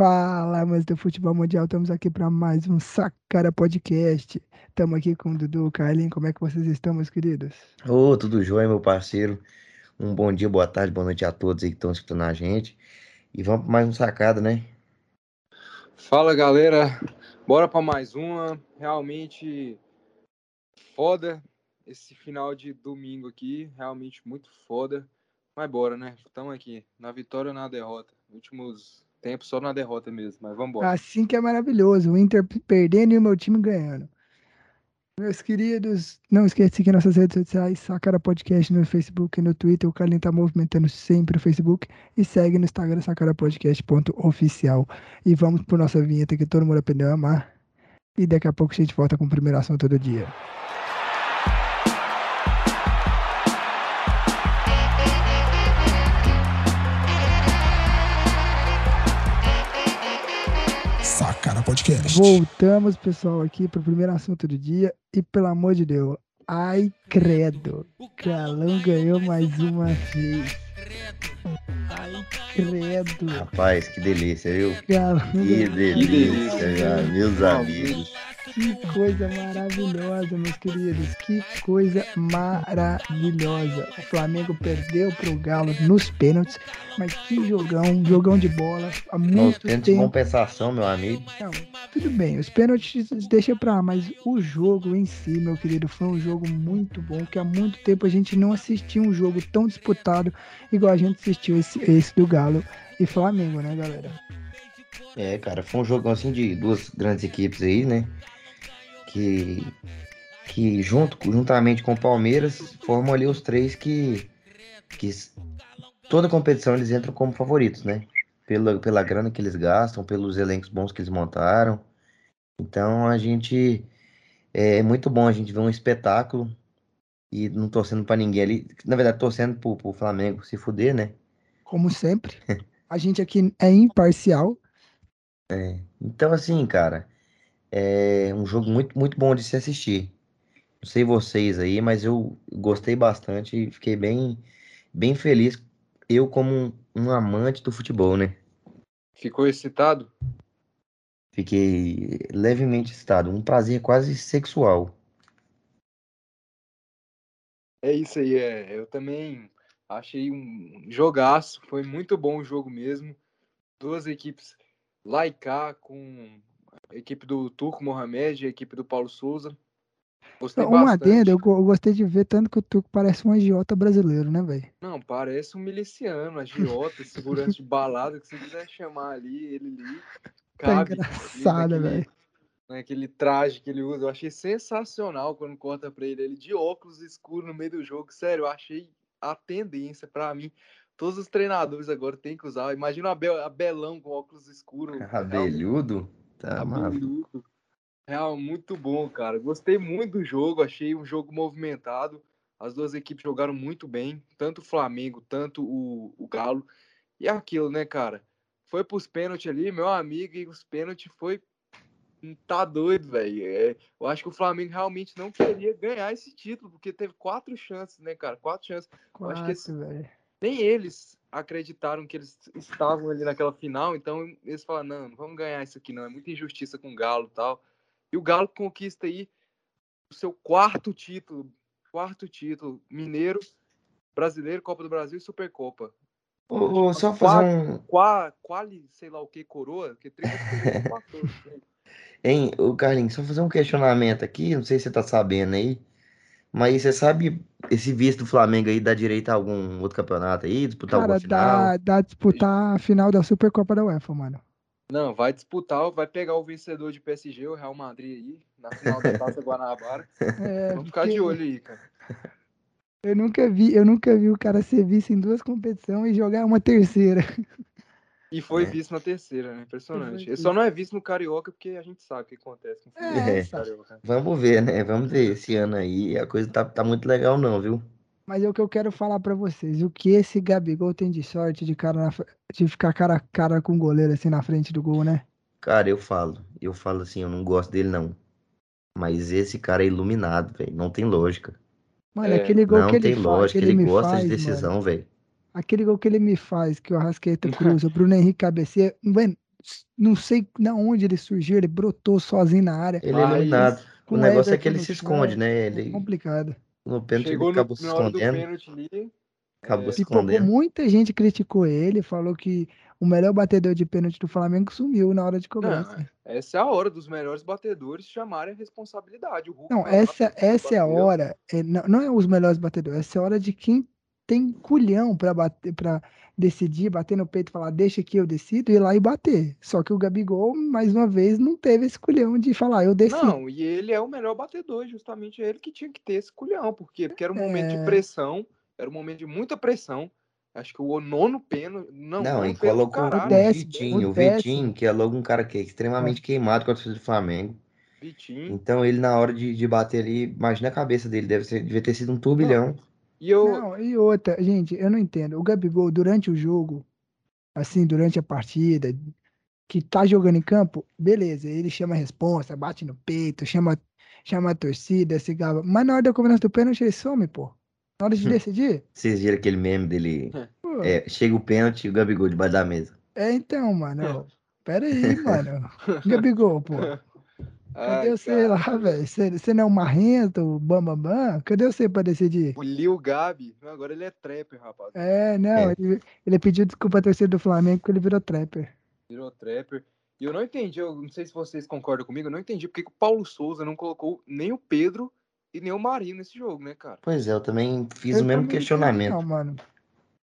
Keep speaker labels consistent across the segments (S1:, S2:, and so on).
S1: Fala, mas do futebol mundial, estamos aqui para mais um Sacara Podcast. Estamos aqui com o Dudu, Carlinhos, como é que vocês estão, meus queridos?
S2: Ô, tudo jóia, meu parceiro. Um bom dia, boa tarde, boa noite a todos aí que estão escutando a gente. E vamos para mais um sacada, né?
S3: Fala galera, bora para mais uma. Realmente foda esse final de domingo aqui, realmente muito foda. Mas bora, né? Estamos aqui, na vitória ou na derrota. Últimos tempos só na derrota mesmo, mas vamos embora.
S1: Assim que é maravilhoso, o Inter perdendo e o meu time ganhando. Meus queridos, não esqueça de seguir nossas redes sociais, Sacara Podcast no Facebook e no Twitter, o Carlinho tá movimentando sempre o Facebook, e segue no Instagram, sacarapodcast.oficial. E vamos por nossa vinheta que todo mundo aprendeu a amar, e daqui a pouco a gente volta com o primeiro assunto do dia.
S4: Sacana Podcast.
S1: Voltamos, pessoal, aqui pro primeiro assunto do dia, e pelo amor de Deus, ai credo, Calão ganhou mais uma vez. Ai credo,
S2: Rapaz, que delícia, viu?
S1: Calão
S2: Que delícia,
S3: delícia,
S2: já, meus amigos.
S1: Que coisa maravilhosa, meus queridos. Que coisa maravilhosa. O Flamengo perdeu pro Galo nos pênaltis, mas que jogão, jogão de bola. Há
S2: Nós
S1: muito
S2: temos de
S1: tempo.
S2: compensação, meu amigo.
S1: Não, tudo bem, os pênaltis deixa pra lá, mas o jogo em si, meu querido, foi um jogo muito bom, que há muito tempo a gente não assistia um jogo tão disputado igual a gente assistiu esse, esse do Galo e Flamengo, né, galera?
S2: É, cara, foi um jogão assim de duas grandes equipes aí, né? Que, que junto, juntamente com o Palmeiras, formam ali os três que, que s- toda competição eles entram como favoritos, né? Pela, pela grana que eles gastam, pelos elencos bons que eles montaram. Então a gente. É, muito bom a gente ver um espetáculo e não torcendo pra ninguém ali. Na verdade, torcendo pro, pro Flamengo se fuder, né?
S1: Como sempre, a gente aqui é imparcial,
S2: Então, assim, cara, é um jogo muito, muito bom de se assistir. Não sei vocês aí, mas eu gostei bastante e fiquei bem, bem feliz. Eu, como um, um amante do futebol, né?
S3: Ficou excitado?
S2: Fiquei levemente excitado, um prazer quase sexual.
S3: É isso aí, é. eu também achei um jogaço, foi muito bom o jogo mesmo. Duas equipes laicar com a equipe do Turco Mohamed e a equipe do Paulo Souza. Gostei
S1: Então, um
S3: bastante.
S1: adendo, eu, go- eu gostei de ver tanto que o Tuco parece um agiota brasileiro, né, velho?
S3: Não, parece um miliciano, agiota, segurante de balada, que você quiser chamar ali, ele ali.
S1: Tá
S3: Cabe. né, ali
S1: engraçado,
S3: naquele-
S1: velho.
S3: Naquele né, traje que ele usa. Eu achei sensacional quando corta pra ele. Ele de óculos escuro no meio do jogo. Sério, eu achei a tendência pra mim. Todos os treinadores agora têm que usar. Imagina a, Bel, a Belão com óculos é um escuros.
S2: Abelhudo? Tá maluco.
S3: Cabeludo. Real, muito bom, cara. Gostei muito do jogo, achei um jogo movimentado. As duas equipes jogaram muito bem, tanto o Flamengo, tanto o, o Galo. E aquilo, né, cara? Foi pros pênaltis ali, meu amigo, e os pênaltis foi. Tá doido, velho. É, eu acho que o Flamengo realmente não queria ganhar esse título, porque teve quatro chances, né, cara? Quatro chances. Eu acho que esse-
S1: Quatro, velho.
S3: Nem eles acreditaram que eles estavam ali naquela final, então eles falaram, não, não vamos ganhar isso aqui não, é muita injustiça com o Galo e tal. E o Galo conquista aí o seu quarto título, quarto título, mineiro, brasileiro, Copa do Brasil e Supercopa.
S2: Ô, ô, só fazer um.
S3: Qua, quali, sei lá o que, coroa, que três coroas pra todos, né?
S2: Hein, ô Carlinhos, só fazer um questionamento aqui, não sei se você tá sabendo aí, mas você sabe esse visto do Flamengo aí dá direito a algum outro campeonato aí,
S3: tá
S2: disputar
S1: Cara,
S2: alguma final?
S1: dá, dá disputar a final da Supercopa da UEFA, mano.
S3: Não, vai disputar, vai pegar o vencedor de PSG, o Real Madrid aí, na final da Taça Guanabara.
S1: É,
S3: Vamos ficar de
S1: porque
S3: olho aí, cara.
S1: Eu nunca, vi, eu nunca vi o cara ser visto em duas competições e jogar uma terceira.
S3: E foi
S2: É.
S3: vice na terceira, né? Impressionante.
S1: Foi
S3: Ele só não é vice no Carioca porque a gente sabe o que acontece com o futebol
S2: É.
S3: Carioca.
S2: Vamos ver, né? Vamos ver esse ano aí. A coisa tá, tá muito legal, não, viu?
S1: Mas é o que eu quero falar pra vocês. O que esse Gabigol tem de sorte de, cara na fr- de ficar cara a cara com o goleiro assim na frente do gol, né?
S2: Cara, eu falo. Eu falo assim, eu não gosto dele, não. Mas esse cara é iluminado, velho. Não tem lógica.
S1: Mano,
S3: É,
S1: aquele gol
S2: não
S1: que ele
S2: tem
S1: faz,
S2: lógica.
S1: que ele, me
S2: Ele gosta
S1: faz,
S2: de
S1: mano.
S2: decisão, velho.
S1: Aquele gol que ele me faz, que o Arrascaeta cruza, o Bruno Henrique cabeceia. Mano, não sei na onde ele surgiu, ele brotou sozinho na área.
S2: Ele é
S3: Mas-
S2: iluminado.
S1: Com
S2: O negócio é
S1: Everton
S2: que ele
S1: no
S2: se
S1: chão,
S2: esconde, né?
S1: É
S2: Ele
S1: complicado.
S2: no pênalti ele
S3: Chegou no,
S2: acabou se
S3: na hora do
S2: escondendo,
S3: pênalti ali.
S2: acabou se
S1: Pipocou,
S2: escondendo.
S1: Tipo, muita gente criticou ele, falou que o melhor batedor de pênalti do Flamengo sumiu na hora de cobrança.
S3: Essa é a hora dos melhores batedores chamarem a responsabilidade. O Hulk
S1: Não,
S3: foi lá,
S1: essa, essa é a
S3: bateu.
S1: hora, é, não, não é os melhores batedores, essa é a hora de quem tem culhão pra bater, para decidir, bater no peito, e falar deixa que eu decido, ir lá e bater. Só que o Gabigol, mais uma vez, não teve esse culhão de falar eu decido.
S3: Não, e ele é o melhor batedor, justamente é ele que tinha que ter esse culhão, por quê? porque era um momento
S1: É.
S3: de pressão, era um momento de muita pressão. Acho que o nono pênalti. Não,
S2: Não,
S3: nono
S2: e
S3: pênalti,
S2: colocou o
S3: caralho,
S1: Décimo,
S2: Vitinho,
S1: o
S2: o
S1: décimo.
S2: Vitinho, que é logo um cara que é extremamente queimado com a torcida do Flamengo.
S3: Vitinho.
S2: Então ele na hora de, de bater ali, imagina a cabeça dele, deve ser, devia ter sido um turbilhão.
S3: E eu,
S1: Não, e outra, gente, eu não entendo. O Gabigol, durante o jogo, assim, durante a partida, que tá jogando em campo, beleza, ele chama a responsa, bate no peito, chama, chama a torcida, se gaba. Mas na hora da cobrança do pênalti, ele some, pô. Na hora
S3: Hum.
S1: de decidir?
S2: Vocês viram aquele meme dele?
S1: Pô, é.
S2: É, chega o pênalti e o Gabigol debaixo da mesa.
S1: então,
S3: É.
S1: mano. Pera aí, mano. Gabigol, pô. Cadê
S3: Ai,
S1: você
S3: ah, cara,
S1: lá, velho? Você você não é um marrento, bambambam? Bam, bam? Cadê você pra decidir?
S3: O Lil Gabi, não, agora ele é trapper, rapaz.
S1: É, não,
S2: É.
S1: Ele, ele pediu desculpa à torcida do Flamengo porque ele virou trapper.
S3: Virou trapper. E eu não entendi, eu não sei se vocês concordam comigo, eu não entendi porque que o Paulo Souza não colocou nem o Pedro e nem o Marinho nesse jogo, né, cara?
S2: Pois é, eu também fiz
S1: Eu
S2: o mesmo
S1: também não
S2: questionamento.
S1: Não, mano.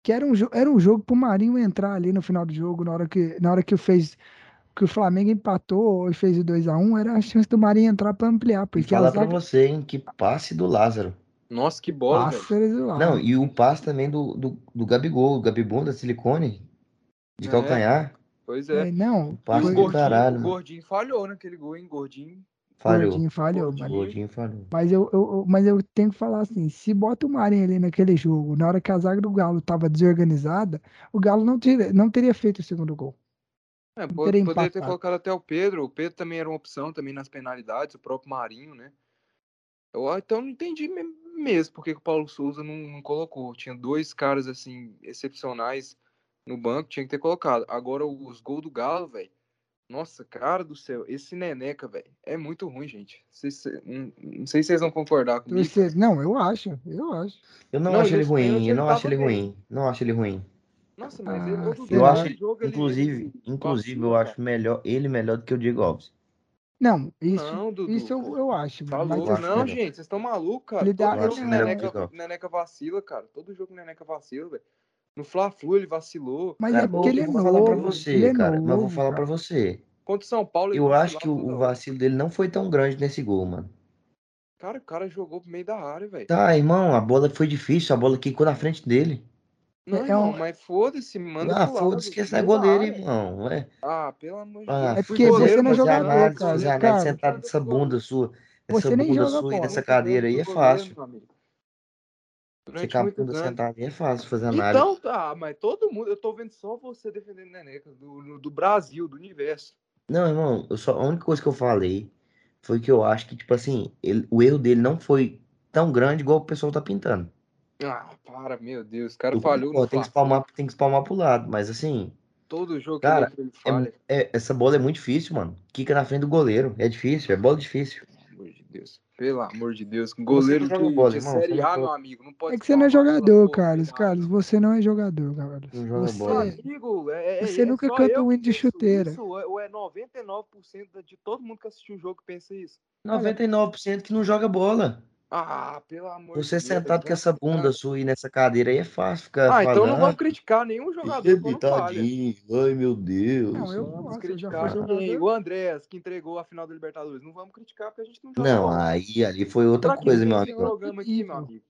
S1: Que era um, jo- era um jogo pro Marinho entrar ali no final do jogo, na hora que, na hora que o fez. Que o Flamengo empatou e fez o 2x1, era a chance do Marinho entrar pra ampliar,
S2: E
S1: porque a
S2: falar pra
S1: zaga
S2: você, hein, que passe do Lázaro.
S3: Nossa, que bola, velho.
S1: passa eles lá.
S2: Não, e o passe também do, do, do Gabigol, o Gabigol da silicone, de
S3: É.
S2: calcanhar,
S3: Pois é.
S1: É, não,
S2: passe
S1: foi-
S2: do
S3: o gordinho,
S2: caralho,
S3: o
S2: mano.
S3: gordinho falhou naquele gol, hein? Gordinho.
S2: falhou.
S1: Gordinho falhou,
S2: O
S1: mano.
S2: Gordinho falhou.
S1: Mas eu, eu- eu- mas eu tenho que falar assim: se bota o Marinho ali naquele jogo, na hora que a zaga do Galo tava desorganizada, o Galo não, tira- não teria feito o segundo gol.
S3: É, po-
S1: teria
S3: poderia ter
S1: empatado.
S3: colocado até o Pedro. O Pedro também era uma opção também nas penalidades, o próprio Marinho, né? Eu, ah, então não entendi me- mesmo porque que o Paulo Souza não, não colocou. Tinha dois caras assim excepcionais no banco, tinha que ter colocado. Agora os gols do Galo, velho. Nossa, cara do céu, esse Neneca, velho, é muito ruim, gente. Vocês- cê- não, não sei se vocês vão concordar comigo.
S1: Torcedor- Não, eu acho, eu acho.
S2: Eu não,
S3: Não,
S2: acho
S3: e
S2: ele
S3: os
S2: ruim,
S3: pênaltis
S2: eu
S3: ele
S2: não
S3: tava
S2: acho ele
S3: bem.
S2: ruim, não acho ele ruim.
S3: Nossa, mas
S1: Ah,
S3: ele, todo
S1: sei
S2: lá.
S3: aquele
S2: Eu acho,
S3: jogo, ele-
S2: Inclusive,
S3: ele
S2: inclusive
S3: vacila,
S2: eu acho
S3: cara.
S2: melhor ele melhor do que o Diego Alves.
S1: Não, isso,
S3: Não, Dudu.
S1: isso é um eu, eu acho,
S3: Tá
S1: mano. mas
S3: louco,
S2: acho
S3: não,
S2: melhor.
S3: gente, vocês estão malucos, cara.
S1: Ele dá-
S3: Todo jogo
S1: ele-
S3: o
S1: não.
S3: Neneca, o Neneca vacila, cara. Todo jogo o Neneca vacila, velho. No Fla-Flu ele vacilou.
S1: Mas
S2: Cara,
S1: é porque
S2: eu
S1: ele é
S2: vou falar pra
S1: novo, ele
S2: você,
S1: é
S2: cara, mas eu vou
S1: novo,
S2: falar
S1: cara.
S2: pra você.
S3: Contra o São Paulo ele
S2: Eu acho
S3: vacilava
S2: que o,
S3: toda
S2: o
S3: hora.
S2: vacilo dele não foi tão grande nesse gol, mano.
S3: Cara, o cara jogou pro meio da área, velho.
S2: Tá, irmão, a bola foi difícil, a bola quicou na frente dele.
S3: Não,
S1: É
S3: irmão,
S1: um-
S3: mas foda-se, manda
S2: Ah,
S3: pro lado,
S2: foda-se que esse é
S3: meio da
S2: goleiro,
S3: área.
S2: irmão. É.
S3: Ah, pelo amor de
S2: Ah,
S3: Deus.
S1: É
S2: fui
S1: porque
S2: goleiro,
S1: você não é
S2: fazer
S1: jogador,
S2: análise,
S1: cara,
S2: fazer
S1: cara.
S2: análise sentado nessa tá bunda sua, nessa
S1: Você nem
S2: bunda
S1: joga
S2: sua e
S1: bola.
S2: nessa cadeira aí é fácil.
S3: Você
S2: Ficar a bunda sentada aí é fácil fazer análise.
S3: Então, tá, mas todo mundo, eu tô vendo só você defendendo o Neneca, do- do- do Brasil, do universo.
S2: Não, irmão, eu só, a única coisa que eu falei foi que eu acho que, tipo assim, ele- o erro dele não foi tão grande igual o pessoal tá pintando.
S3: Ah, para, meu Deus, o cara
S2: Eu
S3: falhou
S2: concordo,
S3: no
S2: tem que
S3: Fla-Flu.
S2: espalmar, tem que espalmar pro lado, mas assim,
S3: Todo jogo
S2: Cara,
S3: que ele, entra, ele
S2: é
S3: falha.
S2: é- essa bola é muito difícil, mano. Quica na frente do goleiro, é difícil, é bola difícil.
S3: Pelo amor de Deus. Pelo amor de Deus. um Goleiro
S2: joga
S3: de,
S2: bola,
S3: de
S2: irmão,
S3: Série
S2: você não
S3: A,
S2: joga.
S3: meu amigo. Não pode
S1: É que você não é
S3: falar,
S1: jogador,
S3: pô,
S1: Carlos. Carlos, você não é jogador, Carlos.
S2: Não joga
S1: Você-
S3: Meu
S2: bola.
S3: amigo, é, é-
S1: Você
S3: é
S1: nunca
S3: só
S1: canta
S3: eu
S1: o hino de
S3: que penso
S1: chuteira.
S3: Isso, é- ou é 99% da- de todo mundo que assistiu o jogo pensa isso.
S2: 99% que não joga bola.
S3: Ah, pelo amor
S2: Você é
S3: de Deus.
S2: sentado com essa
S3: cara.
S2: bunda sua e nessa cadeira aí é fácil ficar
S3: Ah, então
S2: falando.
S3: não vamos criticar nenhum
S2: "Ih,
S3: jogador quando falha.
S2: tadinho, ai meu Deus.
S1: Não, eu
S3: Vamos
S1: gosto, eu já fui
S3: criticar
S1: jogador.
S3: quem? o Andrés, que entregou a final da Libertadores. Não vamos criticar porque a gente não joga
S2: Não,
S3: bola.
S2: aí ali foi outra
S3: Pra que
S2: coisa,
S3: tem
S2: meu
S3: esse
S2: amigo.
S3: programa aqui, meu
S1: Horrível.
S3: amigo?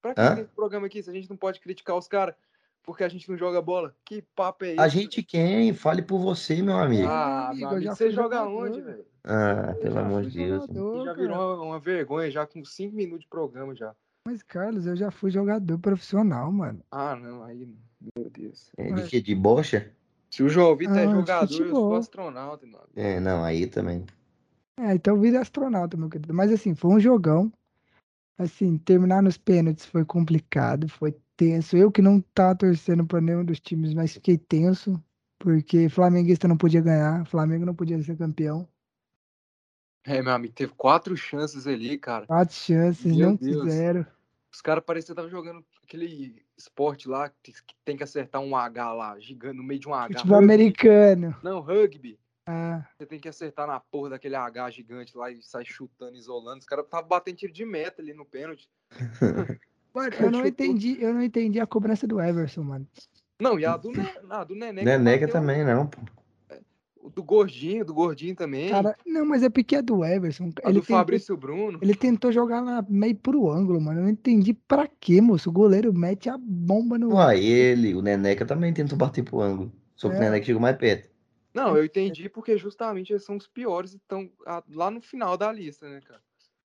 S3: Pra que
S2: Hã?
S3: tem esse programa aqui se a gente não pode criticar os caras porque a gente não joga bola? Que papo é esse?
S2: A gente quem? Fale por você, meu amigo.
S3: Ah,
S1: Amigo,
S3: meu
S1: eu
S3: amigo,
S1: já
S3: você
S1: fui
S3: joga
S1: jogador.
S3: onde, velho?
S2: Ah, pelo
S3: já
S2: amor
S3: fui
S2: de Deus.
S1: jogador,
S3: Já
S1: cara.
S3: virou uma vergonha já com 5 minutos de programa já.
S1: Mas, Carlos, eu já fui jogador profissional, mano.
S3: Ah, não, aí não. Meu Deus.
S2: É, De que? De bocha?
S3: Se o João Vitor
S1: Ah,
S3: é
S1: de
S3: jogador, eu sou
S1: futebol.
S3: astronauta, meu amigo.
S2: É, não, aí também.
S1: É, então vira astronauta, meu querido. Mas assim, foi um jogão. Assim, terminar nos pênaltis foi complicado, foi tenso. Eu que não tava torcendo pra nenhum dos times, mas fiquei tenso. Porque flamenguista não podia ganhar, Flamengo não podia ser campeão.
S3: É, meu amigo, teve quatro chances ali, cara.
S1: Quatro chances,
S3: Meu
S1: não
S3: Deus.
S1: fizeram.
S3: Os caras pareciam que estavam jogando aquele esporte lá que que tem que acertar um H lá, gigante, no meio de um H.
S1: Futebol
S3: Rugby.
S1: americano.
S3: Não, rugby.
S1: Ah,
S3: Você tem que acertar na porra daquele H gigante lá e sai chutando, isolando. Os caras estavam batendo tiro de meta ali no pênalti.
S1: mano, eu
S3: Cara, tipo,
S1: não
S3: chutou.
S1: entendi, eu não entendi a cobrança do Everson, mano.
S3: Não, e a do, ne a do Neneca.
S2: Neneca
S3: bateu-
S2: também não, pô.
S3: o Do Gordinho, do Gordinho também.
S1: Cara, não, mas é porque é do Everson.
S3: a
S1: Ele
S3: do
S1: tentou,
S3: Fabrício Bruno.
S1: ele tentou jogar lá meio pro ângulo, mano. Eu não entendi pra quê, moço. O goleiro mete a bomba no.
S2: Ué, ele, o Neneca também tentou bater pro ângulo. Só que
S1: É.
S2: o Neneca chegou mais perto.
S3: Não, eu entendi porque justamente eles são os piores e estão a- lá no final da lista, né, cara?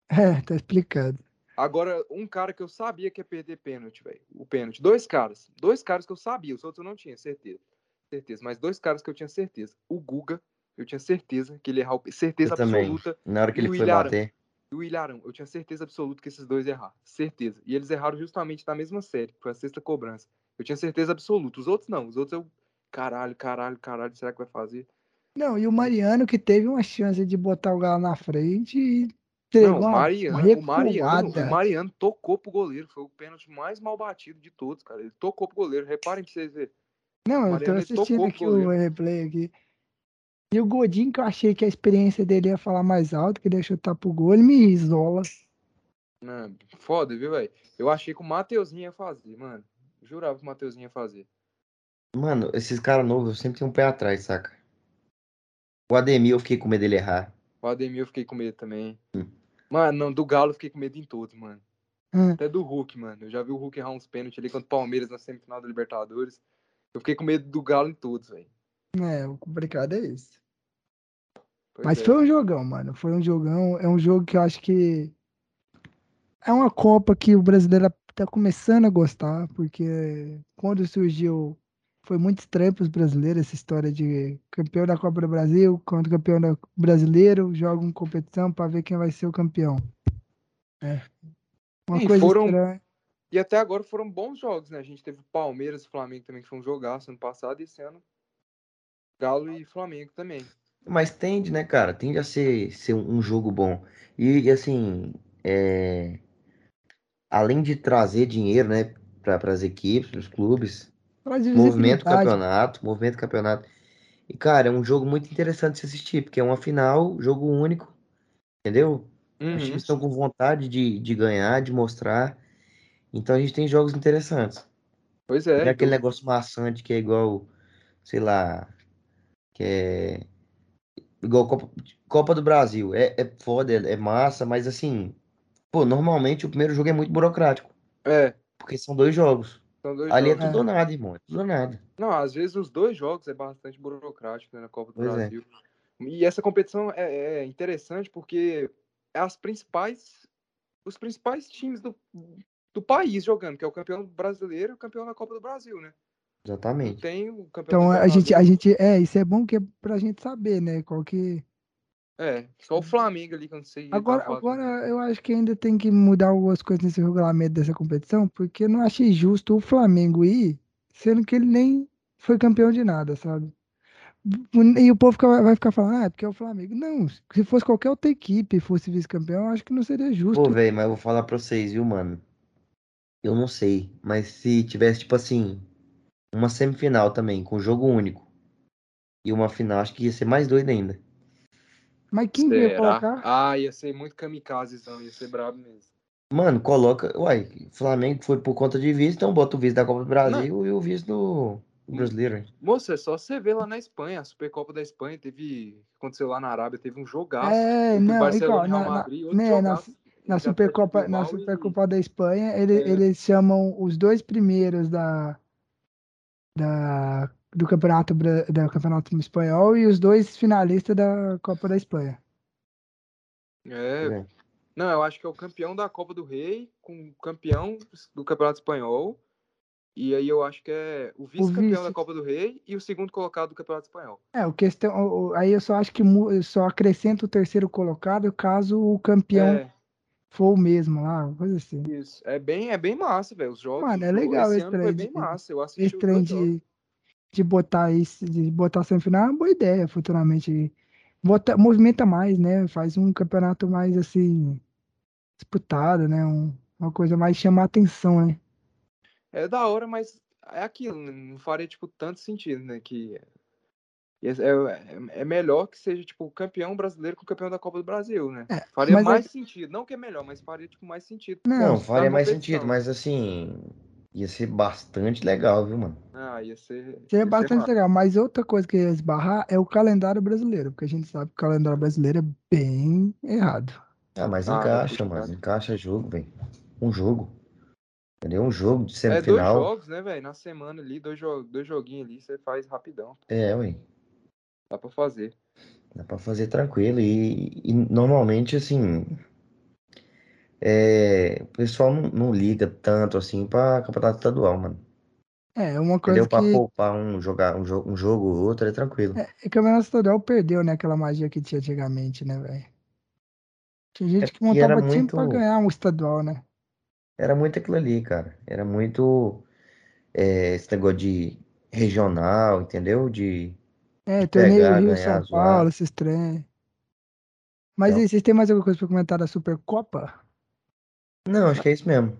S1: É, tá explicado.
S3: Agora, um cara que eu sabia que ia perder pênalti, velho. O pênalti. Dois caras. Dois caras que eu sabia. Os outros eu não tinha certeza. Certeza. Mas dois caras que eu tinha certeza. O Guga, eu tinha certeza que ele ia errar. o pê- Certeza
S2: Eu também.
S3: absoluta.
S2: Na hora que
S3: E
S2: ele
S3: o
S2: foi
S3: Ilharão?
S2: bater,
S3: E o Ilharão, eu tinha certeza absoluta que esses dois iam errar. Certeza. E eles erraram justamente na mesma série, que foi a sexta cobrança. Eu tinha certeza absoluta. Os outros não. Os outros eu. Caralho, caralho, caralho, será que vai fazer?
S1: Não, e o Mariano que teve uma chance de botar o Galo na frente e
S3: Não,
S1: entregou
S3: o
S1: uma
S3: Mariano, o Mariano,
S1: recuada.
S3: o Mariano tocou pro goleiro. Foi o pênalti mais mal batido de todos, cara. Ele tocou pro goleiro. Reparem pra vocês verem.
S1: Não, eu tô
S3: Mariano, ele
S1: assistindo
S3: tocou
S1: aqui
S3: pro
S1: o replay aqui. E o Godinho, que eu achei que a experiência dele ia falar mais alto, que ele ia chutar pro gol, ele me isola.
S3: Não, foda, viu, velho? Eu achei que o Mateuzinho ia fazer, mano. Jurava que o Mateuzinho ia fazer.
S2: mano, esses caras novos, eu sempre tenho um pé atrás, saca? O Ademir, eu fiquei com medo dele errar.
S3: O Ademir eu fiquei com medo também. Mano, não, do Galo eu fiquei com medo em todos, mano.
S1: Hum.
S3: Até do Hulk, mano. Eu já vi o Hulk errar uns pênaltis ali contra o Palmeiras na semifinal da Libertadores. Eu fiquei com medo do Galo em todos, velho.
S1: É, o complicado é isso.
S3: Pois
S1: Mas
S3: é.
S1: foi um jogão, mano. Foi um jogão. É um jogo que eu acho que. É uma Copa que o brasileiro tá começando a gostar, porque quando surgiu. Foi muito estranho pros brasileiros essa história de campeão da Copa do Brasil, quando campeão da- brasileiro, joga uma competição pra ver quem vai ser o campeão. É. Uma
S3: E
S1: coisa
S3: foram-
S1: estranha.
S3: E até agora foram bons jogos, né? A gente teve o Palmeiras e o Flamengo também, que foi um jogaço ano passado, e esse ano Galo e Flamengo também.
S2: Mas tende, né, cara? Tende a ser, ser um um jogo bom. E, e, assim, é, além de trazer dinheiro, né, pra, pras equipes, pros clubes,
S1: Traz
S2: Movimento
S1: visibilidade.
S3: né?
S2: campeonato, movimento campeonato. E, cara, é um jogo muito interessante de se assistir, porque é uma final, jogo único, entendeu?
S3: Uhum.
S2: Os times estão com vontade de, de ganhar, de mostrar. Então a gente tem jogos interessantes.
S3: Pois
S2: Não
S3: é.
S2: é aquele
S3: do-
S2: negócio maçante que é igual, sei lá, que é igual Copa, Copa do Brasil. É, é foda, é, é massa, mas assim, pô, normalmente o primeiro jogo é muito burocrático,
S3: É,
S2: porque são dois jogos.
S3: são dois
S2: Ali é
S3: jogos.
S2: tudo ou nada, irmão, é tudo ou nada.
S3: Não, às vezes os dois jogos é bastante burocrático né, na Copa do
S2: Pois é.
S3: Brasil. E essa competição é, é interessante porque é as principais, os principais times do, do país jogando, que é o campeão brasileiro e o campeão da Copa do Brasil, né? Não
S2: Exatamente.
S3: tem o campeão
S1: Então
S3: da
S1: a gente, a
S3: Libertadores.
S1: gente. É, isso é bom que é pra gente saber, né? Qual que.
S3: É, só o Flamengo ali, que eu não sei.
S1: Agora,
S3: tá falando.
S1: agora eu acho que ainda tem que mudar algumas coisas nesse regulamento dessa competição, porque eu não achei justo o Flamengo ir, sendo que ele nem foi campeão de nada, sabe? E o povo fica- vai ficar falando, ah, é porque é o Flamengo. Não, se fosse qualquer outra equipe e fosse vice-campeão, eu acho que não seria justo.
S2: Pô, velho, mas eu vou falar pra vocês, viu, mano? Eu não sei, mas se tivesse, tipo assim, uma semifinal também, com jogo único, e uma final, acho que ia ser mais doido ainda.
S1: Mas quem que ia
S3: Será?
S1: colocar?
S3: Ah, ia ser muito kamikazezão, ia ser brabo mesmo.
S2: Mano, coloca. Uai, Flamengo foi por conta de vice, então bota o vice da Copa do Brasil e o vice do, do brasileiro. hein?
S3: Moça, é só você ver lá na Espanha, a Supercopa da Espanha teve. Aconteceu lá na Arábia, teve um jogaço.
S1: É,
S3: Entre o
S1: não, e qual?
S3: Barcelona e Real
S1: Na- na-
S3: Madrid, outro
S1: né,
S3: jogaço.
S1: Na
S3: Entre
S1: Supercopa,
S3: Atlético
S1: na
S3: Bilbao tá e-
S1: Supercopa da Espanha, ele-
S3: É.
S1: eles chamam os dois primeiros da, da, do campeonato, Bra- da campeonato espanhol e os dois finalistas da Copa da Espanha.
S3: É,
S2: É.
S3: não, eu acho que é o campeão da Copa do Rei com o campeão do Campeonato Espanhol. E aí eu acho que é o vice-campeão
S1: vice.
S3: da Copa do Rei e o segundo colocado do Campeonato Espanhol.
S1: É, o questão, o- o- aí eu só acho que mu- eu só acrescenta o terceiro colocado caso o campeão
S3: É,
S1: for o mesmo lá, uma coisa assim.
S3: isso. É bem, é bem massa, velho. Os jogos.
S1: Mano, é
S3: do-
S1: legal
S3: esse
S1: esse
S3: ano foi
S1: trem
S3: bem
S1: de-
S3: massa. Eu assisti
S1: Esse
S3: os
S1: trem
S3: dois jogos.
S1: de de botar isso, de botar semifinal é uma boa ideia futuramente. Bota, movimenta mais, né? Faz um campeonato mais assim disputado, né? Um, uma coisa mais chamar atenção, né?
S3: É da hora, mas é aquilo, né? não faria tipo tanto sentido, né? Que é, é, é melhor que seja tipo o campeão brasileiro com o campeão da Copa do Brasil, né?
S1: É,
S3: faria
S1: mas
S3: mais
S1: é-
S3: sentido, não que é melhor, mas faria tipo mais sentido.
S1: Não,
S3: Pô,
S2: Não,
S3: tá
S2: faria mais
S3: competição.
S2: sentido, mas assim, ia ser bastante legal, viu, mano?
S3: Ah, ia ser. ia
S1: Seria
S2: é
S3: ser
S1: bastante
S3: massa.
S1: legal, mas outra coisa que ia esbarrar é o calendário brasileiro, porque a gente sabe que o calendário brasileiro é bem errado.
S2: Ah, mas
S3: Ah,
S2: encaixa,
S3: é
S2: mano.
S3: complicado.
S2: Encaixa jogo, velho. Um jogo. Entendeu? Um jogo de
S3: É dois
S2: semifinal.
S3: jogos, né, velho? Na semana ali, dois, jo dois joguinhos ali, você faz rapidão.
S2: É, ué.
S3: Dá pra fazer.
S2: Dá pra fazer tranquilo. E, e normalmente, assim. é, o pessoal não, não liga tanto assim pra campeonato estadual, mano.
S1: É, uma coisa
S2: Entendeu? Pra
S1: que
S2: poupar um, jogar, um, jogo, um jogo ou outro, é tranquilo.
S1: é, o Campeonato Estadual perdeu, né, aquela magia que tinha antigamente, né, velho? Tinha
S2: É
S1: gente que
S2: porque era
S1: montava time pra
S2: muito-
S1: ganhar um estadual, né?
S2: Era muito aquilo ali, cara. Era muito é, esse negócio de regional, entendeu? De.
S1: É,
S2: de
S1: torneio
S2: pegar,
S1: Rio,
S2: ganhar,
S1: São
S2: zoar.
S1: Paulo, esses trem. Mas
S2: Então-
S1: aí, vocês têm mais alguma coisa pra comentar da Supercopa?
S2: Não, acho que é isso mesmo.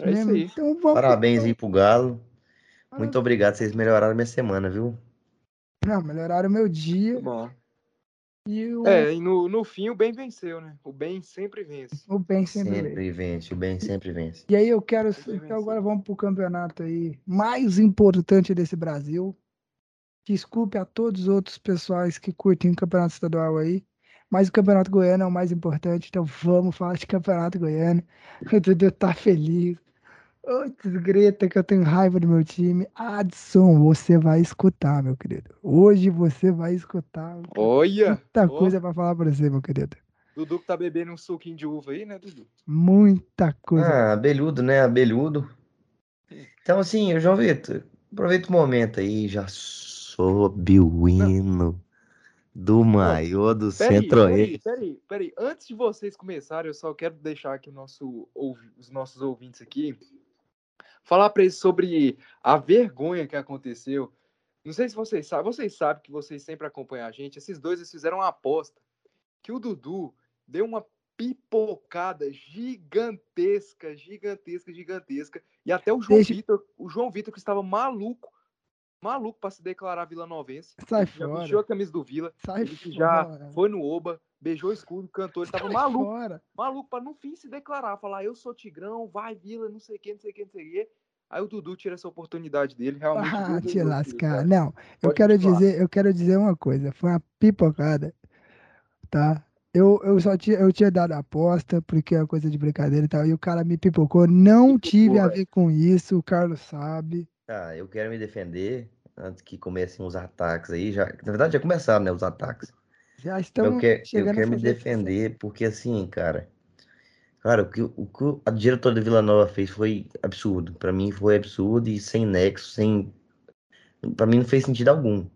S3: É isso aí.
S1: Então vamos. então.
S2: Parabéns aí pro Galo.
S1: Parabéns.
S2: Muito obrigado, vocês melhoraram minha semana, viu?
S1: Não, melhoraram o meu dia
S3: Muito bom.
S1: e o,
S3: É, e no, no fim o bem venceu, né? O bem sempre vence.
S1: o bem sempre. veio.
S2: Sempre vence, o bem sempre vence.
S1: E aí eu quero.
S3: Sempre
S1: Então
S3: venceu.
S1: agora vamos pro campeonato aí mais importante desse Brasil. Desculpe a todos os outros pessoais que curtem o campeonato estadual aí. Mas o Campeonato Goiano é o mais importante, então vamos falar de Campeonato Goiano. O Dudu tá feliz. Ô, desgreta que eu tenho raiva do meu time. Adson, você vai escutar, meu querido. Hoje você vai escutar.
S3: Olha!
S1: Muita
S3: Ó,
S1: coisa pra falar pra você, meu querido.
S3: Dudu que tá bebendo um suquinho de uva aí, né, Dudu?
S1: Muita coisa.
S2: Ah, abelhudo, né? Abelhudo. Então, assim, João Vitor, aproveita o momento aí, já sobe o hino do maior do
S3: Peraí,
S2: centro-oeste.
S3: peraí, peraí, peraí. Antes de vocês começarem, eu só quero deixar aqui o nosso, ouvi- os nossos ouvintes aqui falar pra eles sobre a vergonha que aconteceu. Não sei se vocês sabem, vocês sabem que vocês sempre acompanham a gente. Esses dois eles fizeram uma aposta que o Dudu deu uma pipocada gigantesca, gigantesca, gigantesca. E até o João
S1: Deixa-
S3: Vitor, o João Vitor que estava maluco, maluco pra se declarar vilanovense,
S1: Sai
S3: É, já
S1: fora.
S3: vestiu a camisa do Vila.
S1: Sai
S3: Ele que já
S1: fora.
S3: foi no Oba, beijou o escudo, cantou, ele tava
S1: Sai
S3: maluco,
S1: fora.
S3: maluco pra no fim se declarar, falar eu sou tigrão, vai Vila, não sei o que, não sei o que, não sei o que. Aí o Dudu tira essa oportunidade dele, realmente.
S1: Ah,
S3: Dudu,
S1: te
S3: meu
S1: lascar.
S3: filho, né? cara.
S1: Não, eu
S3: Pode
S1: quero,
S3: continuar.
S1: dizer, eu quero dizer uma coisa. Foi uma pipocada, tá? Eu, eu só tinha, eu tinha dado a aposta, porque é uma coisa de brincadeira e tal, e o cara me pipocou. Não tive a
S3: velho.
S1: ver com isso, o Carlos sabe.
S2: Tá, eu quero me defender antes que comecem os ataques aí. Já, na verdade, já começaram, né, os ataques.
S1: Já
S2: Eu,
S1: estamos
S2: que, eu
S1: Então, chegando a
S2: quero me
S1: fazer isso.
S2: defender porque, assim, cara... Cara, o que, o que a diretora do Vila Nova fez foi absurdo. Pra mim foi absurdo e sem nexo, sem... Pra mim não fez sentido algum.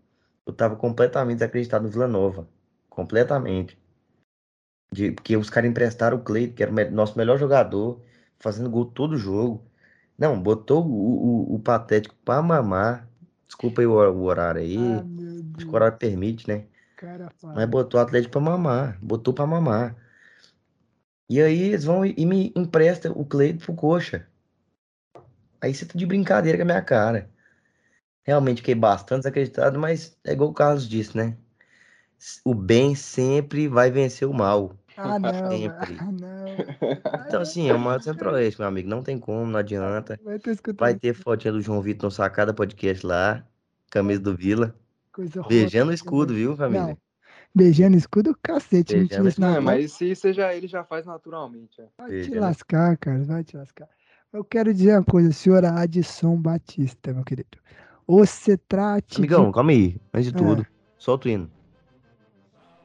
S2: Eu tava completamente desacreditado no Vila Nova. Completamente. De, porque os caras emprestaram o Cleiton, que era o me- nosso melhor jogador, fazendo gol todo jogo. Não, botou o, o, o Patético pra mamar. Desculpa aí o, hor- o horário aí.
S1: Ah, meu
S2: acho
S1: Deus,
S2: que o horário permite, né?
S1: cara, fala.
S2: Mas botou o Atlético pra mamar. Botou pra mamar. E aí eles vão e, e me empresta o Cleiton pro Coxa. Aí você tá de brincadeira com a minha cara. Realmente fiquei bastante desacreditado, mas é igual o Carlos disse, né? S- O bem sempre vai vencer o mal.
S1: Ah, não,
S2: sempre.
S1: ah, não.
S2: Então, assim, é o maior centro-oeste, meu amigo. Não tem como, não adianta.
S1: Vai ter escutando
S2: Vai ter fotinha do João Vitor no Sacada Podcast lá. Camisa do Vila.
S1: coisa horrorosa
S2: Beijando o escudo,
S1: também.
S2: viu, família?
S1: Não, Beijando o escudo, cacete.
S2: Beijando
S1: mentira, isso
S2: o
S1: não
S3: Não,
S1: é
S3: mas isso, aí você já, ele já faz naturalmente. é.
S1: Vai te
S2: Beijando.
S1: lascar, cara, vai te lascar. Eu quero dizer uma coisa, senhora Adson Batista, meu querido. Você trate
S2: Amigão,
S1: de...
S2: calma aí. Antes de
S1: Ah.
S2: tudo, solta o hino.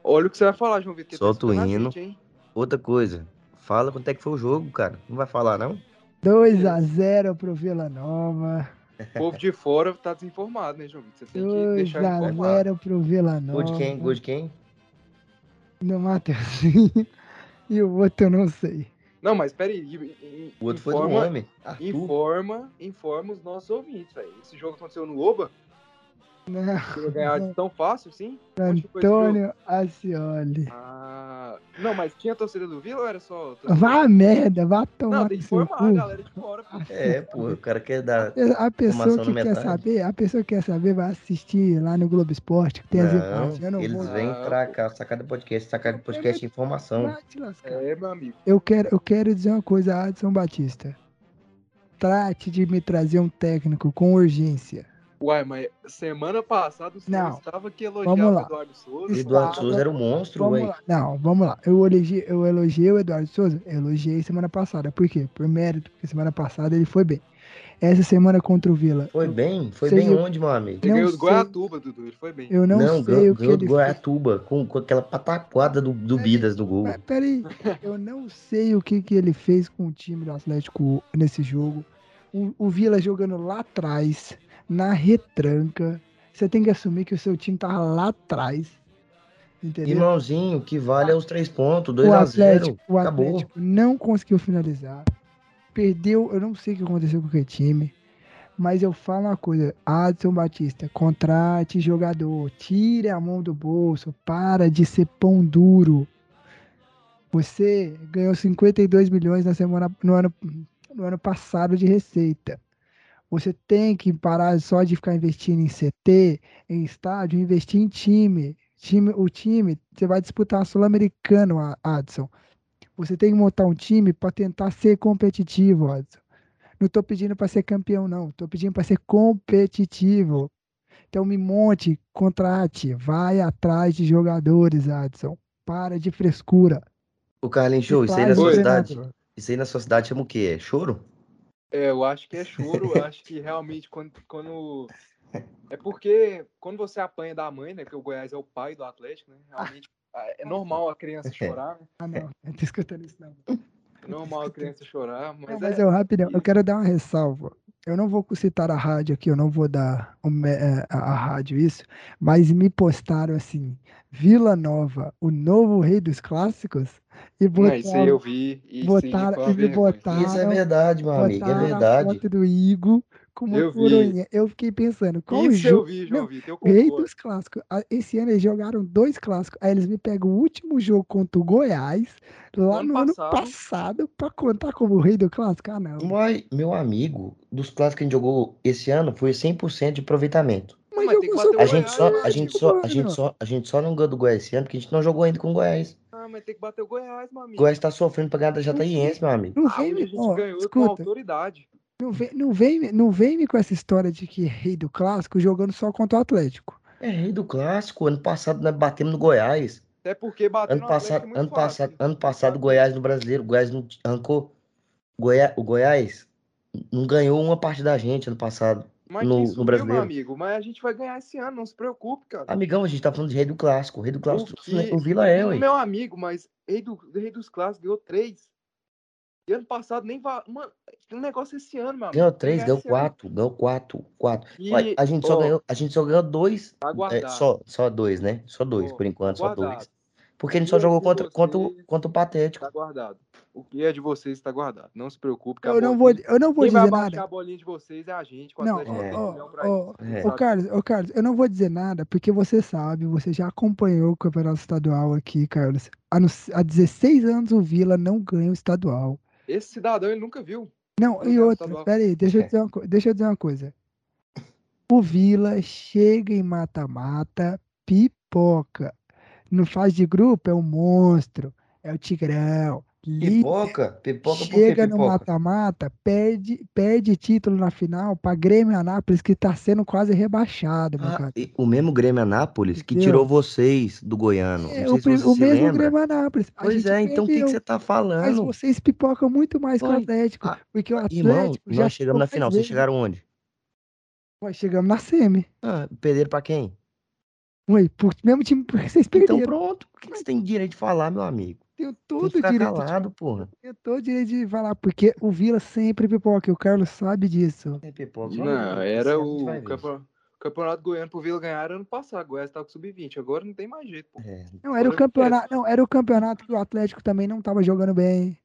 S3: Olha o que você vai falar, João Vitor. tá
S2: Solta o
S3: escutando a
S2: hino.
S3: gente, hein?
S2: Outra coisa. Fala quanto é que foi o jogo, cara. Não vai falar, não?
S1: 2 a 0 pro Vila Nova.
S3: O povo de fora tá desinformado, né, João Vitor? Você tem que
S1: 2
S3: deixar
S1: a
S3: informado.
S1: 0 pro Vila Nova.
S2: Gol de quem? Gol de quem?
S1: Do Mateuzinho. E o outro eu não sei.
S3: Não, mas peraí. i- i-
S2: O outro foi do
S3: informa,
S2: homem. Arthur.
S3: Informa, informa os nossos ouvintes, velho. Esse jogo aconteceu no Oba?
S1: Não,
S3: Você vai ganhar de tão fácil, sim? Onde foi esse jogo?
S1: Antônio Ascioli.
S3: Ah, não, mas tinha torcida do Vila ou era só. torcida-
S1: Vá a merda, vá
S3: Não,
S1: tomar
S3: tem
S1: no
S3: que
S1: seu
S3: formar a
S1: cu.
S3: galera de fora.
S1: Ah,
S3: pô.
S2: É, pô, o cara quer dar.
S1: A pessoa
S2: Formação
S1: que
S2: na
S1: quer
S2: metade.
S1: saber, a pessoa que quer saber vai assistir lá no Globo Esporte, que tem as imagens. Eu
S2: Não,
S1: não
S2: eles
S1: vou. Ah,
S2: vêm pra cá, sacada podcast, sacada podcast é informação.
S1: Vai te lascar.
S3: É, meu amigo.
S1: Eu quero, eu quero dizer uma coisa a Adson Batista. Trate de me trazer um técnico com urgência.
S3: Uai, mas semana passada o senhor
S1: Não.
S3: estava que
S1: Vamos
S3: elogiava
S1: lá.
S3: o Eduardo Souza.
S2: Eduardo Souza era um monstro,
S1: Vamos
S2: ué.
S1: lá. Não, vamos lá. Eu elogiei, eu elogiei o Eduardo Souza? Eu elogiei semana passada. Por quê? Por mérito, porque semana passada ele foi bem. Essa semana contra o Vila.
S2: Foi
S1: eu-
S2: bem? Foi
S1: Seja-
S2: bem onde, meu amigo?
S3: Ele
S1: não
S3: ganhou do
S1: sei.
S3: Goiatuba, Dudu. Ele foi bem.
S1: Eu não, sei
S2: ganhou
S1: o que
S2: ganhou do
S1: ele fez.
S2: Goiatuba, com, com aquela pataquada do, do
S1: É,
S2: Bidas do gol.
S1: Mas peraí, eu não sei o que, que ele fez com o time do Atlético nesse jogo. O, o Vila jogando lá atrás, na retranca. Você tem que assumir que o seu time tava lá atrás. Entendeu?
S2: Irmãozinho, o que vale é os três pontos,
S1: o
S2: 2x0.
S1: Atlético, o
S2: acabou.
S1: Atlético não conseguiu finalizar. Perdeu, eu não sei o que aconteceu com aquele time. Mas eu falo uma coisa, Adson Batista, contrate jogador, tire a mão do bolso, para de ser pão duro. Você ganhou 52 milhões na semana, no, ano, no ano passado de receita. Você tem que parar só de ficar investindo em CT, em estádio, investir em time. time o time, você vai disputar a Sul-Americano, A- Adson. Você tem que montar um time para tentar ser competitivo, Adson. Não tô pedindo para ser campeão, não. Tô pedindo para ser competitivo. Então me monte, contrate, vai atrás de jogadores, Adson. Para de frescura.
S2: O Carlinhos Show, isso aí é na
S1: Faz o
S2: sua
S3: Oi.
S2: cidade.
S1: treinador.
S2: Isso aí na sua cidade chama o quê? É choro?
S3: É, eu acho que é choro, eu acho que realmente quando, quando. É porque quando você apanha da mãe, né? Porque o Goiás é o pai do Atlético, né? Realmente ah, é normal a criança chorar, né?
S1: Ah, não, não tô escutando isso, não.
S3: É normal a criança chorar,
S1: Não,
S3: mas,
S1: mas
S3: é.
S1: eu rapidão, eu quero dar uma ressalva. Eu não vou citar a rádio aqui, eu não vou dar o mé- eh, a, a rádio isso, mas me postaram assim, Vila Nova, o novo rei dos clássicos, e
S3: Não, isso aí
S1: botaram,
S3: eu vi. E sim, foi
S1: botaram,
S3: uma
S1: e me
S3: vergonha.
S2: Isso é
S1: botaram,
S2: verdade, meu amigo, é
S1: botaram a
S2: verdade.
S1: foto do Igo com uma
S3: Eu vi.
S1: coroinha. Eu fiquei pensando, qual
S3: Isso é eu
S1: jogo?
S3: vi, João
S1: Não,
S3: Vitor. Eu
S1: Rei
S3: concordo.
S1: dos clássicos. Ah, Esse ano eles jogaram dois clássicos. Aí eles me pegam o último jogo contra o Goiás, lá
S3: Ano
S1: no ano
S3: passado.
S1: passado, pra contar como o rei do clássico. Ah, não.
S2: Mas, meu amigo, dos clássicos que a gente jogou esse ano foi 100% de aproveitamento.
S1: Mas
S3: mas
S1: eu
S3: tem
S1: vou
S3: que
S1: só
S3: bater
S2: A
S3: o
S1: falar
S2: gente só, a
S1: Goiás,
S2: gente
S1: tipo,
S2: só, a
S1: mano.
S2: gente só, a gente só não ganhou do Goiás esse ano porque a gente não jogou ainda com o Goiás.
S3: Ah, mas tem que bater o Goiás, meu
S2: O
S3: amigo.
S2: Goiás tá sofrendo pra ganhar da Jataiense, meu amigo.
S1: Não
S3: Ah,
S1: vem,
S3: hoje a
S1: me-
S3: gente
S1: é um ó,
S3: ganhou com
S1: escuta,
S3: autoridade.
S1: não vem, não, vem, não vem me com essa história de que é rei do clássico jogando só contra o Atlético.
S2: É rei do clássico. Ano passado nós batemos no Goiás.
S3: Até porque bater
S2: Ano
S3: no Atlético é
S2: passado,
S3: muito
S2: ano
S3: fácil.
S1: né?
S2: passado, ano passado, o Goiás no brasileiro, o Goiás não arrancou. Goiá- o Goiás não ganhou uma parte da gente ano passado.
S3: Mas
S2: no-
S3: quem
S2: no
S3: subiu, meu
S2: brasileiro.
S3: amigo, mas a gente vai ganhar esse ano, não se preocupe, cara.
S2: Amigão, a gente tá falando de rei do clássico. O rei do clássico,
S3: que-
S2: né? o Vila é, ué.
S3: Meu amigo, mas Rei, do, Rei dos Clássicos ganhou três. E ano passado nem. Va... Mano, tem um negócio esse ano, meu amigo.
S2: Ganhou três,
S3: Ganhar
S2: ganhou
S3: esse ano.
S2: quatro, ganhou quatro, quatro.
S3: E- tá
S2: Olha, a gente só
S3: ó,
S2: ganhou, a gente só ganhou dois, é,
S3: Aguardar.
S2: só, só dois, né? Só dois,
S3: Ó,
S2: por enquanto, só
S3: aguardado.
S2: dois. Porque a gente só
S3: Eu
S2: jogou
S3: vi
S2: contra,
S3: vocês.
S2: contra, o- contra o Patético.
S3: Tá guardado. O que é de vocês está guardado. Não se preocupe. que a
S1: Eu não vou,
S3: bolinha-
S1: eu não vou
S3: Quem vai
S1: dizer
S3: baixar
S1: nada.
S3: a bolinha de vocês é a gente. Com
S1: Não,
S3: Atlético
S2: ó,
S3: tem
S1: ó,
S3: milhão pra
S1: ó,
S3: isso,
S2: É.
S1: Ô
S3: sabe?
S1: Carlos, ô Carlos, eu não vou dizer nada, porque você sabe, você já acompanhou o campeonato estadual aqui, Carlos. Há, no- há 16 anos o Vila não ganha o estadual.
S3: Esse cidadão ele nunca viu.
S1: Não,
S3: Não
S1: e
S3: ganha o
S1: outra,
S3: estadual.
S1: peraí, deixa eu
S2: É.
S1: dizer uma, co- deixa eu dizer uma coisa. O Vila chega em mata-mata, pipoca. No fase de grupo é um monstro, é o Tigrão, líder.
S2: Pipoca? Pipoca por que
S1: Chega no
S2: pipoca?
S1: mata-mata, perde, perde título na final para Grêmio Anápolis, que tá sendo quase rebaixado, meu
S2: Ah,
S1: cara.
S2: e o mesmo Grêmio Anápolis que
S1: Entendeu?
S2: tirou vocês do Goiano.
S1: É,
S2: Não
S1: o,
S2: sei
S1: pri-
S2: se
S1: o
S2: você se
S1: mesmo
S2: lembra.
S1: Grêmio Anápolis. A
S2: Pois
S1: gente
S2: é, então o que que
S1: perdeu,
S2: você tá
S1: Mas
S2: falando?
S1: vocês pipocam muito mais que o
S2: Vai.
S1: Atlético.
S2: Ah,
S1: porque o Atlético
S2: Irmão,
S1: já
S2: nós chegamos na
S1: ficou
S2: final.
S1: mais
S2: Vocês
S1: vezes.
S2: chegaram onde?
S1: Nós chegamos na semi.
S2: Ah, perderam pra quem?
S1: Ué, por, mesmo time que vocês perderam.
S2: Então pronto. O que que você tem direito de falar, meu amigo?
S1: tenho
S2: Tem
S1: todo o
S2: que ficar
S1: direito
S2: calado, porra.
S1: de, tenho todo o direito de falar, porque o Vila sempre pipoca, e o Carlos sabe disso.
S2: É pipoca.
S3: Não, era
S2: Esse ano a gente vai
S3: o
S2: ver.
S3: campeonato, campeonato goiano pro Vila ganhar era ano passado. O Goiás tava com sub-20. Agora não tem mais jeito, pô.
S2: É,
S1: Não, era o
S3: Agora eu esqueço.
S1: campeonato, não, era o campeonato que o Atlético também não tava jogando bem.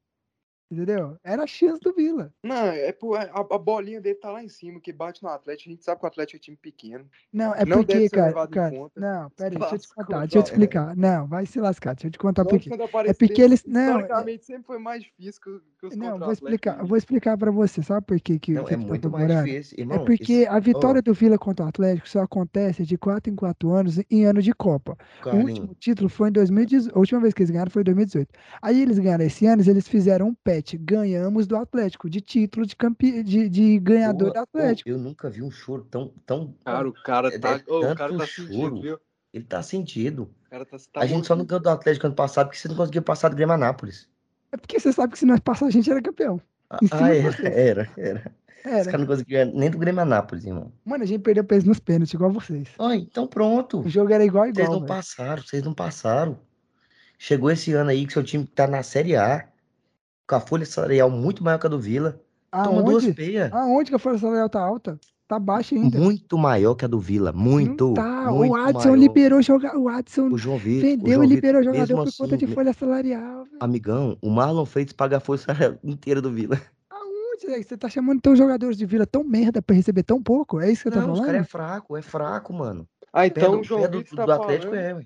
S1: Entendeu? Era a chance do Vila.
S3: Não, é por, a, a bolinha dele tá lá em cima, que bate no Atlético. A gente sabe que o Atlético é time pequeno.
S1: Não, é
S3: Não
S1: porque,
S3: deve ser
S1: cara.
S3: levado em
S1: cara
S3: conta.
S1: não, peraí, deixa eu te
S3: Lascou,
S1: contar, deixa eu te
S2: é.
S1: explicar. Não, vai se lascar, deixa eu te contar
S3: Só
S1: por
S3: que
S1: quê.
S3: quando
S1: É
S3: aparecer,
S1: porque eles.
S3: um
S1: Não, é-
S3: Historicamente sempre foi mais difícil que, os- que
S1: não,
S3: os contra
S1: vou
S3: o Atlético.
S1: explicar, vou explicar pra você, sabe por quê que,
S2: Não,
S1: que
S2: é
S1: tá
S2: muito mais
S1: demorando?
S2: difícil.
S1: É
S2: Irmão,
S1: porque
S2: esse-
S1: a vitória do Vila contra o Atlético só acontece de 4 em 4 anos em ano de Copa.
S2: Ô,
S1: O
S2: Carlinho,
S1: último título foi em 2018. A última vez que eles ganharam foi em 2018. Aí eles ganharam esse ano, eles fizeram um pet. Ganhamos do Atlético, de título de, campe... de, de ganhador
S2: porra,
S1: do
S2: ô,
S1: Atlético.
S2: Eu nunca vi um choro tão. tão...
S3: Cara, o cara tá.
S2: É- é
S3: ô, o
S2: tanto
S3: cara tá
S2: choro.
S3: sentindo, viu?
S2: Ele tá sentido.
S3: O cara tá, tá
S2: a gente só não
S3: mordido.
S2: ganhou do Atlético ano passado porque você não conseguiu passar do Grêmio Anápolis.
S1: É porque você sabe que se nós passar, a gente era campeão.
S2: Ah,
S1: Em cima
S2: ah,
S1: do
S2: era,
S1: Atlético.
S2: era, era. Os
S1: Era.
S2: caras não conseguiram nem do Grêmio Anápolis, irmão.
S1: Mano, a gente perdeu peso nos pênaltis, igual vocês.
S2: Ah, então pronto.
S1: O jogo era igual,
S2: Vocês
S1: igual. né?
S2: não
S1: velho.
S2: passaram, vocês não passaram. Chegou esse ano aí que seu time tá na Série A, com a folha salarial muito maior que a do Vila.
S1: Tá
S2: Toma duas
S1: Aonde?
S2: peias.
S1: Aonde que a força salarial tá alta? Tá baixa ainda.
S2: Muito maior que a do Vila. Muito.
S1: Não tá.
S2: muito
S1: o Adson
S2: maior.
S1: liberou jogar. O Adson
S2: O João Vitor. o
S1: vendeu
S2: João
S1: e
S2: Vitor,
S1: liberou jogador
S2: mesmo
S1: por conta
S2: assim,
S1: de folha salarial. velho.
S2: Amigão, o Marlon Freitas paga a força inteira do Vila.
S1: Aonde, velho? Você tá chamando teus jogadores de vila tão merda pra receber tão pouco? É isso que você tá
S2: Não, os
S1: falando?
S2: caras é fraco, é fraco, mano.
S3: Ah,
S2: Pé
S3: então
S2: do-
S3: o João
S2: pé do,
S3: Vitor tá
S2: do Atlético
S3: falando.
S2: é, ué.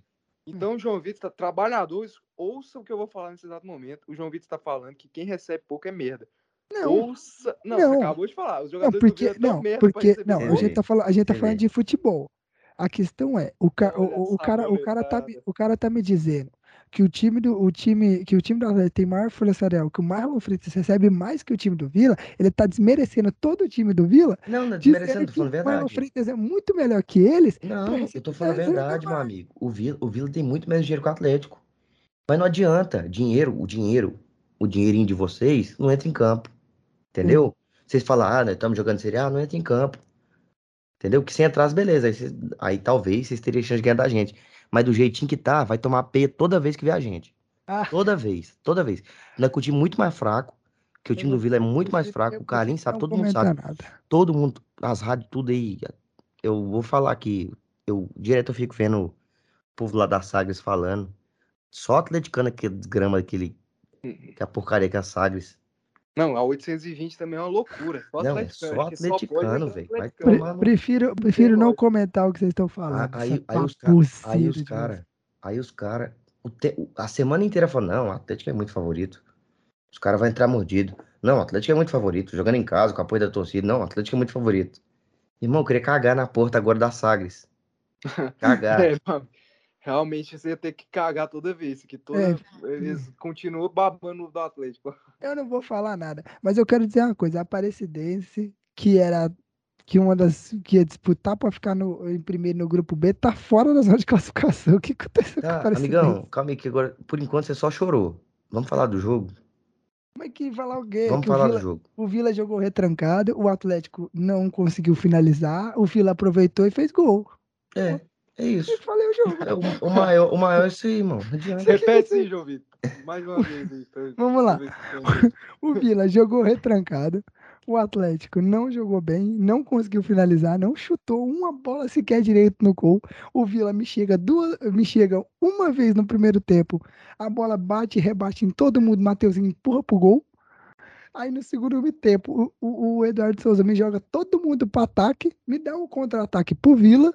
S3: Então o João Vitor tá trabalhador. isso- Ouça o que eu vou falar nesse exato momento. O João Vitor tá falando que quem recebe pouco é merda.
S1: Não,
S3: Ouça. Não,
S1: Não.
S3: você acabou de falar. Os
S1: não,
S3: jogadores do
S1: porque,
S3: Vila tão
S1: não,
S3: merda pra
S1: porque,
S3: receber
S1: não,
S2: gol.
S1: a
S3: pouco.
S1: gente tá falando, a gente tá
S2: Você
S1: falando
S2: vê.
S1: de futebol. A questão é, o, ca, o,
S3: Olha
S1: o- o
S3: essa
S1: cara, o cara tá, me-
S3: molecada.
S1: o cara tá me dizendo que o time do, o time, que o time do Atlético tem maior folha salarial, que o Marlon Freitas recebe mais que o time do Vila, ele tá desmerecendo todo o time do Vila,
S2: Não,
S3: Tá
S2: não
S1: dizendo
S2: é desmerecendo,
S1: que
S2: tô
S1: o
S2: falando a
S1: Marlon
S2: verdade.
S1: Freitas é muito melhor que eles.
S2: Não, eu tô falando a
S1: Mas ele
S2: verdade,
S1: não
S2: meu amigo. O Vila, o Vila tem muito menos dinheiro que o Atlético. Mas não adianta. Dinheiro, o dinheiro, o dinheirinho de vocês não entra em campo. Entendeu? Vocês falam, ah, nós estamos jogando Série A, não entra em campo. Entendeu? Que se entrasse, beleza. Aí, vocês- aí talvez vocês teriam chance de ganhar da gente. Mas do jeitinho que tá, vai tomar peia toda vez que vier a gente.
S1: Ah.
S2: Toda vez, toda vez. Nós é que o time muito mais fraco, que o time do Vila é muito mais
S1: Eu um
S2: fraco. O Carlinhos sabe,
S1: não
S2: todo mundo sabe
S1: comentar nada.
S2: todo mundo, as rádios, tudo aí. Eu vou falar aqui. Eu direto eu fico vendo o povo lá da Sagres falando. Só atleticano aquele grama, aquele. Que a porcaria que é a Sagres.
S3: Não, a 820 também é uma loucura. Só
S2: Não, é
S3: atleticano,
S2: só
S3: que pode
S2: atleticano,
S3: ser
S2: velho. Vai
S1: Pre-
S2: tomar no-
S1: prefiro, prefiro
S3: Tem
S1: não
S3: lógica.
S1: comentar o que tá vocês estão falando.
S2: Ah, Aí-
S1: essa
S2: aí os cara- Aí
S1: baboseira
S2: os
S1: de
S2: caras. Aí os caras. A semana inteira falando, não, o Atlético é muito favorito. Os caras vão entrar mordido. Não, o Atlético é muito favorito. Jogando em casa, com apoio da torcida. Não, o Atlético é muito favorito. Irmão, eu queria cagar na porta agora da Sagres. Cagar.
S3: É, mano, realmente você ia ter que cagar toda vez, que toda,
S1: É.
S3: eles continuam babando do Atlético.
S1: Eu não vou falar nada, mas eu quero dizer uma coisa. A Aparecidense, que era que uma das que ia disputar para ficar no, em primeiro no grupo B, tá fora da zona de classificação. O que aconteceu com a
S2: Tá,
S1: Aparecidense?
S2: amigão, calma aí que agora, por enquanto você só chorou. Vamos falar do jogo?
S1: Como é que falar o quê?
S2: Vamos
S1: que o
S2: falar do
S1: Vila,
S2: jogo.
S1: o Vila jogou retrancado, o Atlético não conseguiu finalizar, o Vila aproveitou e fez gol.
S2: É, é
S1: Eu
S2: isso.
S1: falei o jogo.
S2: É o, o maior, o maior é isso aí, irmão. Não adianta.
S3: Repete sim, João Vitor. Mais uma vez aí. pra-
S1: Vamos lá.
S3: pra ver se tem-
S1: O Vila jogou retrancado. O Atlético não jogou bem, não conseguiu finalizar, não chutou uma bola sequer direito no gol. O Vila me chega duas, me chega uma vez no primeiro tempo. A bola bate, rebate em todo mundo, Mateuzinho empurra pro gol. Aí no segundo tempo, o, o- o Eduardo Souza me joga todo mundo para ataque, me dá um contra-ataque pro Vila,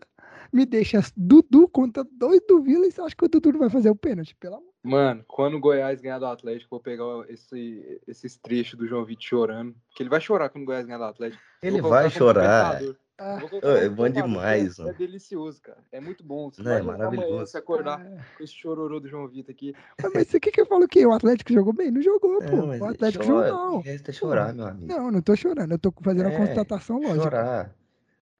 S1: me deixa Dudu contra dois do Vila e você acha que o Dudu não vai fazer o pênalti? Pelo amor
S3: Mano, quando o Goiás ganhar do Atlético, eu vou pegar esse, esses trechos do João Vitor chorando. Porque ele vai chorar quando o Goiás ganhar do Atlético.
S2: Ele
S3: Eu vou colocar
S2: vai
S3: como
S2: chorar.
S3: espectador.
S1: Ah.
S3: Vou colocar
S2: É,
S3: como
S2: bom
S3: espectador,
S2: demais,
S3: É, é
S2: mano.
S3: delicioso, cara. É muito bom. Você
S2: Não,
S3: vai
S2: é
S3: jantar amanhã,
S2: maravilhoso.
S3: se acordar
S1: Ah.
S3: com esse chororô do João Vitor aqui.
S1: Ah, Mas você que que eu falo que o Atlético jogou bem? Não jogou,
S2: É,
S1: pô.
S2: mas
S1: o Atlético
S2: chora,
S1: jogou.
S2: Resta chorar, meu amigo.
S1: Não, não tô chorando, eu tô fazendo
S2: É,
S1: a constatação lógica.
S2: Chorar.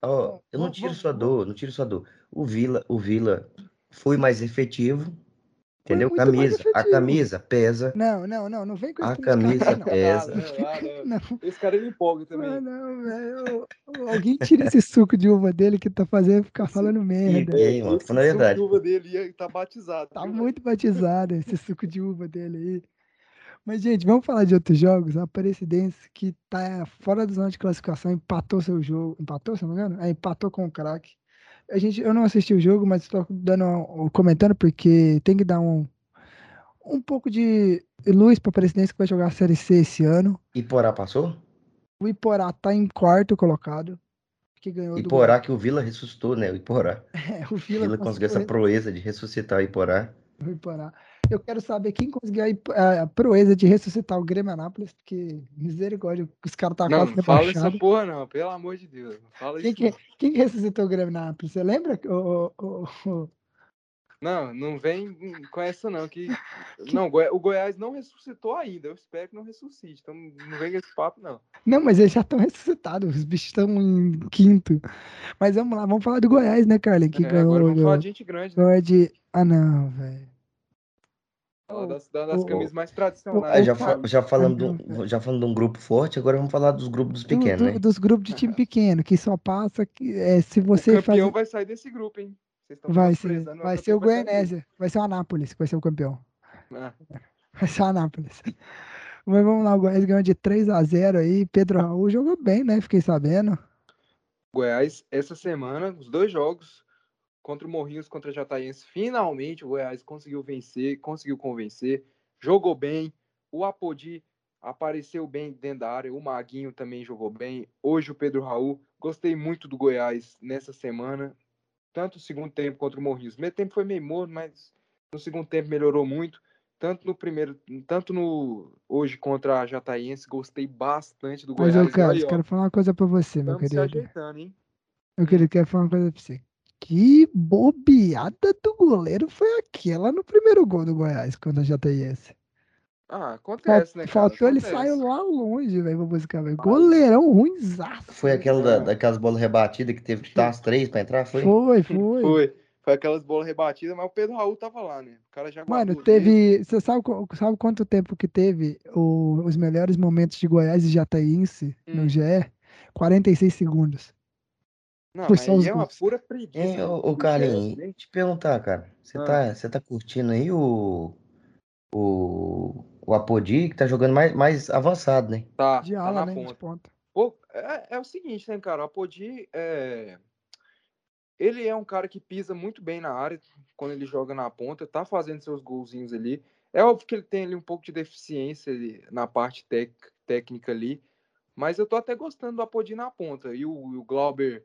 S2: Ó, eu não
S1: vamos-
S2: tiro
S1: vamos-
S2: sua dor, não tiro sua dor. O Vila, o Vila foi mais efetivo. Entendeu?
S1: muito mais
S2: Camisa. A
S1: efetivo.
S2: camisa pesa.
S1: Não, não, não, não vem com
S2: A
S1: isso. nos caras,
S2: camisa
S1: não.
S2: pesa.
S3: Ah, não, ah, não.
S1: Não,
S3: Esse cara ele empolga também.
S1: ah, não, velho. Alguém tira esse suco de uva dele que tá fazendo ficar falando merda.
S2: Ninguém, mano.
S3: Esse
S2: Falando a verdade.
S3: sanduva dele ia tá batizado.
S1: Tá
S3: viu,
S1: muito batizado esse suco de uva dele aí. Mas, gente, vamos falar de outros jogos. A Aparecidense, que tá fora da zona de classificação, empatou seu jogo. Empatou, se eu não me engano? É, empatou com o craque. A gente, eu não assisti o jogo, mas estou dando, um- comentando porque tem que dar um, um pouco de luz para o Aparecidense que vai jogar a Série C esse ano.
S2: Iporá passou?
S1: O Iporá tá em quarto colocado. Que ganhou
S2: Iporá que o Vila ressuscitou, né? O Iporá.
S1: do... É, o
S2: O
S1: Vila,
S2: Vila conseguiu essa proeza de ressuscitar o Iporá.
S1: o Iporá. Eu quero saber quem conseguiu a Ipo- a, a proeza de ressuscitar o Grêmio Anápolis, porque misericórdia, os caras tá
S3: Não,
S1: quase
S3: não fala
S1: rebaixados.
S3: essa porra, não, pelo amor de Deus. Não fala
S1: Quem
S3: isso.
S1: que, é? quem que ressuscitou o Grêmio Anápolis? Você lembra? O, o, o-
S3: Não, não vem com essa não, que... Não, Goi- o Goiás não ressuscitou ainda, eu espero que não ressuscite, então não vem com esse papo não.
S1: Não, mas eles já estão ressuscitados, os bichos estão em quinto. Mas vamos lá, vamos falar do Goiás, né, Carlin? Que
S3: É,
S1: ganhou.
S3: agora vamos
S1: ganhou-
S3: falar de gente grande, né?
S1: ganhou de... Ah, não, velho.
S3: Falar das, da- das
S1: o-
S3: camisas mais
S2: Ah,
S3: tradicionais.
S2: já,
S3: né?
S2: fa- já, falando de um- já falando de um grupo forte, agora vamos falar dos grupos dos
S1: Do-
S2: pequenos,
S1: do-
S2: né?
S1: Dos grupos de time pequeno, que só passa. que- é, se
S3: O
S1: você
S3: campeão
S1: faz.
S3: vai sair desse grupo, hein? Vocês tão né?
S1: Vai ser,
S3: menosprezando,
S1: vai
S3: mas
S1: ser o
S3: campeão vai sair
S1: Goianésia, vai ser o Anápolis, que vai ser o campeão.
S3: desse grupo. Ah,
S1: Vai ser o Anápolis. Mas vamos lá, o Goiás ganhou de 3 a 0 aí. Pedro Raul jogou bem, né? Fiquei sabendo.
S3: Goiás, essa semana, os dois jogos contra o Morrinhos, contra o Jataiense, finalmente o Goiás conseguiu vencer, conseguiu convencer, jogou bem, o Apodi apareceu bem dentro da área, o Maguinho também jogou bem, hoje o Pedro Raul, gostei muito do Goiás nessa semana, tanto o segundo tempo contra o Morrinhos, o primeiro tempo foi meio morno, mas no segundo tempo melhorou muito, tanto no primeiro, tanto no hoje contra a Jataiense, gostei bastante do
S1: Mas
S3: Goiás.
S1: eu, Carlos,
S3: E aí, ó,
S1: quero falar uma coisa pra você, meu
S3: estamos se
S1: querido.
S3: ajeitando, hein?
S1: Meu querido, quero falar uma coisa pra você. Que bobeada do goleiro foi aquela no primeiro gol do Goiás contra a JTS.
S3: Ah, acontece,
S1: Fal-
S3: né, cara?
S1: Faltou ele
S3: Acontece.
S1: saiu lá longe, velho, pra buscar, velho. Goleirão ruim,
S2: Foi aquela da- daquelas bolas rebatidas que teve que dar as três pra entrar? Foi?
S1: Foi, foi.
S3: Foi. Foi aquelas bolas rebatidas, mas o Pedro Raul tava lá, né? O cara já
S1: Mano,
S3: guardou o dedo.
S1: teve. Você sabe, qu- sabe quanto tempo que teve o- os melhores momentos de Goiás e Jataíense
S3: Hum.
S1: no GE? 46 segundos.
S3: Não,
S1: foi
S3: mas
S1: só os
S3: aí é uma
S1: gols.
S3: pura preguiça. né?
S2: É, ô,
S3: O
S2: ô
S3: Gerson,
S2: Carlinhos,
S3: hein?
S2: te perguntar, cara. Você
S3: Ah.
S2: tá, você tá curtindo aí o, o, o Apodi, que tá jogando mais, mais avançado, né?
S3: Tá,
S1: De
S3: tá
S1: ala,
S3: na
S1: né? De
S3: ponta.
S1: ponta.
S3: Pô, é, é o seguinte, né, cara? O Apodi, é... ele é um cara que pisa muito bem na área quando ele joga na ponta, tá fazendo seus golzinhos ali. É óbvio que ele tem ali um pouco de deficiência ali na parte tec- técnica ali, mas eu tô até gostando do Apodi na ponta. E o, e o Glauber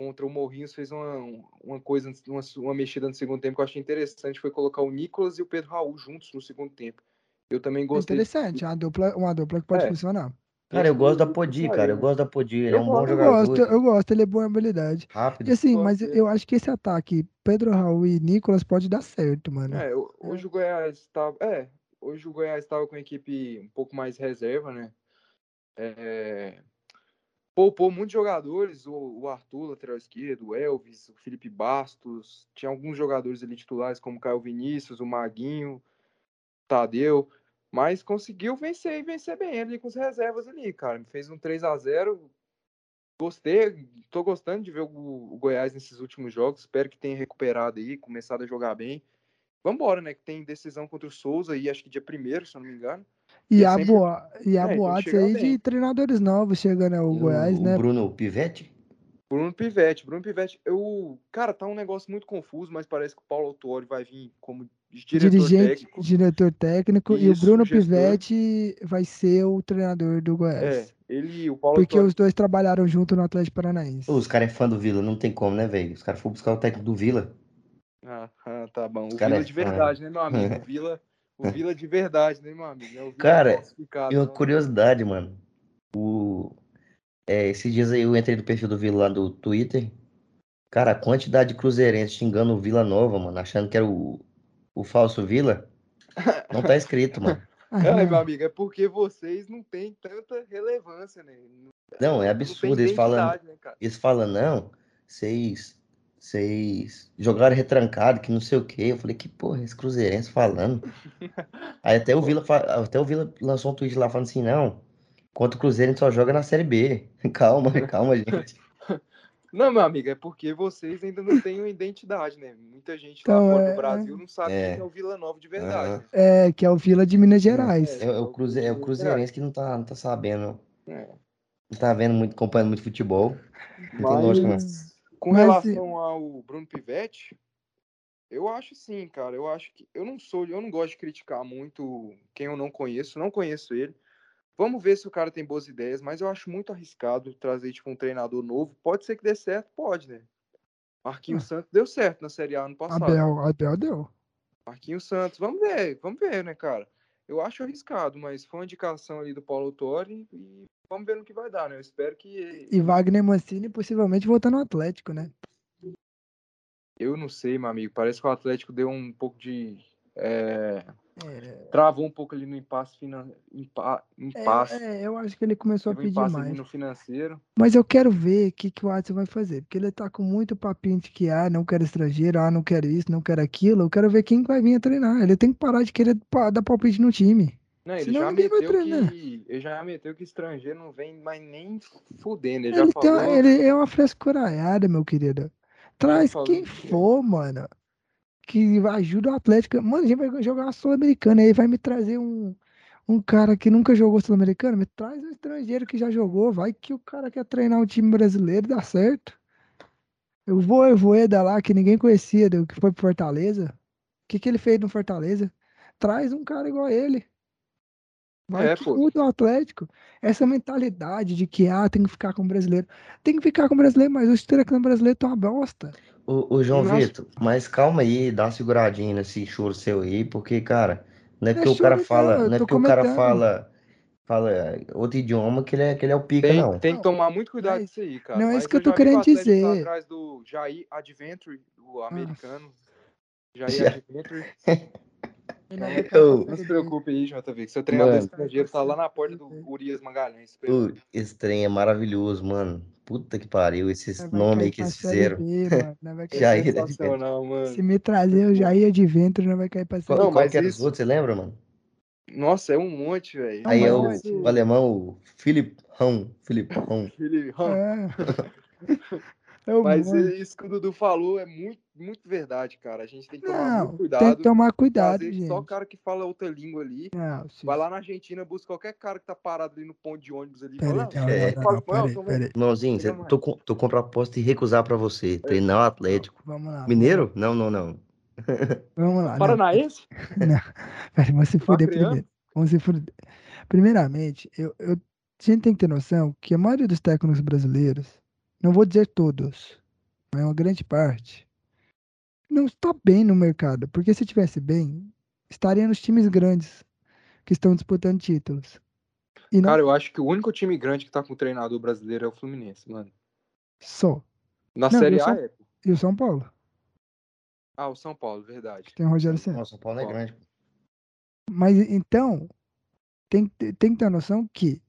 S3: contra o Morrinhos fez uma, uma coisa, uma, uma mexida no segundo tempo que eu achei interessante, foi colocar o Nicolas e o Pedro Raul juntos no segundo tempo. Eu
S2: É
S3: também gostei.
S1: Interessante, uma dupla, uma dupla que pode
S3: É.
S1: funcionar.
S2: Cara, eu gosto do
S3: Eu
S2: Apodi,
S3: gosto
S2: cara.
S3: dele,
S2: Eu
S3: né?
S2: gosto do Apodi. Ele
S3: Eu
S2: é um bom
S3: gosto,
S1: Eu
S2: jogador.
S1: gosto, eu gosto, ele é boa habilidade. E
S2: Rápido.
S1: assim,
S3: Pode
S1: mas
S3: ser.
S1: eu acho que esse ataque, Pedro Raul e Nicolas, pode dar certo, mano.
S3: É, o- hoje o Goiás estava. É, hoje o Goiás estava com a equipe um pouco mais reserva, né? É, poupou muitos jogadores, o, o Arthur, lateral esquerdo, o Elvis, o Felipe Bastos, tinha alguns jogadores ali titulares, como Caio Vinícius, o Maguinho, Tadeu, mas conseguiu vencer e vencer bem ali com as reservas ali, cara. Fez um 3 a 0 Gostei, tô gostando de ver o, o Goiás nesses últimos jogos. Espero que tenha recuperado aí, começado a jogar bem. Vambora, né? Que tem decisão contra o Souza aí, acho que dia 1 se eu não me engano.
S1: E
S3: eu
S1: há,
S3: sempre-
S1: boa, e há
S3: É, então
S1: boatos
S3: chega
S1: aí
S3: bem.
S1: de treinadores novos chegando ao
S2: E
S1: Goiás,
S2: o,
S1: né?
S2: O Bruno Pivete?
S3: Bruno Pivete, Bruno Pivete, eu. Cara, tá um negócio muito confuso, mas parece que o Paulo Autori vai vir como diretor
S1: Dirigente,
S3: técnico.
S1: diretor técnico. e o
S3: Isso,
S1: Bruno
S3: gestor.
S1: Pivete vai ser o treinador do
S3: É,
S1: Goiás.
S3: ele, o Paulo
S1: porque
S3: Autori.
S1: os dois trabalharam junto no Atlético Paranaense.
S2: Os caras é fã do Vila, não tem como, né, velho? Os caras foram buscar o técnico do Vila.
S3: Ah, ah, tá bom. O
S2: Os cara
S3: Vila
S2: é
S3: de
S2: fã.
S3: verdade, né, meu amigo? O Vila, o Vila de verdade, né, meu amigo? É o Vila né?
S2: Cara,
S3: falsificado,
S2: E uma
S3: não.
S2: curiosidade, mano. O... É, esses dias aí eu entrei no perfil do Vila lá do Twitter. Cara, a quantidade de cruzeirenses xingando o Vila Nova, mano, achando que era o, o falso Vila. Não tá escrito, mano.
S1: Ah,
S3: É,
S1: não.
S3: meu amigo, é porque vocês não têm tanta relevância, né? Não
S2: Não, é
S3: tem
S2: absurdo. Eles falam,
S3: identidade, né, cara?
S2: eles falam, não, vocês, vocês jogaram retrancado, que não sei o quê. Eu falei, que porra, é esse cruzeirense falando. Aí até o Vila, fa- até o Vila lançou um tweet lá falando assim, não, contra o Cruzeiro a gente só joga na Série B. Calma, calma, gente.
S3: Não, meu amigo, é porque vocês ainda não têm uma identidade, né? Muita gente
S1: Então,
S3: lá fora
S1: é-
S3: do Brasil não sabe
S2: é.
S3: o que é o Vila Nova de verdade.
S2: Aham.
S3: né?
S1: É, que é o Vila de Minas Gerais.
S2: É, é o, cruze... é o Cruzeirense que não tá, não tá sabendo.
S3: É.
S2: Não tá vendo muito, acompanhando muito né? futebol. Não tem lógica, não.
S3: Mas com
S1: Mas,
S3: relação ao Bruno Pivete, Eu acho sim, cara. Eu acho que eu não sou, eu não gosto de criticar muito quem eu não conheço, não conheço ele. Vamos ver se o cara tem boas ideias, mas eu acho muito arriscado trazer tipo um treinador novo. Pode ser que dê certo, pode, né? Marquinhos Santos deu certo na Série A ano passado.
S1: Ah. Abel, Abel deu.
S3: Marquinhos Santos, vamos ver, vamos ver, né, cara? Eu acho arriscado, mas foi uma indicação ali do Paulo Torre e vamos ver no que vai dar, né? Eu espero que.
S1: E Wagner Mancini possivelmente voltando ao Atlético, né?
S3: Eu não sei, meu amigo. Parece que o Atlético deu um pouco de. é,
S1: É,
S3: travou um pouco ali no impasse financeiro. impasse.
S1: é, é, eu acho que ele começou a
S3: Teve um
S1: pedir
S3: impasse ali
S1: mais.
S3: no financeiro.
S1: Mas eu quero ver o que, que o Watson vai fazer, porque ele tá com muito papinho de que, ah, não quero estrangeiro, ah, não quero isso, não quero aquilo. Eu quero ver quem vai vir a treinar. Ele tem que parar de querer pa- dar palpite no time.
S3: Não, ele
S1: Senão
S3: já
S1: ninguém vai
S3: meteu
S1: treinar.
S3: que. Ele já meteu que estrangeiro não vem mais nem fudendo.
S1: Ele,
S3: Ele, já
S1: tem-
S3: falou.
S1: ele é uma frescuraiada, meu querido. Traz
S3: falou
S1: quem
S3: que-
S1: for, mano, que ajuda o Atlético. Mano, a gente vai jogar uma Sul-Americana, aí vai me trazer um, um cara que nunca jogou Sul-Americana, me traz um estrangeiro que já jogou, vai que o cara quer treinar um time brasileiro, dá certo. Eu vou Evoeda lá, que ninguém conhecia, do- que foi pro Fortaleza. O que, que ele fez no Fortaleza? Traz um cara igual ele. Vai
S3: É,
S1: que
S3: pô.
S1: muda o Atlético. Essa mentalidade de que, ah, tem que ficar com o brasileiro. Tem que ficar com o brasileiro, mas os treinadores brasileiros estão tá uma bosta.
S2: Ô, ô, João
S1: Eu acho-
S2: Vitor, mas calma aí, dá uma seguradinha nesse choro seu aí, porque, cara,
S1: Não
S2: não é
S1: é
S2: porque o cara
S1: choro,
S2: fala,
S1: não, eu
S2: não é
S1: tô
S2: porque o cara
S1: comentando.
S2: fala, fala outro idioma que ele é, que ele é o pica,
S3: Tem,
S2: não.
S3: tem que tomar muito cuidado
S1: Mas-
S3: disso aí, cara.
S1: não, é
S3: Mas
S1: isso que eu tô
S3: já vi
S1: querendo
S3: o Atlético tá
S1: dizer.
S3: atrás do Jair Adventure, o americano. Jair
S2: Já-
S3: Adventure.
S2: Eu-
S3: É, Não se preocupe aí, JV, que seu treinador
S2: Mano.
S3: estrangeiro tá lá na porta do
S1: Uhum.
S3: Urias Magalhães.
S2: Ô, Esse trem é maravilhoso, mano. Puta que pariu, esses
S1: Nós vai
S2: nomes
S1: cair
S2: aí que
S1: pra
S2: eles
S1: Série
S2: fizeram.
S1: B, mano, nós vai cair
S2: Jair
S1: pra-
S2: Adventure.
S3: É Sensacional, mano.
S1: Se me trazer o Jair de ventre, não vai cair pra
S2: Qual,
S1: Série
S3: Não,
S2: qual
S3: mas
S2: que era os
S3: isso-
S2: outros, você lembra, mano?
S3: Nossa, é um monte, velho.
S1: Não,
S2: Aí é
S1: mas
S2: o,
S1: esse-
S2: o alemão, o Filipão, Filipão.
S3: Ele-
S1: B.
S3: Hum,
S1: É. É o
S3: Mas eh,
S1: mundo.
S3: isso que o Dudu falou é muito, muito verdade, cara. A gente tem que tomar
S1: Não, tem
S3: muito cuidado.
S1: que tomar cuidado,
S3: fazer
S1: gente.
S3: só cara que fala outra língua ali.
S1: Não, se-
S3: Vai lá na Argentina, busca qualquer cara que tá parado ali no ponto de ônibus ali.
S1: Peraí,
S3: Fala,
S1: não, não,
S2: É.
S1: não,
S3: Fala
S1: não,
S3: com ela,
S1: peraí,
S3: toma-
S1: peraí.
S2: Irmãozinho,
S3: Fica
S2: cê-
S3: mais.
S2: tô com, tô com proposta e recusar pra você. Treinar o Atlético.
S1: Vamos lá.
S2: Mineiro? Não, não, não.
S1: Vamos
S3: Ah,
S1: lá. não.
S3: Paranaense?
S1: Pera, vamos se fuder
S3: Macriano?
S1: primeiro. Vamos se fuder. Primeiramente, eu, eu, a gente tem que ter noção que a maioria dos técnicos brasileiros, não vou dizer todos, mas uma grande parte, não está bem no mercado. Porque se estivesse bem, estaria nos times grandes que estão disputando títulos. E não
S3: Cara, eu acho que o único time grande que tá com treinador brasileiro é o Fluminense, mano.
S1: só.
S3: Na
S1: Não,
S3: Série
S1: eu
S3: A
S1: só-
S3: é.
S1: E o São Paulo,
S3: Ah, o São Paulo, verdade.
S1: tem o Rogério Senna.
S2: Não, São Paulo não é grande.
S1: Mas então, tem, que ter- tem que ter a noção que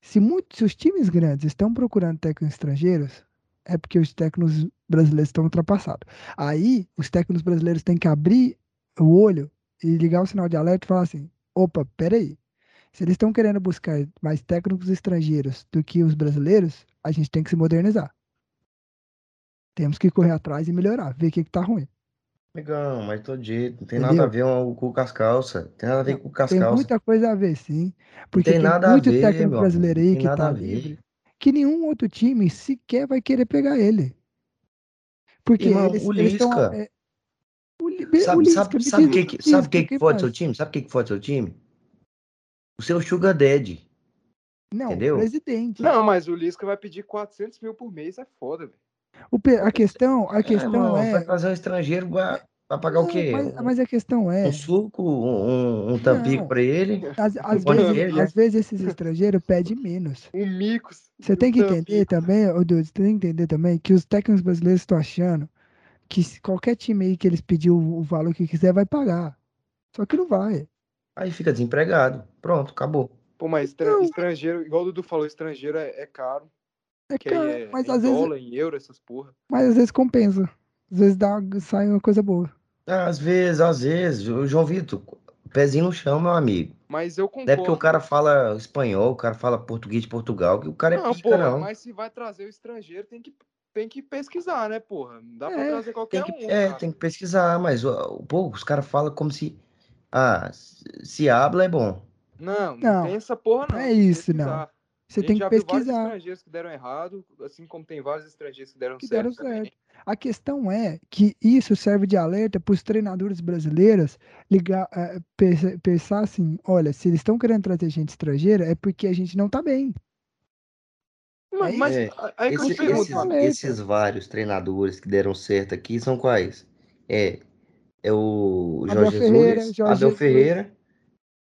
S1: se, muitos, se os times grandes estão procurando técnicos estrangeiros, é porque os técnicos brasileiros estão ultrapassados. Aí, os técnicos brasileiros têm que abrir o olho e ligar o sinal de alerta e falar assim: opa, peraí. Se eles estão querendo buscar mais técnicos estrangeiros do que os brasileiros, a gente tem que se modernizar. Temos que correr atrás e melhorar, ver o que, que tá ruim.
S2: Amigão, mas todo jeito, não tem
S1: Entendeu?
S2: nada a ver um- com o Cascalça. Não tem nada a ver com o
S1: Tem
S2: Cascalça.
S1: muita coisa a ver, sim. Porque tem,
S2: tem nada a
S1: muito
S2: ver, meu
S1: técnico
S2: amigo,
S1: brasileiro aí
S2: tem
S1: que
S2: nada
S1: tá
S2: a ver.
S1: livre que nenhum outro time sequer vai querer pegar ele. Porque
S2: Irmão,
S1: eles,
S2: o
S1: eles tão-
S2: Lisca.
S1: é, o, Li- be- o Lisca,
S2: Sabe,
S1: me
S2: sabe, sabe o
S1: diz
S2: que,
S1: o
S2: que-
S1: Lisca,
S2: sabe o que, que
S1: quem
S2: pode
S1: faz?
S2: seu time? Sabe o que, que pode seu time? O seu Sugar Daddy.
S1: Não,
S2: entendeu?
S1: o presidente.
S3: Não, mas o Lisca vai pedir 400 mil por mês, é foda, velho.
S1: O pe- a questão, a questão
S2: irmão,
S1: é.
S2: Vai trazer um estrangeiro, vai, vai pagar o
S1: Não,
S2: quê?
S1: mas,
S2: Um-
S1: mas a questão é,
S2: Um suco, um, um, um tampico
S1: Não.
S2: pra ele?
S1: às, às
S2: pode
S1: vezes,
S2: ver, já.
S1: às vezes esses estrangeiros pedem menos.
S3: Um Micos.
S1: Você tem que
S3: um Tampico.
S1: entender também, ô Dudu, você tem que entender também que os técnicos brasileiros estão achando que se qualquer time aí que eles pedir o, o valor que quiser vai pagar. Só que não vai.
S2: Aí fica desempregado. Pronto, acabou.
S3: Pô, mas estra-
S1: Não.
S3: estrangeiro, igual o Dudu falou, estrangeiro é, é caro.
S1: É
S3: Que aí
S1: caro,
S3: é
S1: mas,
S3: em
S1: às vezes,
S3: dólar, em euro, essas porra.
S1: mas às vezes compensa. Às vezes dá, sai uma coisa boa.
S2: Às vezes, às vezes, o João Vitor, pezinho no chão, meu amigo.
S3: Mas eu
S2: Não é
S3: concordo.
S2: porque o cara fala espanhol, o cara fala português de Portugal, que o cara é
S3: Não,
S2: pica,
S3: porra,
S2: não.
S3: mas se vai trazer o estrangeiro, tem que, tem que pesquisar, né, porra? Não dá pra
S1: É,
S3: trazer qualquer
S2: Tem que,
S3: um.
S2: é,
S3: cara.
S2: tem que pesquisar, mas o, o povo, os caras falam como se. Ah, se se habla é bom.
S3: Não, não,
S1: Não,
S3: tem essa porra, não.
S1: não é
S3: tem que
S1: isso, não.
S3: pesquisar.
S1: Você tem que
S3: já viu vários
S1: pesquisar.
S3: estrangeiros que deram errado, assim como tem vários estrangeiros que deram
S1: que
S3: certo.
S1: deram
S3: também. né?
S1: certo. A questão é que isso serve de alerta para os treinadores brasileiros ligar, eh, pensa- pensar assim: olha, se eles estão querendo trazer gente estrangeira, é porque a gente não está bem.
S3: Mas, mas
S2: É,
S3: aí que eu
S2: Esse-
S3: te
S1: Esse-
S3: pergunto,
S2: esses,
S1: esse-
S3: mano.
S2: esses vários treinadores que deram certo aqui são quais? É, é o
S1: Abel
S2: Jorge
S1: Ferreira,
S2: Jesus,
S1: Jorge
S2: Abel
S1: Jesus.
S2: Ferreira.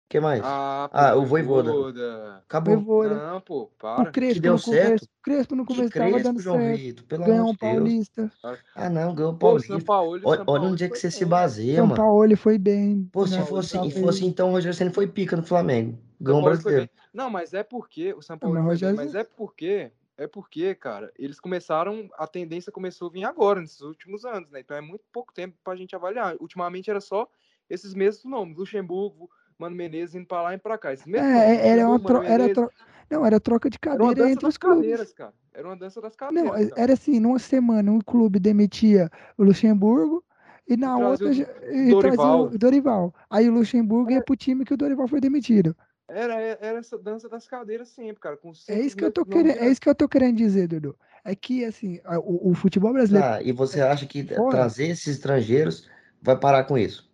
S2: que mais?
S3: Ah,
S2: Ah,
S3: pô,
S2: o Voivoda.
S3: Voivoda.
S2: Acabou.
S1: Voivoda,
S3: Não, pô,
S1: o
S3: para.
S1: Crespo,
S2: deu
S1: no começo,
S2: certo.
S1: o Crespo no
S2: Que
S1: começo estava
S2: Crespo,
S1: dando
S2: João
S1: certo.
S2: Vitor, pelo amor
S1: Ganhou
S2: de
S1: o
S2: Deus.
S1: Paulista.
S2: Ah, não, ganhou o
S3: Pô, o
S2: Paulista.
S3: São Paulo,
S2: Olha, olha onde é que você se baseia,
S1: São
S2: mano.
S1: Paulo foi bem. né?
S2: Pô, se
S1: Não,
S2: fosse,
S1: talvez-
S2: fosse então, o Rogério Ceni foi pica no Flamengo. Ganhou
S3: São
S2: o
S3: Paulo foi
S2: brasileiro.
S3: bem. Não, mas é porque o São
S1: Não,
S3: Paulo
S1: mas
S3: foi
S1: Rogério-
S3: bem, mas é porque é porque, cara, eles começaram, a tendência começou a vir agora, nesses últimos anos, né? Então é muito pouco tempo pra gente avaliar. Ultimamente era só esses mesmos nomes, Luxemburgo, Mano Menezes indo pra lá e pra cá. Esses mesmos nomes,
S1: É, era uma
S3: Luxemburgo, Mano
S1: tro- era
S3: Menezes,
S1: tro- não, era troca de
S3: era uma
S1: cadeira
S3: dança
S1: entre
S3: das
S1: os clubes.
S3: cadeiras, cara. Era uma dança das cadeiras.
S1: Não,
S3: tá cara.
S1: era assim, numa semana um clube demitia o Luxemburgo e na
S3: trazia
S1: outra
S3: o
S1: já- e trazia
S3: Dorival.
S1: o Dorival. Aí o Luxemburgo ia pro time que o Dorival foi demitido.
S3: Era, é, era essa dança das cadeiras sempre, cara. Com
S1: É
S3: sempre
S1: isso que eu tô
S3: os mesmos nomes
S1: querendo, é isso que eu tô querendo dizer, Dudu. É que assim, a- o, o futebol brasileiro
S2: Ah, e você acha que
S1: Fora.
S2: trazer esses estrangeiros vai parar com isso?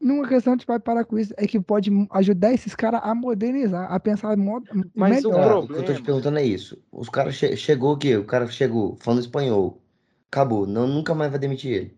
S1: numa questão de vai parar com isso, é que pode ajudar esses caras a modernizar, a pensar mo-
S3: Mas o
S2: Ah,
S1: melhor.
S2: o que eu tô te
S3: problema.
S2: perguntando é isso. Os caras che chegou o quê? O cara chegou falando espanhol. Acabou. Não, nunca mais vai demitir ele.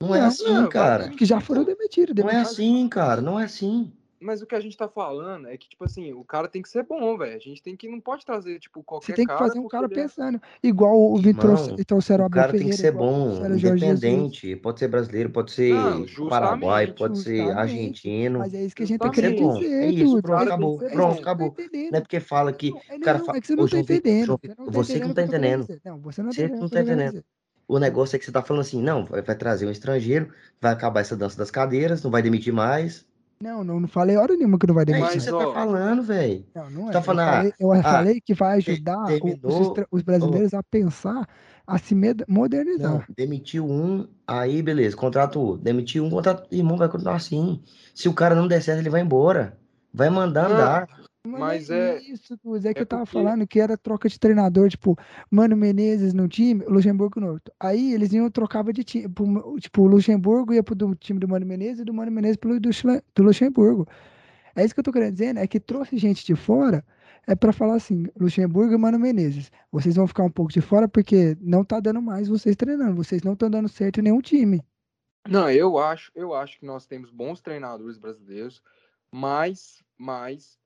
S2: Não, é
S1: Não,
S2: assim,
S3: não, vai
S2: cara.
S3: demitir,
S1: Que já foram demitidos,
S2: Não é
S1: demitidos.
S2: assim, cara. Não é assim.
S3: Mas o que a gente tá falando é que, tipo assim, o cara tem que ser bom, velho. A gente tem que. Não pode trazer, tipo, qualquer
S1: Você tem que
S3: cara.
S1: fazer um
S3: porque
S1: cara
S3: ele é-
S1: pensando. Igual o Vitor
S2: Irmão,
S1: trouxeram
S2: O
S1: Abel
S2: cara tem que
S1: Ferreira,
S2: ser
S1: igual
S2: bom,
S1: trouxeram Jorge Jesus.
S2: independente. Pode ser brasileiro, pode ser
S3: Não, justamente,
S2: paraguaio, pode ser
S1: justamente.
S2: argentino.
S1: Mas é isso que a gente tá
S2: Tem que ser
S1: querendo
S2: bom.
S1: dizer,
S2: É isso,
S1: Dudu.
S2: pronto,
S3: Cara,
S2: acabou.
S3: tem que ser
S2: Pronto,
S3: bom.
S2: acabou.
S1: Tá entendendo?
S2: Não é porque fala que.
S1: Não, é
S2: o cara
S1: não,
S2: fala,
S1: é que você não
S2: "Ô,
S1: tá
S2: João Vitor,
S1: entendendo.
S2: João
S1: Você não
S2: Vitor,
S1: tá
S2: você que não
S1: entendendo o eu tô querendo
S2: tá entendendo.
S1: dizer. Não, você não tá
S2: Você
S1: entendendo.
S2: que não
S1: o que
S2: tá
S1: eu tô querendo
S2: entendendo.
S1: dizer.
S2: O negócio é que você tá falando assim, não, vai vai trazer um estrangeiro, vai acabar essa dança das cadeiras, não vai demitir mais.
S1: Não, não, não falei hora nenhuma que não vai
S2: É
S1: demitir.
S2: isso que
S3: Mas,
S2: você
S3: ó,
S2: tá falando, velho.
S1: Não, não é.
S2: tá
S1: eu
S2: falando, ah,
S1: falei, eu falei que vai ajudar
S2: te-
S1: o- os
S2: terminou-
S1: estra- os, brasileiros a pensar, a se med- modernizar.
S2: Não, demitiu um, aí beleza, contrato outro. Demitiu um, contrato. Irmão, vai continuar assim. Se o cara não der certo, ele vai embora. Vai mandar
S3: Não,
S2: andar.
S3: Mas
S1: não
S3: é-
S1: isso, Dudu, é que
S3: é
S1: eu tava
S3: porque-
S1: falando que era troca de treinador, tipo, Mano Menezes no time, Luxemburgo no outro. Aí eles iam trocava de time, pro- tipo, o Luxemburgo ia pro do, time do Mano Menezes e do Mano Menezes pro do, Chile- do Luxemburgo. É isso que eu tô querendo dizer, né? é que trouxe gente de fora é pra falar assim, Luxemburgo e Mano Menezes, vocês vão ficar um pouco de fora porque não tá dando mais vocês treinando, vocês não estão dando certo em nenhum time.
S3: Não, eu acho, eu acho que nós temos bons treinadores brasileiros, mas, mas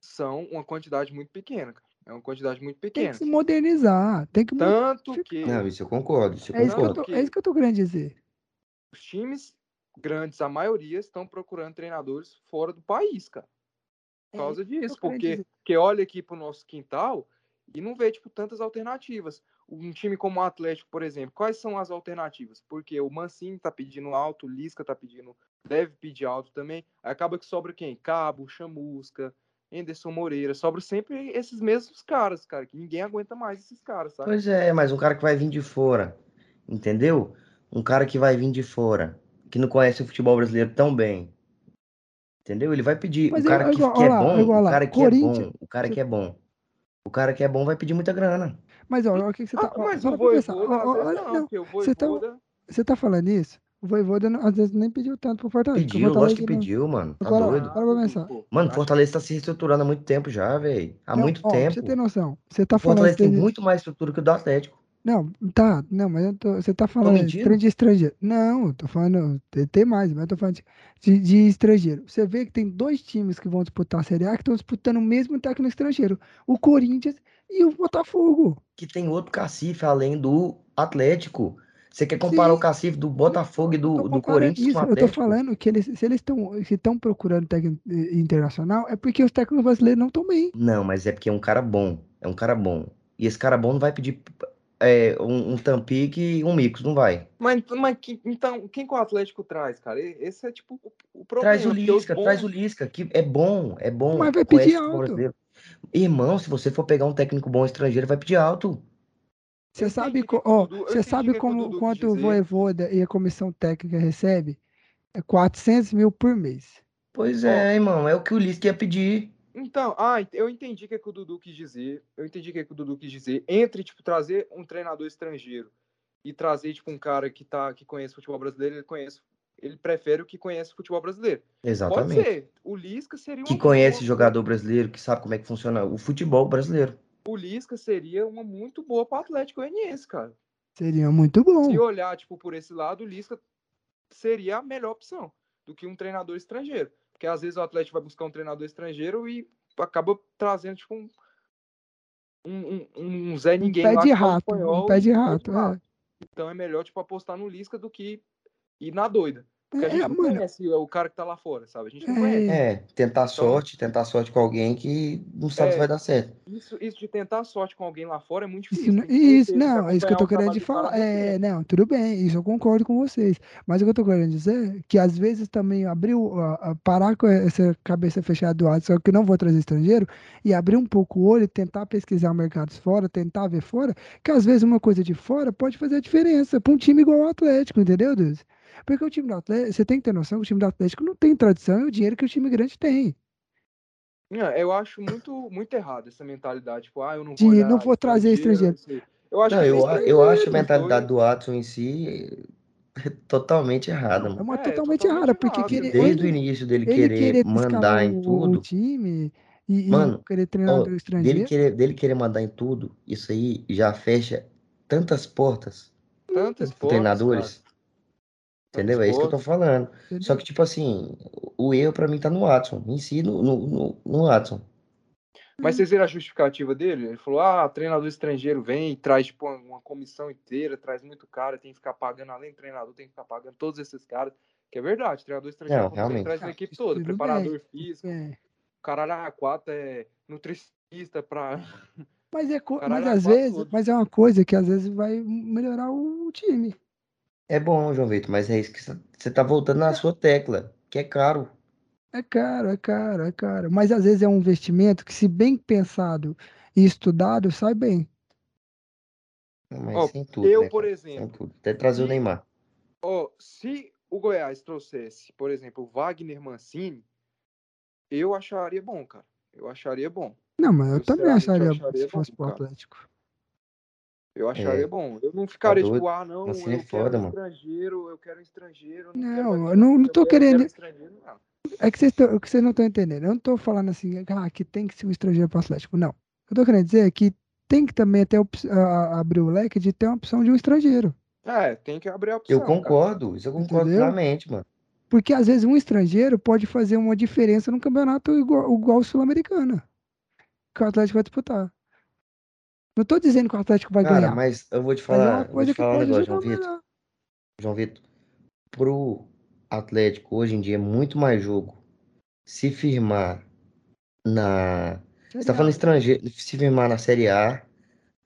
S3: são uma quantidade muito pequena, cara. É uma quantidade muito
S1: Tem
S3: pequena.
S1: que se modernizar, tem que mudar.
S3: Tanto que
S2: Não, isso eu concordo, isso eu
S1: É isso que eu
S2: concordo.
S1: tô, é isso que eu tô querendo dizer.
S3: os times grandes, a maioria, estão procurando treinadores fora do país, cara. Por
S1: É
S3: causa
S1: isso
S3: disso,
S1: que eu tô querendo
S3: porque
S1: dizer.
S3: que olha aqui pro nosso quintal e não vê, tipo, tantas alternativas. Um time como o Atlético, por exemplo, quais são as alternativas? Porque o Mancini tá pedindo alto, o Lisca tá pedindo, deve pedir alto também. Aí Acaba que sobra quem? Cabo, Chamusca, Enderson Moreira. Sobra sempre esses mesmos caras, cara, que ninguém aguenta mais esses caras, sabe?
S2: Pois é, mas um cara que vai vir de fora, entendeu? Um cara que vai vir de fora, que não conhece o futebol brasileiro tão bem. Entendeu? Ele vai pedir.
S1: Mas
S2: o cara
S1: eu- eu
S2: que,
S1: igual-
S2: que é
S1: olha lá, eu
S2: bom,
S1: igual
S2: o
S1: lá,
S2: cara que é
S1: Corinthians-
S2: bom, o cara que é bom. O cara que é bom vai pedir muita grana.
S1: Mas ó, olha o que, que você tá.
S3: Ah,
S1: ó,
S3: mas
S1: para
S3: o
S1: pra pensar.
S3: Voivoda,
S1: Ó, ó,
S3: às vezes
S1: olha,
S3: não,
S1: não,
S3: porque o
S1: você tá-
S3: Voivoda...
S1: Você tá falando isso? O Voivoda não- às vezes nem pediu tanto pro então Fortaleza. porque o
S2: Pediu, lógico
S1: Fortaleza
S2: que
S1: não-
S2: pediu, mano. Tá
S1: Agora-
S2: doido.
S1: para pra pensar.
S3: Pô,
S2: Mano,
S3: acho-
S2: Fortaleza tá se reestruturando há muito tempo já, velho. Há
S1: não,
S2: muito
S1: ó, pra
S2: tempo.
S1: Você tem noção? Você tá
S2: O Fortaleza
S1: falando.
S2: tem
S1: de-
S2: muito mais estrutura que o do Atlético.
S1: Não, tá. Não, mas eu tô- você tá falando de
S2: mentindo?
S1: trem de estrangeiro. Não, eu tô falando. Tem, tem mais, mas eu tô falando de, de- de estrangeiro. Você vê que tem dois times que vão disputar a Série A que estão disputando o mesmo técnico estrangeiro: o Corinthians e o Botafogo.
S2: Que tem outro cacife além do Atlético. Você quer comparar
S1: Sim.
S2: o cacife do Botafogo e
S1: Tô
S2: do, do
S1: comparando
S2: Corinthians
S1: isso,
S2: com o
S1: eu tô
S2: Atlético?
S1: falando que eles, se eles estão se estão procurando técnico eh, internacional, é porque os técnicos brasileiros não estão bem.
S2: Não, mas é porque é um cara bom. É um cara bom. E esse cara bom não vai pedir é, um, um Tampique e um Micos, não vai.
S3: Mas, mas que- então, quem que o Atlético traz, cara? E- Esse é tipo o, o problema.
S2: Traz o
S3: porque os
S2: Lisca,
S3: bons-
S2: traz o Lisca, que é bom, é bom.
S1: Mas vai
S2: conhece
S1: pedir
S2: o futebol
S1: alto.
S2: brasileiro. Irmão, se você for pegar um técnico bom estrangeiro, vai pedir alto.
S1: Você
S3: Eu
S1: sabe,
S3: entendi
S1: co-
S3: o que o
S1: ó,
S3: Dudu- eu
S1: você
S3: entendi o
S1: sabe
S3: que é o
S1: como,
S3: Dudu
S1: quanto
S3: quis
S1: o
S3: dizer.
S1: Voivoda e a comissão técnica recebe? É 400 mil por mês.
S2: Pois é, irmão, é o que o Lisca ia pedir.
S3: Então, ah, ent- eu entendi o que, é que o Dudu quis dizer. Eu entendi o que, é que o Dudu quis dizer. Entre, tipo, trazer um treinador estrangeiro e trazer, tipo, um cara que, tá, que conhece futebol brasileiro, ele conhece. Ele prefere o que conhece futebol brasileiro.
S2: Exatamente.
S3: Pode ser. um O Lisca seria uma
S2: Que conhece
S3: boa.
S2: jogador brasileiro, que sabe como é que funciona o futebol brasileiro.
S3: O Lisca seria uma muito boa para Atlético Goianiense, cara.
S1: Seria muito bom.
S3: Se olhar, tipo, por esse lado, o Lisca seria a melhor opção do que um treinador estrangeiro. Porque às vezes o Atlético vai buscar um treinador estrangeiro e acaba trazendo, tipo, um, um, um- um Zé
S1: Um
S3: Ninguém
S1: pé
S3: lá
S1: de
S3: que fala
S1: rato,
S3: espanhol
S1: um pé de
S3: e- tá
S1: rato. É,
S3: Então é melhor, tipo, apostar no Lisca do que ir na doida. Porque a
S1: É,
S3: gente não
S1: mano,
S3: conhece o cara que tá lá fora, sabe? A gente não
S1: É.
S3: conhece.
S2: É, tentar sorte, tentar sorte com alguém que não sabe
S3: Então. É.
S2: se vai dar certo.
S3: Isso, isso de tentar sorte com alguém lá fora é muito
S1: Isso,
S3: difícil.
S1: não-
S3: tem que conhecer,
S1: isso,
S3: tem
S1: não, é isso que eu tô
S3: acompanhar
S1: querendo
S3: o
S1: de
S3: trabalho do
S1: falar.
S3: cara né? de
S1: É,
S3: perto.
S1: não, tudo bem, isso eu concordo com vocês. Mas o que eu tô querendo dizer é que às vezes também abrir, o- a- a- parar com essa cabeça fechada do lado, só que eu não vou trazer estrangeiro, e abrir um pouco o olho, tentar pesquisar mercados fora, tentar ver fora, que às vezes uma coisa de fora pode fazer a diferença pra um time igual o Atlético, entendeu, Deus? Porque o time do Atlético, você tem que ter noção que o time do Atlético não tem tradição e o dinheiro que o time grande tem.
S3: Não, eu acho muito, muito errado essa mentalidade. Tipo, ah, eu não vou.
S1: De
S3: olhar
S1: não vou trazer
S3: não sei. Eu acho
S2: Não,
S3: que
S2: eu,
S3: isso
S2: a-
S3: aí
S2: eu
S3: é
S2: acho a
S3: dos
S2: mentalidade
S3: dois.
S2: do Watson em si é totalmente errada,
S1: É
S2: mano.
S1: uma
S3: É,
S1: totalmente
S3: totalmente
S1: errada, porque
S3: errado,
S1: querer,
S2: Desde o
S1: ele-
S2: início dele
S1: ele
S2: querer
S1: querer
S2: mandar
S1: descalar
S2: em
S1: o, o
S3: um
S2: tudo,
S1: time e, e
S2: Mano,
S1: querer
S2: ó,
S1: treinador
S2: dele
S1: estrangeiro,
S2: querer, dele querer mandar em tudo, isso aí já fecha tantas portas
S3: Tantas
S2: para
S3: portas, cara.
S2: treinadores, entendeu?
S3: tantas
S2: É isso que eu tô
S3: portas.
S2: falando.
S1: entendeu?
S2: Só que, tipo assim, o erro pra mim tá no Watson, em si, no, no, no, no Watson.
S3: Mas vocês viram a justificativa dele? Ele falou: ah, treinador estrangeiro vem, traz tipo, uma- uma comissão inteira, traz muito cara, tem que ficar pagando, além do treinador, tem que ficar pagando todos esses caras. Que é verdade, treinador estrangeiro
S2: Não,
S3: quando
S2: realmente.
S3: vem, traz a
S1: Ah,
S3: equipe
S1: isso tudo
S3: toda,
S1: bem.
S3: preparador físico,
S1: É.
S3: caralho, a quatro é nutricionista pra.
S1: Mas, é co-
S3: Caralho,
S1: mas às
S3: quase
S1: vezes,
S3: tudo.
S1: mas é uma coisa que às vezes vai melhorar o time.
S2: É bom, João Vitor, mas é isso que você tá voltando na sua tecla, que é caro.
S1: É caro, é caro, é caro. Mas às vezes é um investimento que, se bem pensado e estudado, sai bem.
S2: Mas
S3: Ó,
S2: sem tudo,
S3: Eu,
S2: né,
S3: por
S2: cara?
S3: exemplo.
S2: Sem tudo. Até trazer o
S3: se-
S2: Neymar.
S3: Ó, se o Goiás trouxesse, por exemplo, o Wagner Mancini, eu acharia bom, cara. Eu acharia bom.
S1: Não, mas eu também
S3: Sinceramente,
S1: acharia
S3: eu é, acharia
S1: se fosse
S3: bom,
S1: pro
S3: cara.
S1: Atlético.
S3: Eu acharia
S2: É. Tá
S3: bom. Eu não ficaria
S2: doido.
S3: tipo, ah, não,
S2: Mancini
S3: eu
S2: é foda,
S3: quero um
S2: mano.
S3: estrangeiro, eu quero um estrangeiro.
S1: Não,
S3: quero mais
S1: eu
S3: um,
S1: não- não tô
S3: quero,
S1: querendo-
S3: eu quero um estrangeiro, não.
S1: É que vocês tão- o que vocês não estão entendendo. Eu não estou falando assim, ah, que tem que ser um estrangeiro para o Atlético. Não. Eu estou querendo dizer é que tem que também até op- a- a- abrir o leque de ter uma opção de um estrangeiro.
S3: É, tem que abrir a opção.
S2: Eu concordo, isso eu concordo
S1: Entendeu?
S2: plenamente, mano.
S1: Porque às vezes um estrangeiro pode fazer uma diferença num campeonato igual, igual o Sul-Americana, que o Atlético vai disputar. Não estou dizendo que o Atlético vai
S2: Cara,
S1: ganhar. Mas
S2: mas eu vou te
S1: é uma
S2: falar, vou
S1: coisa
S2: te
S1: que
S2: falar um
S1: pode
S2: negócio,
S1: ajudar né?
S2: João
S1: a
S2: Vitor.
S1: melhor.
S2: João Vitor, pro Atlético hoje em dia é muito mais jogo se firmar na. Você tá falando estrangeiro, se firmar na Série A.
S3: cara,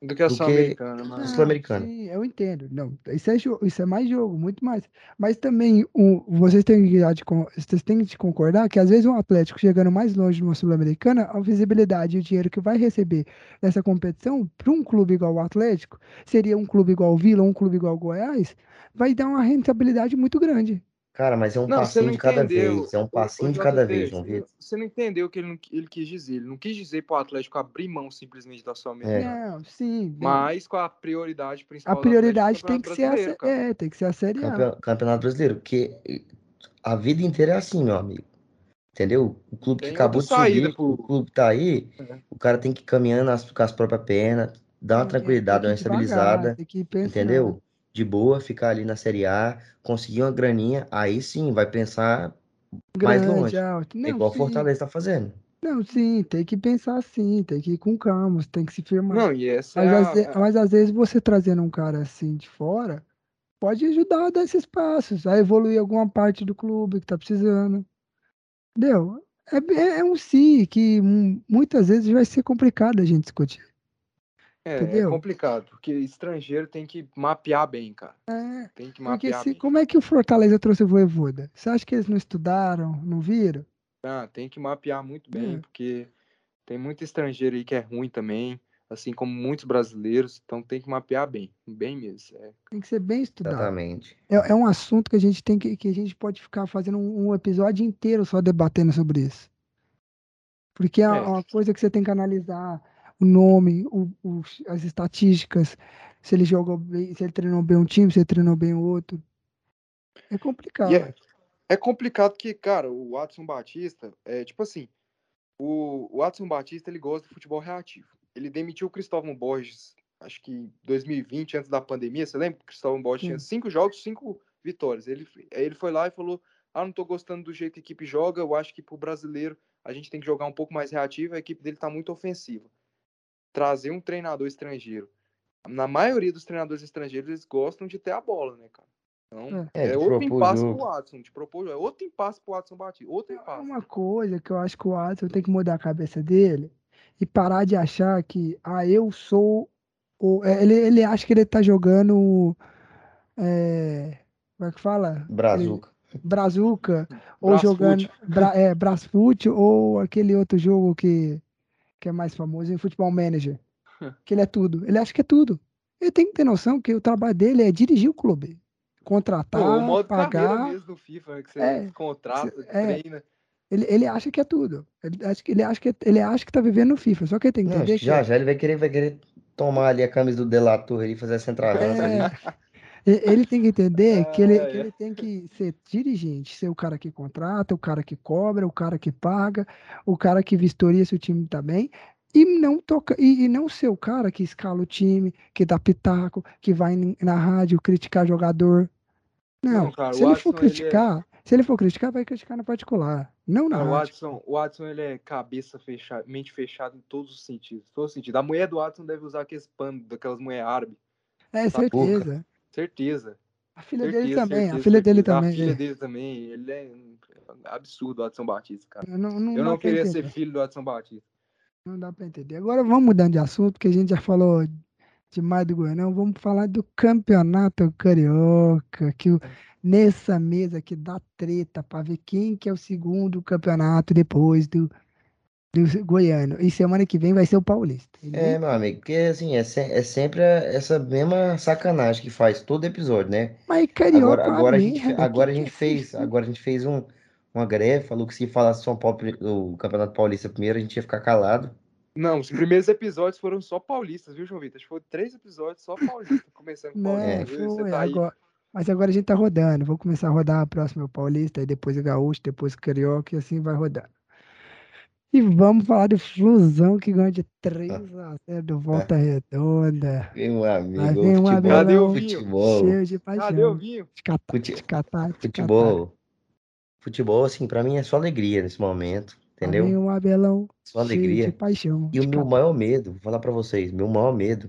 S3: Do que a
S2: do que-
S3: Sul-Americana,
S1: Não,
S3: mas.
S2: Sul-Americana.
S1: Ah, Sim, eu entendo. Não, isso é, jo- isso é mais jogo, muito mais. Mas também o, vocês têm que dar de con- vocês têm que concordar que às vezes um Atlético chegando mais longe numa Sul-Americana, a visibilidade e o dinheiro que vai receber dessa competição para um clube igual o Atlético, seria um clube igual o Vila, um clube igual o Goiás, vai dar uma rentabilidade muito grande.
S2: Cara, mas é um
S3: Não, você
S2: passinho
S3: não
S2: de cada
S3: entendeu.
S2: vez. É um
S3: Ô,
S2: passinho
S3: ô,
S2: de cada
S3: JP,
S2: vez, João
S1: né?
S2: Vitor.
S3: Você não entendeu o que ele, não- ele quis dizer. Ele não quis dizer pro Atlético abrir mão simplesmente da
S2: É.
S3: Sul-Americana.
S1: Não, sim.
S3: Mas com a prioridade principal
S1: a
S3: do Atlético
S1: prioridade
S3: é o
S1: tem que ser a,
S3: Campeonato
S1: sé-
S3: Brasileiro, cara.
S1: é, tem que ser a Série A.
S2: Campeon- Campeonato Brasileiro, porque eh, a vida inteira é assim, meu amigo. Entendeu? O clube que
S3: Tem
S2: acabou de
S3: outra saída
S2: subir,
S3: pro-
S2: o clube que tá aí,
S3: É.
S2: o cara tem que ir caminhando nas- com as próprias pernas, dar uma
S1: É,
S2: tranquilidade, uma
S1: tem que ir devagar,
S2: estabilizada,
S1: tem que ir pensando.
S2: entendeu? De boa, ficar ali na Série A, conseguir uma graninha, aí sim vai pensar mais
S1: Grande,
S2: longe.
S1: alto.
S2: É
S1: Não,
S2: igual o
S1: sim.
S2: Fortaleza tá fazendo.
S1: Não, sim, tem que pensar assim, tem que ir com calma, você tem que se firmar.
S3: Não, e essa
S1: mas,
S3: é
S1: às, ve-
S3: a-
S1: mas às vezes você trazendo um cara assim de fora pode ajudar a dar esses passos, a evoluir alguma parte do clube que tá precisando. Entendeu? É, be- é um sim que mu- muitas vezes vai ser complicado a gente discutir.
S3: É,
S1: Entendeu?
S3: é complicado, porque estrangeiro tem que mapear bem, cara.
S1: É,
S3: Tem que
S1: Porque
S3: mapear
S1: se,
S3: bem.
S1: como é que o Fortaleza trouxe o Voivoda? Você acha que eles não estudaram, não viram?
S3: Ah, tem que mapear muito bem,
S1: É.
S3: porque tem muito estrangeiro aí que é ruim também, assim como muitos brasileiros, então tem que mapear bem, bem mesmo. É.
S1: Tem que ser bem estudado.
S2: Exatamente.
S1: É, é um assunto que a gente tem que, que a gente pode ficar fazendo um, um episódio inteiro só debatendo sobre isso. Porque é uma coisa que você tem que analisar o nome, o, o- as estatísticas, se ele jogou bem, se ele treinou bem um time, se ele treinou bem o outro. É complicado.
S3: E é, é complicado que, cara, o Watson Batista, é tipo assim, o, o Watson Batista ele gosta de futebol reativo. Ele demitiu o Cristóvão Borges, acho que em 2020, antes da pandemia, você lembra? O Cristóvão Borges
S1: Sim.
S3: tinha cinco jogos, cinco vitórias. Ele, aí ele foi lá e falou: Ah, não tô gostando do jeito que a equipe joga, eu acho que pro brasileiro a gente tem que jogar um pouco mais reativo, a equipe dele tá muito ofensiva. Trazer um treinador estrangeiro. Na maioria dos treinadores estrangeiros, eles gostam de ter a bola, né, cara? Então,
S2: É,
S3: é
S2: de
S3: outro
S2: propor
S3: impasse
S2: jogo.
S3: pro Watson, te propôs, é outro impasse pro Watson Batista, outro
S1: É
S3: impasse.
S1: uma coisa que eu acho que o Watson tem que mudar a cabeça dele e parar de achar que, ah, eu sou. O... é, Ele, ele acha que ele tá jogando. É... Como é que fala?
S2: Brazuca.
S1: Brazuca. Ou
S3: Brasfoot.
S1: jogando. Bra... É, Brasfoot ou aquele outro jogo que, que é mais famoso em Futebol Manager. Que ele é tudo. Ele acha que é tudo. Ele tem que ter noção que o trabalho dele é dirigir o clube.
S3: Pô,
S1: Contratar,
S3: o modo carreira
S1: pagar.
S3: mesmo do FIFA, né, que você
S1: É,
S3: contrata,
S1: cê- é.
S3: treina.
S1: Ele, ele acha que é tudo. Ele acha que, ele acho que, ele acha que tá vivendo no FIFA. Só que ele tem que
S2: Não,
S1: entender que.
S2: É, já, já ele vai querer, vai querer tomar ali a camisa do delator e fazer a centravança ali.
S1: é, e- ele tem que entender que, ele,
S3: Ah,
S1: que
S3: é.
S1: ele tem que ser dirigente, ser o cara que contrata, o cara que cobra, o cara que paga, o cara que vistoria se o time tá bem. E não, toca, e, e não ser o cara que escala o time, que dá pitaco, que vai n- na rádio criticar jogador. Não,
S3: Não, cara,
S1: se
S3: o
S1: ele for
S3: Watson, ele é-
S1: criticar, se ele for criticar, vai criticar no particular. Não na
S3: Cara, o
S1: rádio.
S3: Watson, o Watson, ele é cabeça fechada, mente fechada em todos os sentidos, todos os sentidos. A mulher do Watson deve usar aqueles panos, daquelas mulheres árabes,
S1: É
S3: tá pouca.
S1: certeza.
S3: certeza.
S1: A filha dele
S3: certeza,
S1: também,
S3: certeza,
S1: a filha dele
S3: certeza.
S1: também.
S3: A filha
S1: é.
S3: dele também, ele é um absurdo, o Watson Batista, cara.
S1: Eu não, não
S3: Eu
S1: dá
S3: não
S1: pra
S3: queria
S1: entender.
S3: ser filho do Watson Batista.
S1: Não dá pra entender. Agora vamos mudando de assunto, porque a gente já falou demais do Goianão. Vamos falar do campeonato carioca, que o- nessa mesa aqui dá treta pra ver quem que é o segundo campeonato depois do, do Goiano. E semana que vem vai ser o Paulista. né? E
S2: É,
S1: nem-
S2: meu amigo, porque assim, é, se- é sempre a- essa mesma sacanagem que faz todo episódio, né?
S1: Mas carioca,
S2: Agora, agora a gente, fe-
S1: merda,
S2: agora a
S1: quem
S2: gente
S1: que é
S2: fez,
S1: isso?
S2: agora a gente fez um, uma greve, falou que se falasse São Paulo, pri- o Campeonato Paulista primeiro, a gente ia ficar calado.
S3: Não, os primeiros episódios foram só paulistas, viu, João Vitor? Acho que foram três episódios só paulistas, começando com
S1: Não,
S2: É.
S3: paulista, viu?
S1: foi,
S3: Você tá aí.
S1: agora- Mas agora a gente tá rodando. Vou começar a rodar próximo é o Paulista, aí depois o Gaúcho, depois o Carioca e assim vai rodando. E vamos falar do Flusão que ganha de 3 a 0 do Volta Redonda.
S2: Meu amigo,
S1: Mas vem um
S2: futebol,
S1: Abelão
S2: futebol,
S1: cheio de
S3: Cadê o
S1: paixão.
S3: vinho?
S1: Descatar,
S2: Fute-
S1: descatar,
S2: futebol, futebol, assim, pra mim é só alegria nesse momento, entendeu?
S1: Vem um Abelão
S2: Só
S1: cheio de
S2: alegria.
S1: paixão.
S2: E o meu
S1: Descatar.
S2: maior medo, vou falar pra vocês, meu maior medo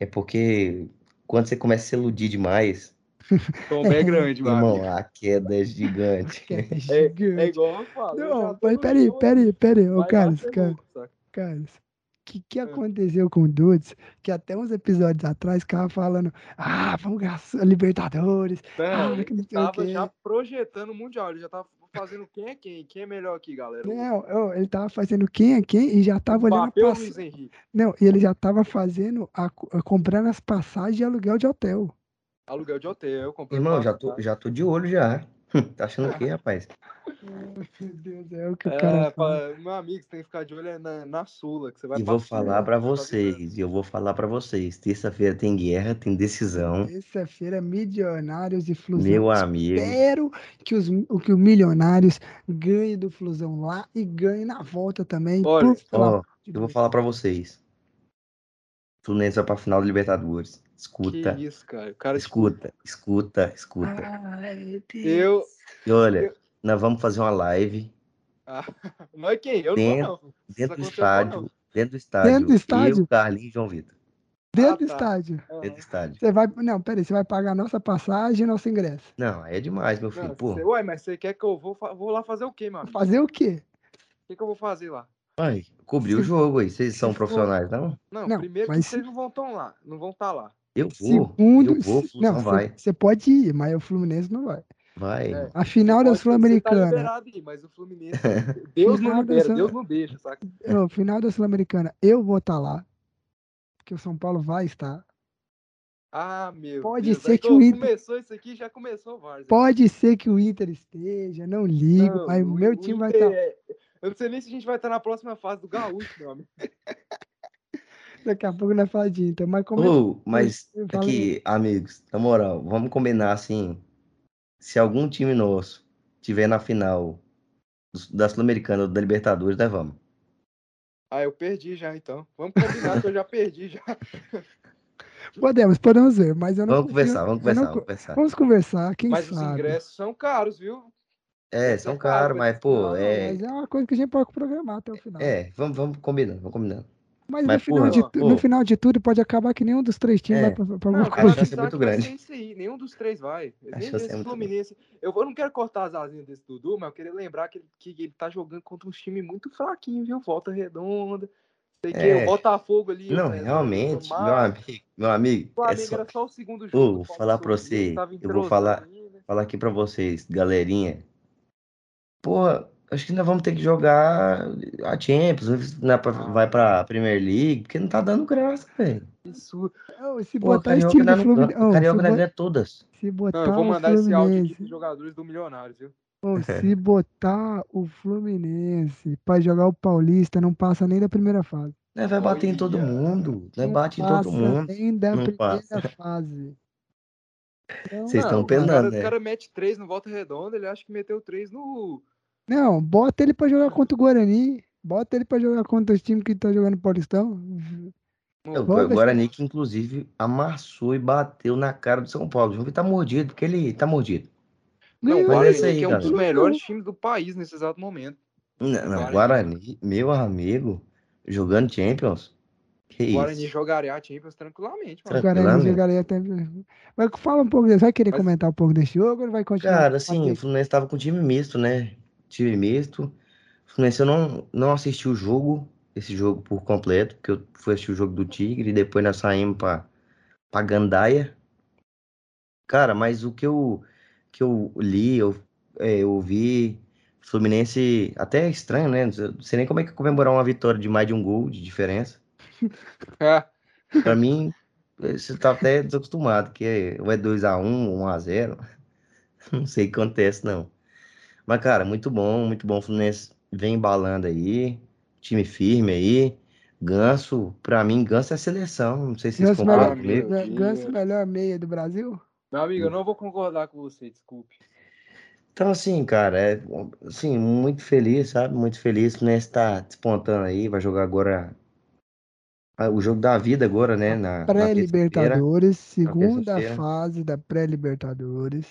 S2: é porque quando você começa a se iludir demais,
S3: Tomé é grande, meu amigo.
S2: irmão, a queda é gigante.
S1: Que é
S3: É
S1: gigante.
S3: igual eu falo. eu já
S1: Não,
S3: tô
S1: mas
S3: no
S1: peraí,
S3: jogo,
S1: peraí, peraí. Ô,
S3: vai dar
S1: Carlos,
S3: seu
S1: Carlos.
S3: gol, saca?
S1: Carlos, o que,
S3: Ah.
S1: que aconteceu com o Dudes? Que até uns episódios atrás ficava falando: ah, vamos ganhar a Libertadores.
S3: Não,
S1: Ah, que não
S3: ele
S1: sei o
S3: tava
S1: quê.
S3: já projetando o Mundial, ele já tava fazendo quem é quem, quem é melhor aqui, galera.
S1: Não, eu- ele tava fazendo quem é quem e já tava olhando
S3: Papel
S1: a pass-
S3: Luiz Henrique.
S1: Não, e ele já tava fazendo, a, a- comprando as passagens de aluguel de hotel.
S3: Aluguel de hotel, eu comprei.
S2: Irmão, já
S3: passagem.
S2: tô, já tô de olho já. Tá achando o quê, rapaz?
S1: Meu Deus, é o que o cara.
S3: É,
S1: fala.
S3: pra- meu amigo, você tem que ficar de olho é na, na Sula, que você vai
S2: E vou
S3: pra Sula,
S2: falar pra
S3: você vai virar.
S2: vocês, e eu vou falar pra vocês. Terça-feira tem guerra, tem decisão.
S1: Terça-feira, Milionários e Flusão.
S2: Meu amigo,
S1: Espero que, os, o- que o Milionários ganhe do Flusão lá e ganhe na volta também.
S3: Olha,
S1: por favor.
S2: ó, eu vou falar pra vocês. Fluminense vai pra final do Libertadores. Escuta,
S3: Que isso, cara. O cara Ah,
S2: escuta, escuta, escuta.
S3: Eu.
S2: E olha, nós vamos fazer uma live
S3: Não é quem? Eu não
S2: Dentro-
S3: vou, não.
S2: dentro do
S3: Isso aconteceu, não.
S2: estádio, dentro do estádio.
S1: Dentro do estádio?
S2: Eu, Carlinhos e João Vitor.
S1: Dentro do
S3: tá.
S1: estádio.
S3: Ah,
S2: Dentro do estádio.
S1: Você vai. Não, peraí, você vai pagar nossa passagem e nosso ingresso.
S2: Não, aí é demais, meu filho.
S3: não,
S2: Pô,
S3: você- ué, mas você quer que eu vou, fa- vou lá fazer o quê, meu amigo?
S1: Fazer o quê?
S3: O que, que eu vou fazer lá?
S2: vai, cobriu o
S1: Se-
S2: jogo aí. Vocês são
S1: se for-
S2: profissionais, não?
S3: Não,
S1: Não,
S3: primeiro
S1: mas
S3: que vocês não vão estar lá. Não vão estar lá.
S2: Eu vou.
S1: Segundo.
S2: eu vou,
S1: se-
S2: Flusão
S1: não,
S2: vai.
S1: você pode ir, mas o Fluminense não vai.
S2: Vai.
S3: É.
S1: A final da
S3: Pode ser que você tá
S1: Sul-Americana.
S3: liberado aí, mas o Fluminense. Deus não
S1: Final da
S3: libera,
S1: Sul-
S3: Deus não deixa, saca?
S1: Não, final da Sul-Americana, eu vou estar lá. Porque o São Paulo vai estar.
S3: Ah, meu.
S1: Pode
S3: Deus,
S1: ser
S3: aí
S1: que o Inter-
S3: Começou isso aqui, já começou o Vargas.
S1: Pode ser que o Inter esteja, não ligo, mas o meu time vai tá- estar.
S3: É, Eu não sei nem se a gente vai estar na próxima fase do Gaúcho, meu amigo.
S1: tá, Daqui a pouco nós falamos de Inter, mas como é,
S2: Ô, mas
S1: eu falo-
S2: aqui, amigos, na moral, vamos combinar assim. Se algum time nosso tiver na final do- da Sul-Americana ou da Libertadores, nós vamos.
S3: Ah, eu perdi já, então. Vamos combinar que eu já perdi já.
S1: Tá Podemos, podemos ver, mas eu não
S2: Vamos
S1: confio-
S2: conversar,
S1: eu
S2: vamos conversar,
S1: não
S2: vamos
S1: co-
S2: conversar.
S1: Vamos conversar, quem
S3: Mas os
S1: sabe.
S3: ingressos são caros, viu?
S2: É, são caros, mas, pô,
S1: Não,
S2: é.
S1: Mas é uma coisa que a gente pode programar até o final.
S2: É, vamos, vamos combinando, vamos combinando.
S1: mas no,
S2: mas,
S1: final
S3: porra,
S1: de, tu- no
S2: pô.
S1: final de tudo pode acabar que nenhum dos três times
S2: É.
S1: vai pra, pra
S3: Não,
S1: alguma
S3: eu
S2: a
S3: quero
S1: coisa.
S2: chance é
S3: avisar
S2: muito
S3: que vai
S2: grande.
S3: ser isso aí. tá Nenhum dos três vai.
S2: A
S3: Nem
S2: chance é
S3: esse
S2: muito
S3: Fluminense. Eu vou- não quero cortar as asinhas desse Dudu, mas eu queria lembrar que ele, que ele tá jogando contra um time muito fraquinho, viu? Volta redonda. Sei que
S2: É.
S3: o Botafogo ali.
S2: Não,
S3: né,
S2: realmente, meu
S3: mal.
S2: amigo, meu amigo,
S3: O
S2: é
S3: Flamengo
S2: só
S3: era só o segundo jogo.
S2: Ô,
S3: do
S2: vou
S3: Paulo
S2: falar pra
S3: Souza,
S2: você,
S3: ele tava
S2: eu vou
S3: entrosado
S2: falar-
S3: ainda.
S2: falar aqui pra vocês, galerinha. Porra, acho que nós vamos ter que jogar a Champions, né, pra- vai pra Premier League, porque não tá dando graça, velho.
S3: Absurdo.
S1: Não, se
S2: Porra,
S1: botar esse
S2: Carioca
S1: time do
S2: nós não-
S1: Fluminense.
S2: o
S1: oh, se,
S2: Carioca nós
S1: bo-
S2: ganha todas.
S1: se
S3: é Não,
S1: botar
S3: Ah,
S2: Então,
S3: eu vou
S1: o
S3: mandar esse áudio aqui
S1: Fluminense.
S3: pros jogadores do Milionários, viu?
S1: oh, se botar o Fluminense pra jogar o Paulista, não passa nem da primeira fase.
S2: Nós Né, vai bater em todo
S3: Olha.
S2: mundo, nós
S1: Não
S2: bate em
S1: passa
S2: todo mundo.
S1: Nem da
S2: não
S1: primeira
S2: passa.
S1: fase. Então,
S2: Vocês
S3: Não,
S2: estão
S3: o cara-
S2: penando,
S3: O
S2: né?
S3: cara mete três no Volta Redonda, ele acha que meteu três no.
S1: Não, bota ele pra jogar contra o Guarani. Bota ele pra jogar contra os times que estão jogando no Paulistão.
S2: O
S1: Vamos ver se-
S2: Guarani que, inclusive, amassou e bateu na cara do São Paulo. O João Vitor tá mordido, porque ele tá mordido.
S3: Não, o
S1: Ganhou,
S2: mas
S3: Guarani,
S2: esse aí,
S3: que é um dos
S1: cara.
S3: melhores times do país nesse exato momento.
S2: Não, não,
S3: Guarani.
S2: Guarani, meu amigo, jogando Champions. Que
S3: O Guarani
S2: isso?
S3: jogaria a Champions tranquilamente, mano.
S1: O Guarani
S2: Tranquilamente.
S1: jogaria até. tá Mas fala um pouco desse. Vai querer
S3: Mas-
S1: comentar um pouco desse jogo ou vai continuar?
S2: Cara, assim, o
S1: batendo?
S2: Fluminense tava com time misto, né? Time misto. O Fluminense eu não, não assisti o jogo, esse jogo por completo, porque eu fui assistir o jogo do Tigre e depois nós saímos pra, pra Gandaia. Cara, mas o que eu, que eu li, eu, é, eu ouvi, o Fluminense até é estranho, né? Não sei nem como é que comemorar uma vitória de mais de um gol de diferença.
S3: É,
S2: Pra mim, você tá até desacostumado, que é, ou é 2x1, 1x0. Não sei o que acontece, não. Mas, cara, muito bom, muito bom. O Fluminense vem embalando aí. Time firme aí. Ganso, pra mim, Ganso é seleção. Não sei se vocês
S1: Ganso é
S2: concordam
S1: melhor.
S2: comigo.
S1: Gan- Ganso, melhor meia do Brasil?
S3: Meu amigo, eu não vou concordar com você, desculpe.
S2: Então, assim, cara, é, assim, muito feliz, sabe? Muito feliz. O Fluminense tá despontando aí. Vai jogar agora ah, o jogo da vida agora, né? Na, na terça-feira.
S1: Pré-Libertadores, segunda
S2: terça-feira.
S1: fase da pré-Libertadores.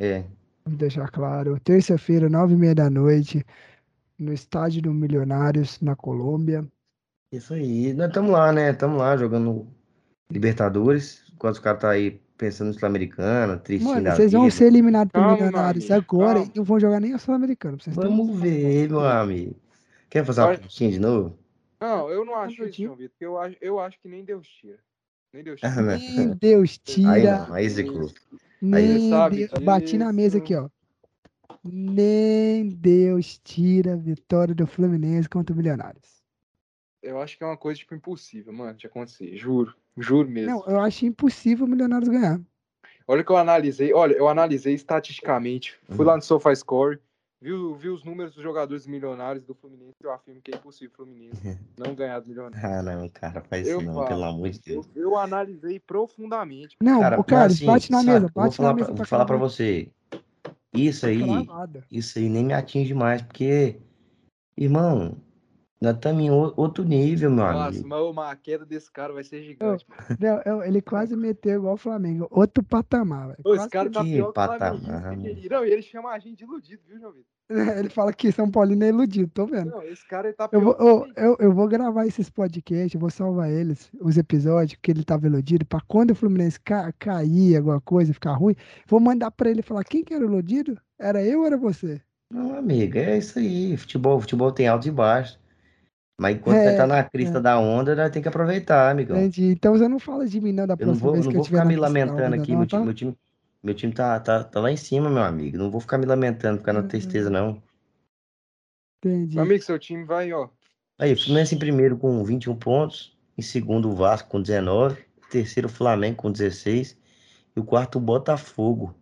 S2: É,
S1: Vamos deixar claro. Terça-feira, nove e meia da noite, no estádio do Milionários, na Colômbia.
S2: Isso aí, nós estamos lá, né? Estamos lá jogando Libertadores, enquanto os caras tá aí pensando no Sul-Americana, tristinho
S1: Mano,
S2: da
S1: vocês vão
S2: vida.
S1: ser eliminados pelo
S3: Calma,
S1: Milionários
S3: amigo,
S1: agora
S3: calma.
S1: e não vão jogar nem a Sul-Americana. pra Vocês terem
S2: Vamos
S1: noção.
S2: ver, meu amigo. Quer fazer uma
S3: Olha-
S2: pontinha de novo?
S3: Não, eu não acho
S1: Mas eu
S3: isso, João Vitor. porque Eu acho, eu acho que nem Deus tira. Nem Deus
S2: Ah,
S3: tira.
S2: né?
S1: Nem Deus
S2: Aí
S1: tira.
S2: não, aí zicou.
S1: Nem
S3: sabe
S1: Deus... Bati na mesa
S3: disso.
S1: aqui, ó. Nem Deus tira a vitória do Fluminense contra o Milionários.
S3: Eu acho que é uma coisa, tipo, impossível, mano, de acontecer. Juro. Juro mesmo.
S1: Não, eu acho impossível o Milionários ganhar.
S3: Olha o que eu analisei, olha, eu analisei estatisticamente, fui
S2: Hum.
S3: lá no SofaScore, vi, o- vi os números dos jogadores milionários do Fluminense, eu afirmo que é impossível o
S2: Uhum.
S3: Fluminense não ganhar do milionário.
S2: Ah, não, cara, faz
S3: Eu
S2: isso não,
S3: falo.
S2: pelo amor de
S3: Eu,
S2: Deus.
S3: eu analisei profundamente.
S1: Não,
S2: Cara,
S1: o cara,
S2: mas assim,
S1: bate na
S2: sabe,
S1: mesa,
S2: eu vou
S1: bate na
S2: falar
S1: mesa.
S2: pra, vou falar pra
S1: acabar.
S2: você. Isso aí,
S1: Cravada.
S2: isso aí nem me atinge mais, porque, irmão, nós estamos em o- outro nível, meu
S3: Nossa,
S2: amigo.
S3: mas ô, mas a queda desse cara vai ser gigante. mano.
S1: Não, eu- ele quase meteu igual o Flamengo. Outro patamar. velho.
S3: Ô,
S1: Quase
S3: esse cara tá
S2: que
S3: pior que o Flamengo.
S2: patamar,
S3: Não, e ele chama a gente de iludido, viu, João Vitor?
S2: tá
S1: que- Ele fala que São Paulino é iludido, tô vendo.
S3: Não, esse cara ele tá
S1: Eu
S3: pior
S1: vou,
S3: que o
S1: eu,
S3: Flamengo.
S1: eu, eu vou gravar esses podcasts, eu vou salvar eles, os episódios, porque ele tava iludido, pra quando o Fluminense ca- cair, alguma coisa, ficar ruim, vou mandar pra ele falar quem que era o iludido? Era eu ou era você?
S2: Não, amiga, é isso aí. Futebol, futebol tem alto e baixo. Mas enquanto
S1: É,
S2: você tá na crista da onda, nós tem que aproveitar, amigão.
S1: Entendi. Então você não fala de mim não da
S2: Eu não
S1: próxima
S2: vou, eu
S1: vez
S2: não
S1: que eu
S2: vou
S1: tiver
S2: ficar
S1: na
S2: me
S1: crista da
S2: lamentando
S1: onda,
S2: aqui.
S1: não,
S2: Meu
S1: tá?
S2: time, meu time, meu time tá, tá, tá lá em cima, meu amigo. Não vou ficar me lamentando, ficar na
S1: Uhum.
S2: tristeza, não.
S1: Entendi.
S3: Meu amigo, seu time vai, ó.
S2: Aí, Fluminense em primeiro com 21 pontos. Em segundo, o Vasco com 19. Terceiro, o Flamengo com 16. E o quarto, o Botafogo.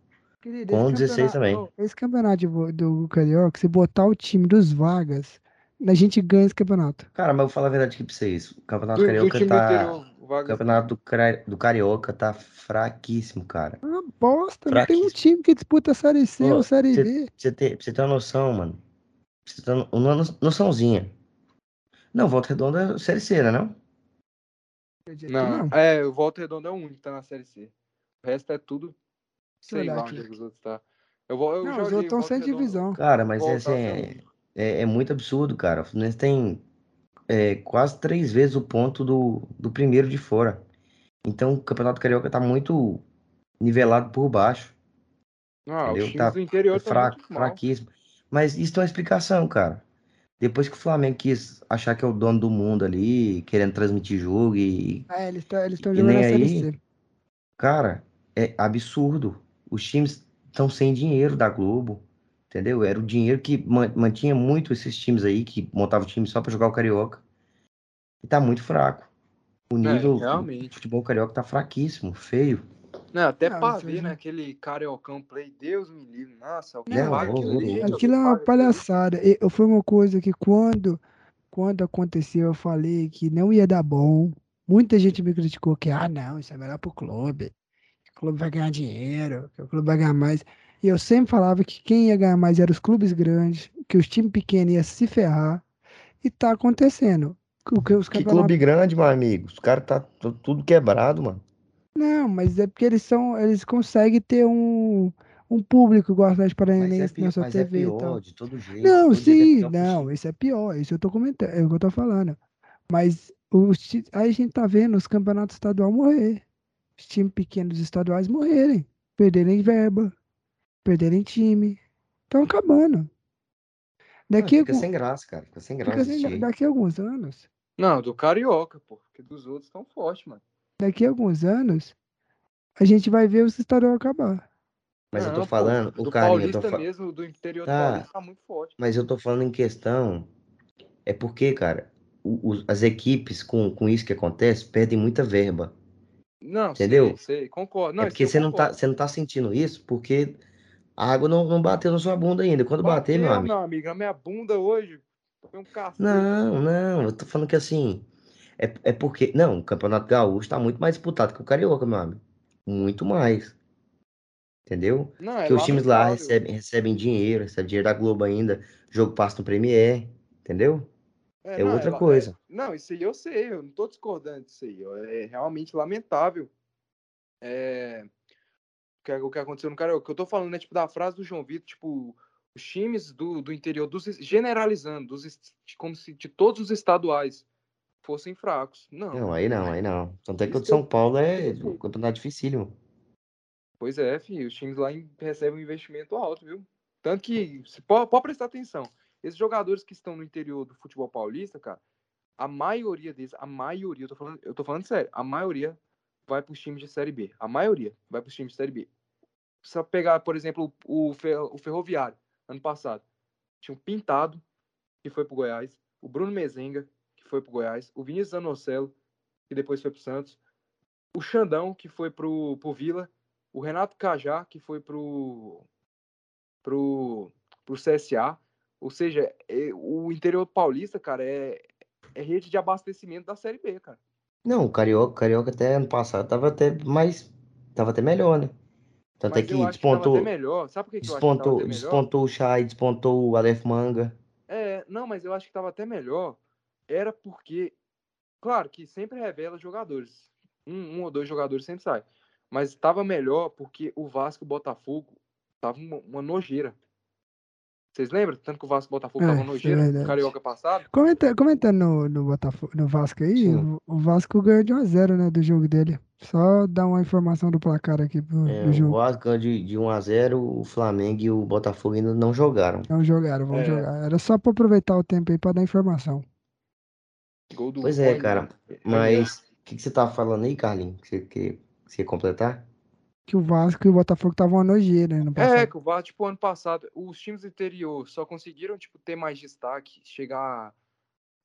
S1: Querido,
S2: Com
S1: esse
S2: 16
S1: campeonato-
S2: também.
S1: não, Esse campeonato de vo- do Carioca, se botar o time dos vagas, a gente ganha esse campeonato.
S2: Cara, mas eu vou falar a verdade aqui pra vocês. O campeonato
S3: Do, do
S2: carioca
S3: time
S2: tá.
S3: anterior, o
S2: O
S3: Wagner.
S2: campeonato do, Cra- do carioca tá fraquíssimo, cara.
S1: Uma bosta, não tem um
S2: Fraquíssimo.
S1: time que disputa a Série C
S2: Ô,
S1: ou Série
S2: cê-
S1: D.
S2: Pra você ter, pra você ter uma noção, mano. Pra você ter uma uma no- noçãozinha. Não, Volta Redonda é Série C, né? Não? um
S3: Não, é, o Volta Redonda é o único que tá na Série C. O resto é tudo. Sei
S1: olhar
S3: lá
S1: aqui.
S3: onde é que os outros tá. Eu vou, eu
S1: Não,
S3: já
S1: os
S3: olhei,
S1: outros estão
S3: Volta
S1: sem
S3: Redonda-
S1: divisão.
S2: Cara, mas
S3: Volta
S2: esse é,
S3: Redonda.
S2: é, é muito absurdo, cara. O Fluminense tem é, quase três vezes o ponto do, do primeiro de fora. Então o Campeonato Carioca tá muito nivelado por baixo.
S3: Não, os
S2: Entendeu?
S3: times
S2: Tá
S3: do interior estão
S2: fraco,
S3: é muito mal.
S2: fraquíssimo. Mas isso tem uma explicação, cara. Depois que o Flamengo quis achar que é o dono do mundo ali, querendo transmitir jogo e.
S1: É, eles tá- eles estão
S2: E
S1: jogando
S2: nem
S1: a Série
S2: aí,
S1: C.
S2: Cara, é absurdo. Os times estão sem dinheiro da Globo, entendeu? Era o dinheiro que man- mantinha muito esses times aí, que montava o time só pra jogar o Carioca. E tá muito fraco. O
S3: É,
S2: nível do
S3: realmente.
S2: futebol carioca tá fraquíssimo, feio.
S3: Não, até
S1: Não,
S3: pra
S1: isso
S3: ver,
S1: aí-
S3: né? Aquele cariocão play, Deus me livre. Nossa, alguém
S2: Não,
S3: paga aquilo ali,
S2: horroroso.
S3: gente,
S1: Aquilo é
S3: alguém
S1: uma
S3: paga aquilo ali.
S1: palhaçada. E- eu- foi uma coisa que quando, quando aconteceu, eu falei que não ia dar bom. Muita gente me criticou que, ah, não, isso é melhor pro clube. O clube vai ganhar dinheiro, que o clube vai ganhar mais. E eu sempre falava que quem ia ganhar mais eram os clubes grandes, que os times pequenos iam se ferrar. E tá acontecendo. O que os
S2: Que
S1: campeonatos-
S2: clube grande, meu amigo. Os caras tá t- tudo quebrado, mano.
S1: Não, mas é porque eles são, eles conseguem ter um, um público igual o Atlético
S2: Mas é,
S1: Paranaense
S2: pi-
S1: na sua
S2: mas é
S1: TV e tal.
S2: pior, de todo jeito.
S1: Não,
S2: todo jeito é
S1: sim,
S2: pior
S1: não, isso é pior, isso eu tô comentando, é o que eu tô falando. Mas os, ti- aí a gente tá vendo os campeonatos estaduais morrer. Os times pequenos estaduais morrerem, perderem verba, perderem time. Estão acabando.
S2: Ah,
S1: Daqui,
S2: fica
S1: algum-
S2: sem graça, cara. Fica sem
S1: fica
S2: graça
S1: sem-
S2: assistir.
S1: daqui a alguns anos,
S3: Não, do carioca, pô. Porque dos outros tão forte, mano.
S1: daqui a alguns anos, a gente vai ver os estaduais acabar.
S2: Mas eu
S3: Não,
S2: tô
S3: pô,
S2: falando, o
S3: Do
S2: carinho, eu
S3: paulista
S2: tô fa-
S3: mesmo, do interior do
S2: Tá.
S3: paulista tá muito forte.
S2: mas eu tô falando em questão. É porque, cara, o- o- as equipes com, com isso que acontece perdem muita verba.
S3: Não,
S2: Entendeu?
S3: Sei, sei, concordo. Não,
S2: é
S3: isso
S2: porque
S3: eu
S2: você não, tá,
S3: concordo.
S2: você não tá sentindo isso porque a água não, não bateu na sua bunda ainda. Quando bater, meu
S3: Bateu,
S2: amigo.
S3: meu amigo, a minha bunda hoje foi um cacete.
S2: Não, não, eu tô falando que assim. É, é porque. Não, o Campeonato Gaúcho tá muito mais disputado que o Carioca, meu amigo. Muito mais. Entendeu?
S3: Não, é
S2: Porque os times lá
S3: lamentável.
S2: recebem, recebem dinheiro, recebem dinheiro da Globo ainda, jogo passa no Premier, entendeu? É
S3: não,
S2: outra
S3: la-
S2: coisa.
S3: Não, isso aí eu sei, eu não tô discordando disso aí. ó, É realmente lamentável. É, o que- é, O que aconteceu no Carioca. O que eu tô falando é tipo da frase do João Vitor, tipo, os times do, do interior, dos, es- generalizando, dos, es- de como se de todos os estaduais fossem fracos. Não, né?
S2: Não, aí não, aí não. Tanto é que o de
S3: Isso eu-
S2: São Paulo é
S3: isso eu-
S2: um campeonato dificílimo.
S3: Pois é, filho, os times lá em- recebem um investimento alto, viu? Tanto que, se pode, pode prestar atenção, esses jogadores que estão no interior do futebol paulista, cara, a maioria deles, a maioria, eu tô falando, eu tô falando sério, a maioria vai pros times de Série B. A maioria vai pros times de Série B. Só pegar, por exemplo, o, Fer- o Ferroviário, ano passado. Tinha um Pintado, que foi pro Goiás, o Bruno Mezenga, que foi pro Goiás, o Vinícius Anocelo, que depois foi pro Santos, o Xandão, que foi pro, pro Vila, o Renato Cajá, que foi pro, pro, pro CSA. Ou seja, é- o interior paulista, cara, é, é rede de abastecimento da Série B, cara.
S2: Não, o Carioca, o Carioca até ano passado tava até mais. Tava até melhor, né? Tanto é
S3: Mas eu
S2: que
S3: acho que tava até
S2: despontou,
S3: melhor. Sabe por que, que eu acho que tava
S2: despontou,
S3: até melhor?
S2: despontou o Chay, despontou o Aleph Manga.
S3: É, não, mas eu acho que tava até melhor. Era porque, claro que sempre revela jogadores. Um, um ou dois jogadores sempre sai. Mas tava melhor porque o Vasco e o Botafogo tava uma, uma nojeira. Vocês lembram? Tanto que o Vasco e o Botafogo
S1: É,
S3: tava
S1: isso é
S3: uma nojeira
S1: verdade.
S3: no Carioca passado.
S1: Comenta, comentando no, no, Botafogo, no Vasco aí,
S2: Sim.
S1: o, o Vasco ganhou de 1x0, né, do jogo dele. Só dar uma informação do placar aqui pro,
S2: É,
S1: Hum, do
S2: o
S1: jogo.
S2: Vasco ganhou de, de 1 a 0 o Flamengo e o Botafogo ainda não jogaram.
S1: Não jogaram, vão
S3: É.
S1: jogar. Era só pra aproveitar o tempo aí pra dar informação.
S3: Gol do
S2: Pois é,
S3: Rony,
S2: cara,
S3: né?
S2: Mas o que, que você tava falando aí, Carlinhos? Que você que, você ia completar?
S1: Que o Vasco e o Botafogo estavam uma nojeira né, no passado.
S3: É, que o Vasco, tipo, ano passado, os times do interior só conseguiram, tipo, ter mais destaque, chegar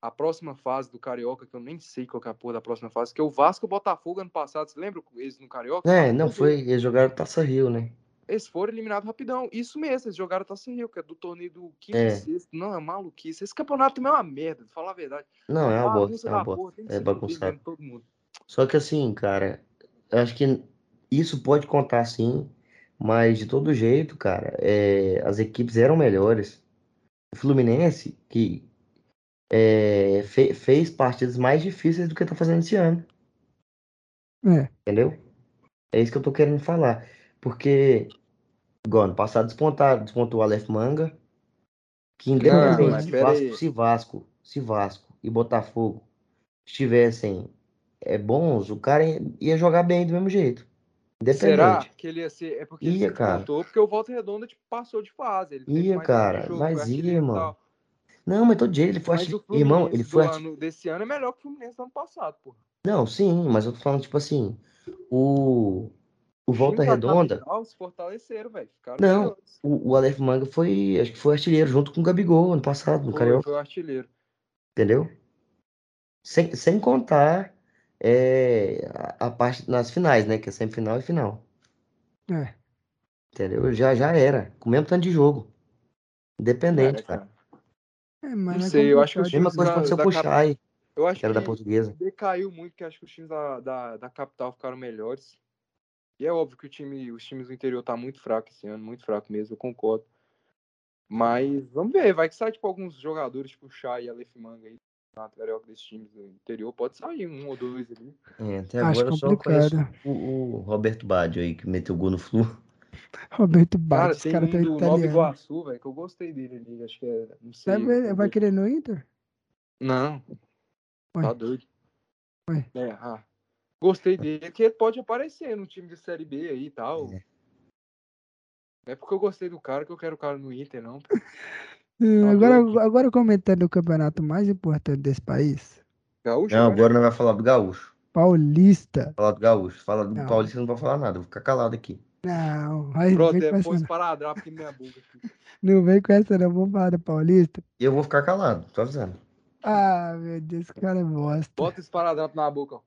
S3: à próxima fase do Carioca, que eu nem sei qual que é a porra da próxima fase, que é o Vasco e o Botafogo ano passado, você lembra eles no Carioca?
S2: É, não foi. Eles jogaram Taça Rio, né?
S3: Eles foram eliminados rapidão. Isso mesmo, eles jogaram Taça Rio, que é do torneio do quinto
S2: É.
S3: e sexto. Não, é maluquice. Esse campeonato também é uma merda, pra falar a verdade.
S2: Não, é uma bosta,
S3: Bagunça
S2: é uma
S3: da
S2: bosta.
S3: porra, tem que
S2: É
S3: ser proibido
S2: bagunçado.
S3: mesmo, Todo mundo.
S2: Só que assim, cara, eu acho que isso pode contar sim, mas de todo jeito, cara, é, as equipes eram melhores. O Fluminense, que é, fe- fez partidas mais difíceis do que tá fazendo esse ano.
S1: É.
S2: Entendeu? É isso que eu tô querendo falar. Porque, igual ano passado despontaram, despontou o Aleph Manga, que
S3: mas
S2: independente de
S3: pera
S2: Vasco,
S3: aí.
S2: se Vasco, se Vasco e Botafogo estivessem é, bons, o cara ia jogar bem do mesmo jeito. Independente.
S3: Será que ele ia ser. É porque
S2: Ia,
S3: ele
S2: cara.
S3: voltou, porque o Volta Redonda tipo, passou de fase. Ele teve
S2: Ia,
S3: mais
S2: cara,
S3: tempo de
S2: mas
S3: foi
S2: ia,
S3: artilheiro e
S2: mano.
S3: tal.
S2: Não, mas todo dia ele foi.
S3: Mas
S2: arti-
S3: o Fluminense
S2: Irmão, ele foi.
S3: do
S2: arti-
S3: ano, desse ano é melhor que o Fluminense do ano passado, porra.
S2: Não, sim, mas eu tô falando, tipo assim, o. O Volta
S3: Time da
S2: Redonda,
S3: capital se fortaleceram, velho. Ficaram
S2: Não,
S3: melhores.
S2: o, o Aleph Manga foi. Acho que foi artilheiro junto com o Gabigol ano passado, no
S3: Foi,
S2: Carioca.
S3: foi o artilheiro.
S2: Entendeu? Sem, sem contar é, a, a parte nas finais, né? Que é semifinal e final.
S1: É.
S2: Entendeu? Já, já era. Com o mesmo tanto de jogo. Independente,
S3: Cara,
S2: cara.
S1: É, mas
S3: Não
S1: é
S3: sei, eu acho que o
S1: complicado.
S2: Mesma coisa
S3: da-
S2: aconteceu
S3: da
S2: com o
S3: cap-
S2: Chay,
S3: Eu acho
S2: que era da
S3: que
S2: portuguesa.
S3: decaiu muito, que acho que os times da, da, da capital ficaram melhores. E é óbvio que o time, os times do interior tá muito fraco esse ano, muito fraco mesmo, eu concordo. Mas vamos ver, vai que sai tipo alguns jogadores, tipo o Chay e Aleph Manga aí, na Carioca desses times do interior, pode sair um ou dois ali.
S2: É, até
S1: Acho
S2: agora eu só conheço
S1: complicado.
S2: o, o Roberto Baggio aí, que meteu gol no Flu.
S1: Roberto
S3: Cara,
S1: Baggio, esse
S3: tem
S1: cara
S3: um
S1: tá
S3: do Nova
S1: italiano.
S3: Iguaçu, velho, que eu gostei dele ali, acho que é, não sei.
S1: Sabe, vai querer no
S3: Tá
S1: Inter?
S3: Não. Tá
S1: Ué.
S3: doido.
S1: Ué.
S3: É, ah, gostei dele, que ele pode aparecer no time de Série B aí e tal.
S2: É.
S3: Não é porque eu gostei do cara que eu quero o cara no Inter, não.
S1: Hum,
S3: Tá doido.
S1: Agora, agora comentando o campeonato mais importante desse país,
S3: Gaúcho,
S2: Não,
S3: né?
S2: agora não vai falar do Gaúcho.
S1: Paulista.
S2: Falar do Gaúcho. Falar do
S1: Não.
S2: Paulista eu não vou falar nada. Vou ficar calado aqui.
S1: Não, aí não
S3: Pronto,
S1: vem com
S3: é
S1: essa
S3: pôs
S1: não.
S3: paradrar aqui na minha boca. aqui.
S1: Não vem com essa não, vamos falar do Paulista.
S2: E eu vou ficar calado, tô avisando.
S1: Ah, meu Deus, esse cara é bosta.
S3: Bota esse esparadrapo na boca. ó.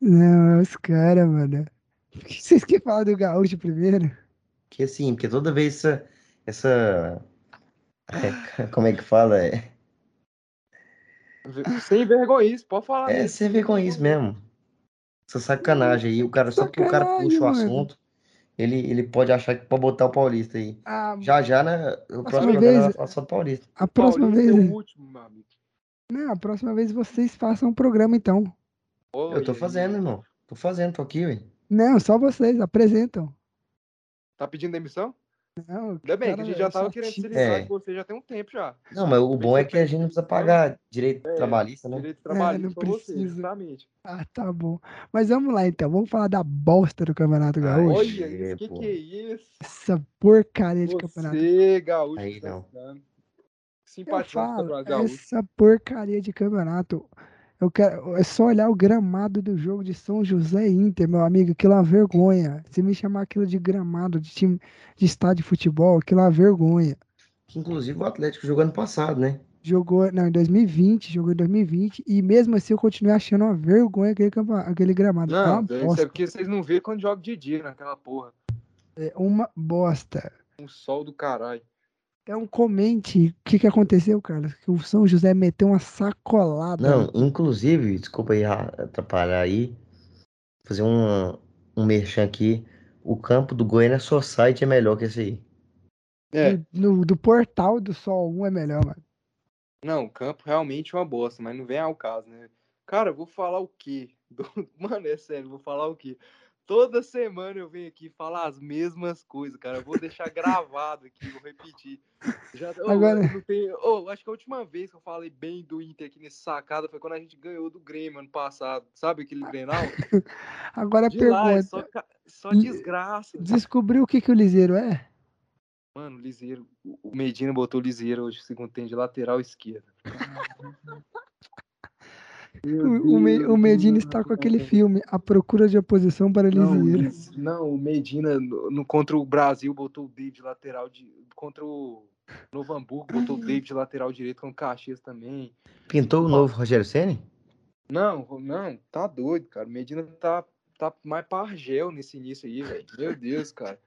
S1: Não, é os caras, mano. Por que Vocês querem falar do Gaúcho primeiro?
S2: Que assim, porque toda vez essa. essa... é, como é que fala? É,
S3: Sem vergonhice, pode falar.
S2: é
S3: mesmo.
S2: sem vergonhice mesmo. Essa sacanagem aí. O cara, só porque o cara
S1: Sacanagem,
S2: puxa o
S1: mano.
S2: assunto, ele, ele pode achar que pode botar o Paulista aí.
S1: Ah,
S2: Já já, na, o próximo
S1: vez-
S2: jogo vai falar só do Paulista.
S1: a próxima
S3: Paulista
S1: vez.
S3: é o último, meu amigo.
S1: Não, a próxima vez vocês façam um programa, então.
S2: Eu tô
S3: Olha aí.
S2: fazendo, irmão. Tô fazendo, tô aqui, ué.
S1: Não, só vocês apresentam.
S3: Tá pedindo demissão?
S1: Não,
S3: Ainda bem, que
S1: cara,
S3: a gente já
S1: eu
S3: tava
S1: só
S3: querendo se
S1: tive-
S3: livrar
S2: É.
S3: de você já tem um tempo já.
S2: Não, mas o bom é que a gente não precisa pagar direito
S3: É,
S2: trabalhista, né?
S3: Direito de trabalho
S1: não
S3: pra você,
S1: precisa.
S3: exatamente.
S1: Ah, tá bom. Mas vamos lá então, vamos falar da bosta do Campeonato
S2: Ai,
S1: Gaúcho.
S2: Hoje,
S3: Ah, Olha isso,
S2: é,
S3: que
S2: pô.
S3: que é isso?
S1: Essa porcaria de campeonato.
S3: Você, gaúcho,
S2: Aí
S3: tá
S2: não.
S3: ficando.
S1: Eu
S3: Simpatizante do
S1: falo, é
S3: campeonato gaúcho.
S1: essa porcaria de campeonato. Eu quero, é só olhar o gramado do jogo de São José e Inter, meu amigo, aquilo é uma vergonha. Se me chamar aquilo de gramado de time de estádio de futebol, aquilo é uma vergonha.
S2: Que inclusive o Atlético jogou ano passado, né?
S1: Jogou, não, em 2020, jogou em 2020, e mesmo assim eu continuei achando uma vergonha aquele, campa- aquele gramado. Tá
S3: Não,
S1: uma
S3: isso é
S1: bosta.
S3: porque vocês não viram quando joga de dia naquela porra.
S1: É uma bosta.
S3: Um sol do caralho.
S1: Então comente o que, que aconteceu, Carlos. Que o São José meteu uma sacolada.
S2: Não,
S3: Hum.
S2: inclusive, desculpa aí a- atrapalhar aí, fazer um, um merchan aqui. O campo do Goiânia Society é melhor que esse aí.
S3: É,
S1: Do, no- do portal do Sol 1 é melhor, mano.
S3: não, o campo realmente é uma bosta, mas não vem ao caso, né? Cara, eu vou falar o quê? Do- Mano, é sério, eu vou falar o quê? Toda semana eu venho aqui falar as mesmas coisas, cara. Eu vou deixar gravado aqui, vou repetir. Já, Ô,
S1: Agora-
S3: eu não tenho- ô, acho que a última vez que eu falei bem do Inter aqui nesse sacada foi quando a gente ganhou do Grêmio ano passado. Sabe aquele Grenal?
S1: Agora a
S3: De lá, é
S1: pergunta:
S3: só, ca- só
S1: Li-
S3: desgraça.
S1: descobriu o que, que o Liseiro é?
S3: Mano, Liseiro. o- O Medina botou o Liseiro hoje, segundo tempo, de lateral esquerda.
S1: O, o, Me- o Medina está com aquele filme, A Procura de Oposição para
S3: Não, o
S1: Liseiro.
S3: Lis- não, o Medina no, no- contra o Brasil botou o David lateral de contra o Novo Hamburgo botou o David lateral direito com o Caxias também.
S2: Pintou o novo Rogério Ceni?
S3: Não, não, tá doido, cara. O Medina tá tá mais pra Argel nesse início aí, velho. Meu Deus, cara.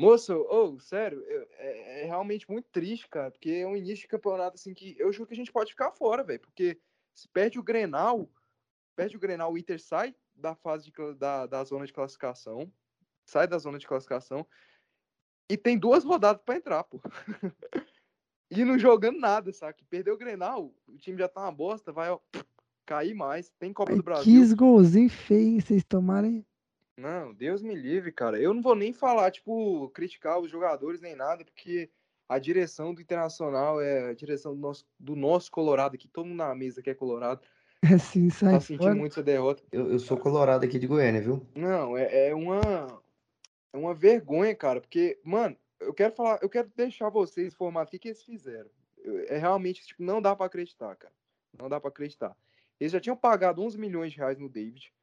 S3: Moço, ô, sério, eu- é, é realmente muito triste, cara, porque é um início de campeonato assim que eu juro que a gente pode ficar fora, velho, porque se perde o Grenal, perde o Grenal, o Inter sai da fase de cla- da, da zona de classificação, sai da zona de classificação e tem duas rodadas pra entrar, pô. e não jogando nada, saca? Perdeu o Grenal, o time já tá uma bosta, vai ó, cair mais, tem Copa é do Brasil.
S1: Quis golzinho feio vocês tomarem.
S3: Não, Deus me livre, cara. Eu não vou nem falar, tipo, criticar os jogadores nem nada, porque a direção do Internacional é a direção do nosso, do nosso Colorado, que todo mundo na mesa que é Colorado,
S1: Assim, sai
S3: tá sentindo
S1: fora.
S3: muito essa derrota.
S2: Eu, eu sou colorado aqui de Goiânia, viu?
S3: Não, é, é uma é uma vergonha, cara, porque, mano, eu quero falar, eu quero deixar vocês informados o que que eles fizeram. Eu- É realmente, tipo, não dá pra acreditar, cara. Não dá pra acreditar. Eles já tinham pagado 11 milhões de reais no David,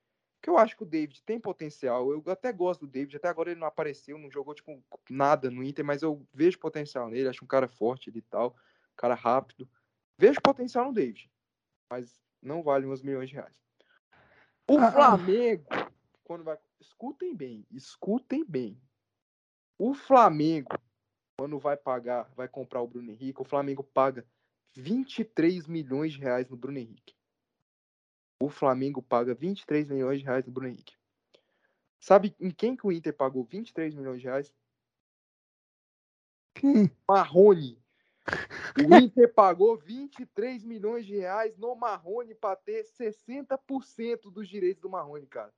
S3: que eu acho que o David tem potencial. Eu até gosto do David, até agora ele não apareceu, não jogou tipo nada no Inter, mas eu vejo potencial nele, acho um cara forte ele e tal, um cara rápido. Vejo potencial no David, mas não vale 11 milhões de reais. O
S1: Ah, ah.
S3: Flamengo, quando vai, escutem bem, escutem bem. O Flamengo, quando vai pagar, vai comprar o Bruno Henrique, o Flamengo paga 23 milhões de reais no Bruno Henrique. O Flamengo paga 23 milhões de reais no Bruno Henrique. Sabe em quem que o Inter pagou 23 milhões de reais?
S1: Quem?
S3: Marrone. O Inter pagou 23 milhões de reais no Marrone para ter 60% dos direitos do Marrone, cara.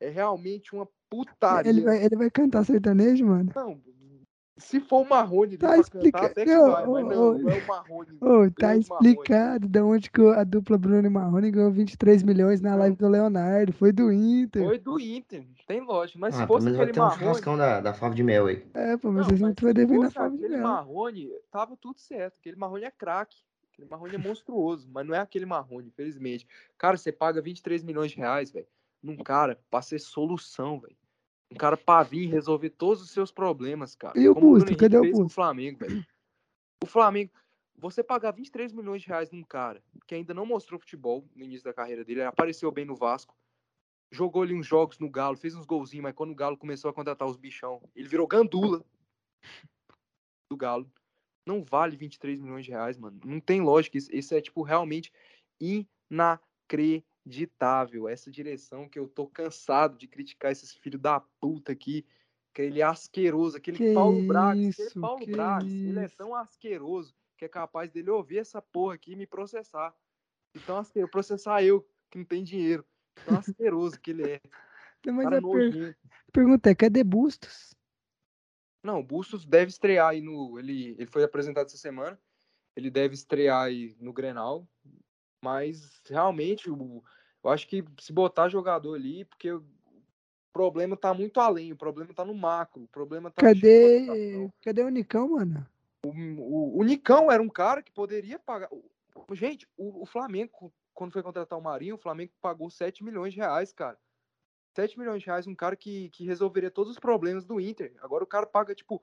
S3: É realmente uma putaria.
S1: Ele vai, ele vai cantar sertanejo, mano?
S3: Não, se for o Marrone,
S1: Tá
S3: dá pra
S1: explica-
S3: cantar até que
S1: não,
S3: vai, mas
S1: ô,
S3: não,
S1: ô.
S3: não é o Marrone.
S1: Ô, tá
S3: Marrone.
S1: explicado da onde que a dupla Bruno e Marrone ganhou 23 milhões na live do Leonardo. Foi do Inter.
S3: Foi do Inter, tem lógico. Mas
S2: ah,
S3: se
S2: pelo
S3: fosse
S2: menos vai
S3: aquele
S2: ter um
S3: Marrone,
S2: churrascão da, da Fava de Mel aí.
S1: É, pô,
S3: Não,
S1: mas vocês não
S3: mas
S1: estão
S3: se
S1: devendo a
S3: fosse
S1: fome de
S3: aquele
S1: mel.
S3: marrone, tava tudo certo. Aquele marrone é craque. Aquele marrone é monstruoso, mas não é aquele marrone, infelizmente. Cara, você paga 23 milhões de reais, velho, num cara pra ser solução, velho. Um cara pra vir resolver todos os seus problemas, cara.
S1: E o
S3: Como Bruno
S1: Busto?
S3: Henrique
S1: Cadê o
S3: fez com
S1: Busto?
S3: Flamengo, velho. O Flamengo, você pagar 23 milhões de reais num cara que ainda não mostrou futebol no início da carreira dele, ele apareceu bem no Vasco, jogou ali uns jogos no Galo, fez uns golzinhos, mas quando o Galo começou a contratar os bichão, ele virou gandula do Galo. Não vale 23 milhões de reais, mano. Não tem lógica. Isso, isso é, tipo, realmente inacreditável. Essa direção que eu tô cansado de criticar esses filhos da puta aqui. Que ele é asqueroso. Aquele
S1: Que
S3: Paulo Brax.
S1: isso,
S3: aquele Paulo
S1: que
S3: Brax. Ele é
S1: isso.
S3: tão asqueroso que é capaz dele ouvir essa porra aqui e me processar. Então, asqueroso. Processar eu, que não tem dinheiro. Tão asqueroso que ele é.
S1: Não, Mas
S3: Cara
S1: a per-
S3: nojento.
S1: pergunta é, cadê Bustos?
S3: Não, o Bustos deve estrear aí no. Ele, ele foi apresentado essa semana. Ele deve estrear aí no Grenal. Mas realmente, o, eu acho que se botar jogador ali, porque o problema tá muito além, o problema tá no macro, o problema tá. na
S1: Cadê,
S3: contratação.
S1: cadê o Nicão, mano?
S3: O, o Nicão era um cara que poderia pagar. o- o- Gente, o, o Flamengo, quando foi contratar o Marinho, o Flamengo pagou 7 milhões de reais, cara. 7 milhões de reais, um cara que, que resolveria todos os problemas do Inter. Agora o cara paga, tipo,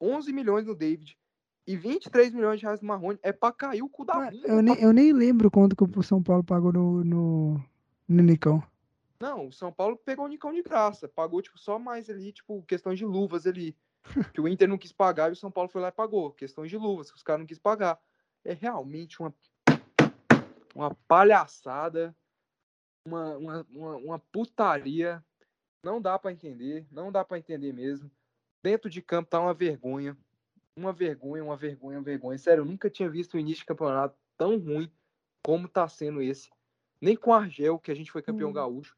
S3: 11 milhões no David e 23 milhões de reais no Marrone. É pra cair o cu da
S1: Mas
S3: bunda. é
S1: Eu nem, eu nem lembro quanto que o São Paulo pagou no, no, no Nicão.
S3: Não, o São Paulo pegou o Nicão de graça. Pagou, tipo, só mais ali, tipo, questão de luvas ali. que o Inter não quis pagar e o São Paulo foi lá e pagou. Questão de luvas, que os caras não quis pagar. É realmente uma, uma palhaçada, uma, uma, uma, uma putaria. Não dá pra entender, não dá pra entender mesmo. Dentro de campo tá uma vergonha. Uma vergonha, uma vergonha, uma vergonha. Sério, eu nunca tinha visto o início de campeonato tão ruim como tá sendo esse. Nem com o Argel, que a gente foi campeão
S1: Hum.
S3: gaúcho.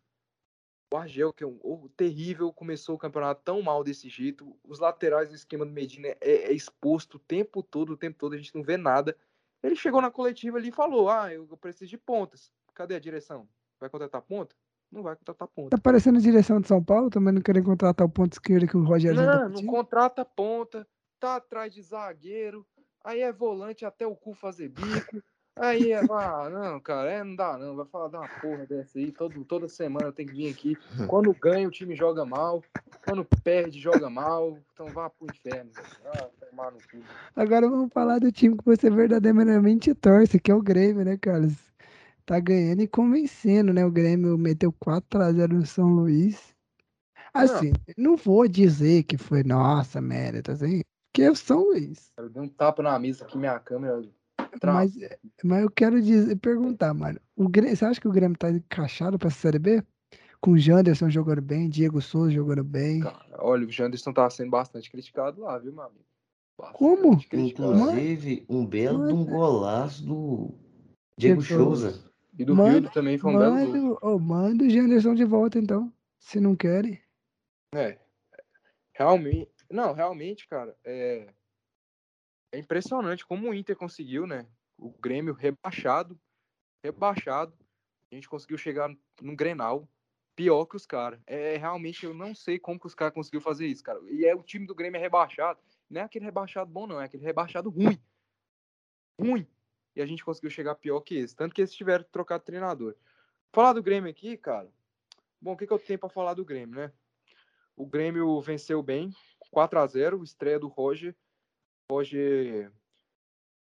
S3: O Argel, que é um oh, terrível, começou o campeonato tão mal desse jeito. Os laterais do esquema do Medina é, é exposto o tempo todo, o tempo todo, a gente não vê nada. Ele chegou na coletiva ali e falou: Ah, eu preciso de pontas. Cadê a direção? Vai contratar ponta? Não vai contratar ponta.
S1: Tá parecendo a direção de São Paulo, também não querendo contratar o ponto esquerdo que o Rogério já tá
S3: Não, não
S1: pedindo?
S3: contrata ponta, tá atrás de zagueiro, aí é volante até o cu fazer bico. Aí é, ah, não, cara, é, não dá não, vai falar dar uma porra dessa aí, todo, toda semana tem que vir aqui. Quando ganha, o time joga mal, quando perde, joga mal, então vá pro inferno. velho. Ah, tomar no cu.
S1: Agora vamos falar do time que você verdadeiramente torce, que é o Grêmio, né, Carlos? Tá ganhando e convencendo, né? O Grêmio meteu 4x0 no São Luís. Assim, não vou dizer que foi nossa mérito, assim, porque eu sou Luiz.
S3: Cara, eu dei um tapa na mesa aqui, minha câmera. trava.
S1: Mas, eh, mas eu quero dizer, perguntar, mano. O Grêmio, você acha que o Grêmio tá encaixado pra Série B? Com o Janderson jogando bem, Diego Souza jogando bem.
S3: Cara, olha, o Janderson tá sendo bastante criticado lá, viu, meu amigo? Bastante
S1: Como?
S3: criticado.
S2: Inclusive, um belo de um golaço do
S1: Diego
S2: Diego Souza.
S3: E do
S1: Mano,
S3: Billy também foi um belo gol.
S1: Manda, oh, manda o Janderson de volta, então. Se não querem.
S3: É. Realmente. Não, realmente, cara, é. É impressionante como o Inter conseguiu, né? O Grêmio rebaixado. Rebaixado. A gente conseguiu chegar no Grenal. Pior que os caras. É realmente, eu não sei como que os caras conseguiu fazer isso, cara. E é o time do Grêmio é rebaixado. Não é aquele rebaixado bom, não. É aquele rebaixado ruim. Ruim. E a gente conseguiu chegar pior que esse. Tanto que eles tiveram que trocar de treinador. Falar do Grêmio aqui, cara. Bom, o que, que eu tenho pra falar do Grêmio, né? O Grêmio venceu bem, 4 a 0 estreia do Roger. Roger,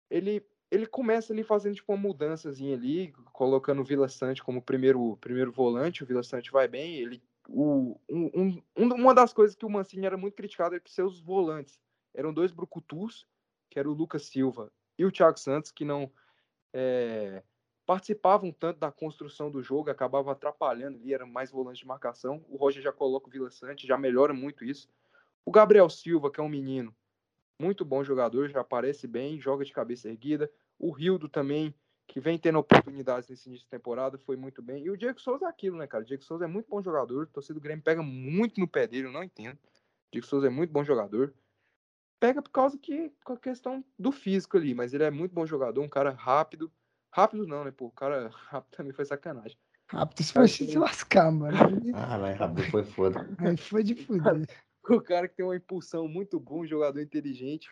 S3: ele, ele começa ali fazendo tipo uma mudançazinha ali, colocando o Vila Sante como primeiro, primeiro volante, o Vila Sante vai bem, ele o, um- um- um- uma das coisas que o Mancini era muito criticado é que seus volantes eram dois brucutus, que era o Lucas Silva e o Thiago Santos, que não é, participavam tanto da construção do jogo, acabavam atrapalhando ali, era mais volante de marcação. O Roger já coloca o Vila Sante, já melhora muito isso. O Gabriel Silva, que é um menino, muito bom jogador, já aparece bem, joga de cabeça erguida. O Rildo também, que vem tendo oportunidades nesse início de temporada, foi muito bem. E o Diego Souza é aquilo, né, cara? O Diego Souza é muito bom jogador, o torcedor do Grêmio pega muito no pé dele, eu não entendo. O Diego Souza é muito bom jogador. Pega por causa que, com a questão do físico ali, mas ele é muito bom jogador, um cara rápido. Rápido não, né, pô? O cara rápido também foi sacanagem.
S1: Rápido, se fosse se lascar, mano.
S2: Ah, vai, Rabu, foi foda.
S1: Aí foi de fuder.
S3: O cara que tem uma impulsão muito boa, um jogador inteligente.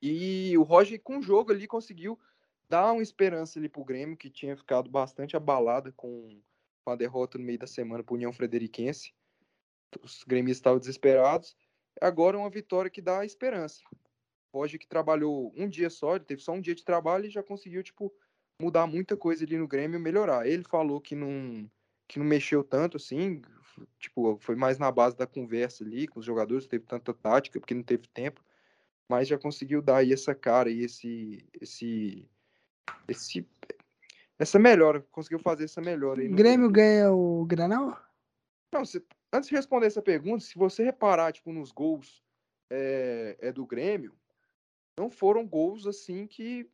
S3: E o Roger, com o jogo ali, conseguiu dar uma esperança ali pro Grêmio, que tinha ficado bastante abalada com com a derrota no meio da semana pro União Frederiquense. Os gremistas estavam desesperados. Agora é uma vitória que dá esperança. O Roger que trabalhou um dia só, ele teve só um dia de trabalho e já conseguiu, tipo, mudar muita coisa ali no Grêmio e melhorar. Ele falou que não, que não mexeu tanto, assim, tipo, foi mais na base da conversa ali com os jogadores, não teve tanta tática, porque não teve tempo, mas já conseguiu dar aí essa cara e esse esse esse essa melhora, conseguiu fazer essa melhora aí.
S1: O
S3: no
S1: Grêmio ganha o É, Granal?
S3: Não, se- antes de responder essa pergunta, se você reparar, tipo, nos gols é, é do Grêmio, não foram gols assim que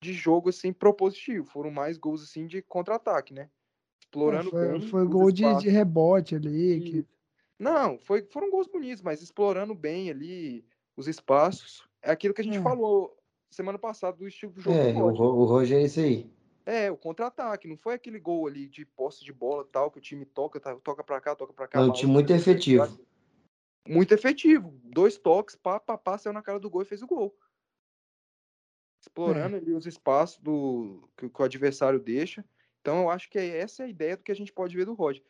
S3: de jogo assim propositivo, foram mais gols assim de contra-ataque, né? Explorando
S1: É, foi,
S3: bem
S1: foi
S3: os
S1: gol de,
S3: espaços.
S1: de rebote ali.
S3: E-
S1: que-
S3: Não, foi, foram gols bonitos, mas explorando bem ali os espaços. É aquilo que a gente
S1: É.
S3: falou semana passada do estilo do jogo.
S2: É,
S3: do
S2: o,
S3: Roger.
S2: Ro- o Roger é isso aí.
S3: É, o contra-ataque. Não foi aquele gol ali de posse de bola tal, que o time toca, tá- toca pra cá, toca pra cá.
S2: É um
S3: balança,
S2: time muito
S3: toca pra cá.
S2: efetivo.
S3: Muito efetivo. Dois toques, pá, pá, pá, saiu na cara do gol e fez o gol. Explorando ali os espaços do, que, que o adversário deixa. Então eu acho que é, essa é a ideia do que a gente pode ver do Roger.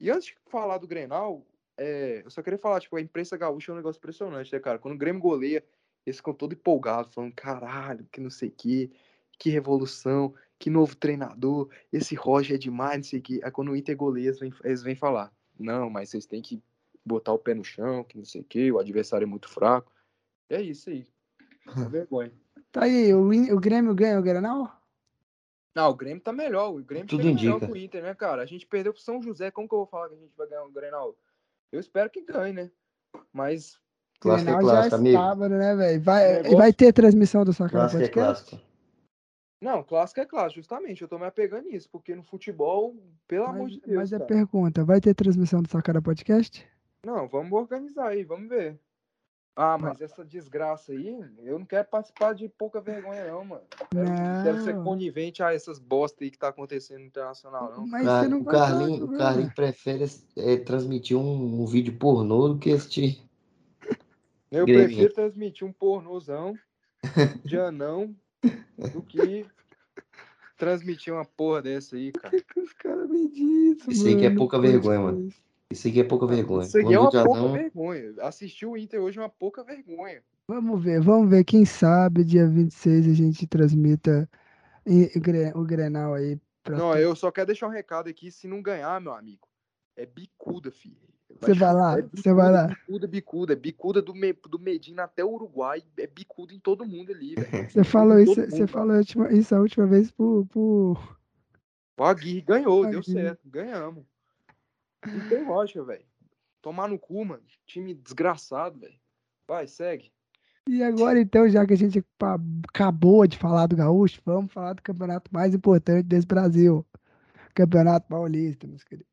S3: E antes de falar do Grenal, é, eu só queria falar, tipo, a imprensa gaúcha é um negócio impressionante, né, cara? Quando o Grêmio goleia, eles ficam todo empolgados, falando, caralho, que não sei o quê, que revolução, que novo treinador, esse Roger é demais, não sei o quê. Aí quando o Inter goleia, eles vêm, eles vêm falar, não, mas vocês têm que botar o pé no chão, que não sei o quê, o adversário é muito fraco. É isso aí. Uma vergonha.
S1: Tá aí, o, In- o Grêmio ganha o Granal?
S3: Não, o Grêmio tá melhor. O Grêmio
S2: Tudo
S3: chega melhor
S2: indica.
S3: que o Inter, né, cara? A gente perdeu pro São José. Como que eu vou falar que a gente vai ganhar o Grenal? Eu espero que ganhe, né? Mas
S2: Clássico é
S1: Grenal
S2: clássico,
S1: já é
S2: amigo.
S1: sábado, né, velho? Vai,
S3: Negócio-
S1: vai ter transmissão do Sua Cara
S2: Clássico é
S1: Podcast?
S2: clássico.
S3: Não, clássico é clássico, justamente. Eu tô me apegando nisso, porque no futebol, pelo amor
S1: Mas, é
S3: de Deus.
S1: mas a
S3: cara.
S1: pergunta, vai ter transmissão do Sua Cara Podcast?
S3: Não, vamos organizar aí, vamos ver. Ah, mas essa desgraça aí, eu não quero participar de pouca vergonha, não, mano. Quero, quero ser
S1: Não.
S3: conivente a essas bosta aí que tá acontecendo no internacional, não.
S1: Mas
S2: Car-
S1: você não
S2: o
S1: vai né? estar
S2: Carlinho, o
S1: jogando.
S2: Carlinho prefere é, transmitir um, um vídeo pornô do que assistir.
S3: Eu
S2: Grêmio.
S3: prefiro transmitir um pornozão de anão do que transmitir uma porra dessa aí, cara.
S1: que os caras me dizem,
S2: Isso aí que é
S1: mano?
S2: pouca
S1: Pode
S2: vergonha,
S1: ser.
S2: mano. Isso aqui é pouca
S1: Ah,
S2: vergonha. então.
S3: Isso aqui é uma
S2: Quando o
S3: pouca
S2: Jadão-
S3: vergonha. Assistir o Inter hoje é uma pouca vergonha.
S1: Vamos ver, vamos ver. Quem sabe dia 26 a gente transmita em- o Gre- o Grenal aí. Pra
S3: Não,
S1: todo-
S3: eu só quero deixar um recado aqui. Se não ganhar, meu amigo, é bicuda, filho.
S1: Você vai lá, você vai lá.
S3: Bicuda, bicuda, bicuda do, Me- do Medina até o Uruguai, é bicuda em todo mundo ali, velho.
S1: Você falou isso,
S3: Todo mundo,
S1: você
S3: cara.
S1: falou a última- isso a última vez pro, pro...
S3: O Aguirre ganhou, deu
S1: Aguirre.
S3: certo, ganhamos. Não tem lógica, velho. Tomar no cu, mano. Time desgraçado, velho. Vai, segue.
S1: E agora, então, já que a gente pa- acabou de falar do Gaúcho, vamos falar do campeonato mais importante desse Brasil. Campeonato Paulista, meus queridos.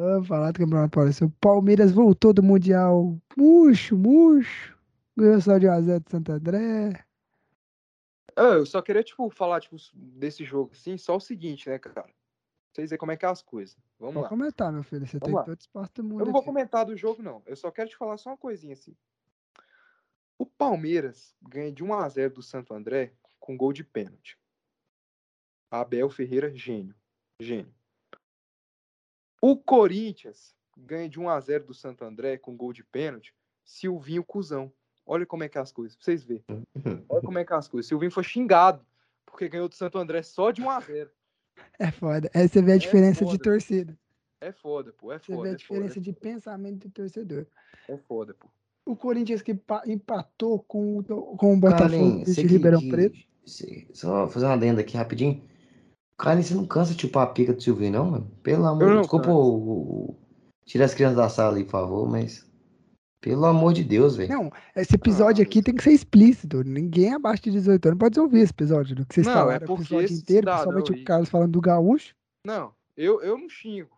S1: Vamos falar do Campeonato Paulista. O Palmeiras voltou do Mundial murcho, murcho. Ganhou só de 1x0 de Santo André.
S3: Ah, eu só queria, tipo, falar, tipo, desse jogo, assim, só o seguinte, né, cara? Pra vocês verem como é que é as coisas. Vamos
S1: Vou
S3: lá.
S1: comentar, meu filho. Você tem
S3: Vamos lá.
S1: todo espaço do mundo.
S3: Eu não vou
S1: aqui.
S3: comentar do jogo, não. Eu só quero te falar só uma coisinha assim. O Palmeiras ganha de 1 a 0 do Santo André com gol de pênalti. Abel Ferreira, gênio. Gênio. O Corinthians ganha de 1 a 0 do Santo André com gol de pênalti. Silvinho, cuzão. Olha como é que é as coisas, pra vocês verem.
S2: Hum.
S3: Olha como é que é as coisas. Silvinho foi xingado porque ganhou do Santo André só de 1 a 0
S1: É foda. Aí você vê a diferença de
S3: foda.
S1: torcida.
S3: É foda, pô. É
S1: Você vê
S3: foda.
S1: a
S3: É foda,
S1: diferença de pensamento do torcedor.
S3: é foda pô.
S1: O Corinthians que pa- empatou com, o- com o Botafogo
S2: Carlinhos,
S1: tá de
S2: você que-
S1: Ribeirão
S2: que-
S1: Preto.
S2: você- só fazer uma adenda aqui rapidinho. Carlinhos, você não cansa de chupar a pica do Silvinho, não, mano? Pelo amor
S3: Eu não
S2: Desculpa,
S3: canso.
S2: o- o- tira as crianças da sala aí, por favor, mas. Pelo amor de Deus, velho.
S1: Não, esse episódio
S3: Ah,
S1: aqui tem que ser explícito. Ninguém abaixo de 18 anos pode ouvir esse episódio. Do que vocês
S3: Não,
S1: falaram
S3: é
S1: o
S3: porque
S1: episódio
S3: esse
S1: inteiro,
S3: cidadão
S1: principalmente
S3: aí-
S1: o Carlos falando do gaúcho.
S3: Não, eu, eu não xingo.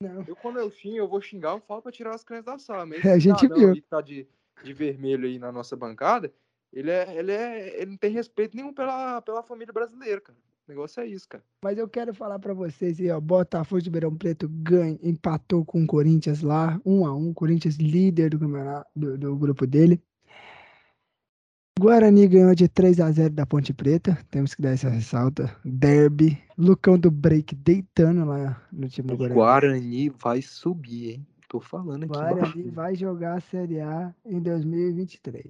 S1: Não.
S3: Eu, quando eu xingo, eu vou xingar, eu falo pra tirar as crianças da sala.
S1: É,
S3: Mas
S1: a gente
S3: cidadão
S1: viu.
S3: aí que tá de, de vermelho aí na nossa bancada, ele, é, ele, é, ele não tem respeito nenhum pela, pela família brasileira, cara. O negócio é isso, cara.
S1: Mas eu quero falar pra vocês aí, ó, Botafogo de Ribeirão Preto ganha, empatou com o Corinthians lá, um a um, Corinthians líder do, campeonato, do, do grupo dele. Guarani ganhou de 3 a 0 da Ponte Preta, temos que dar essa ressalta. Derby, Lucão do Break deitando lá no time do Guarani.
S3: Guarani vai subir, hein? Tô falando
S1: Guarani vai jogar a Série A em 2023.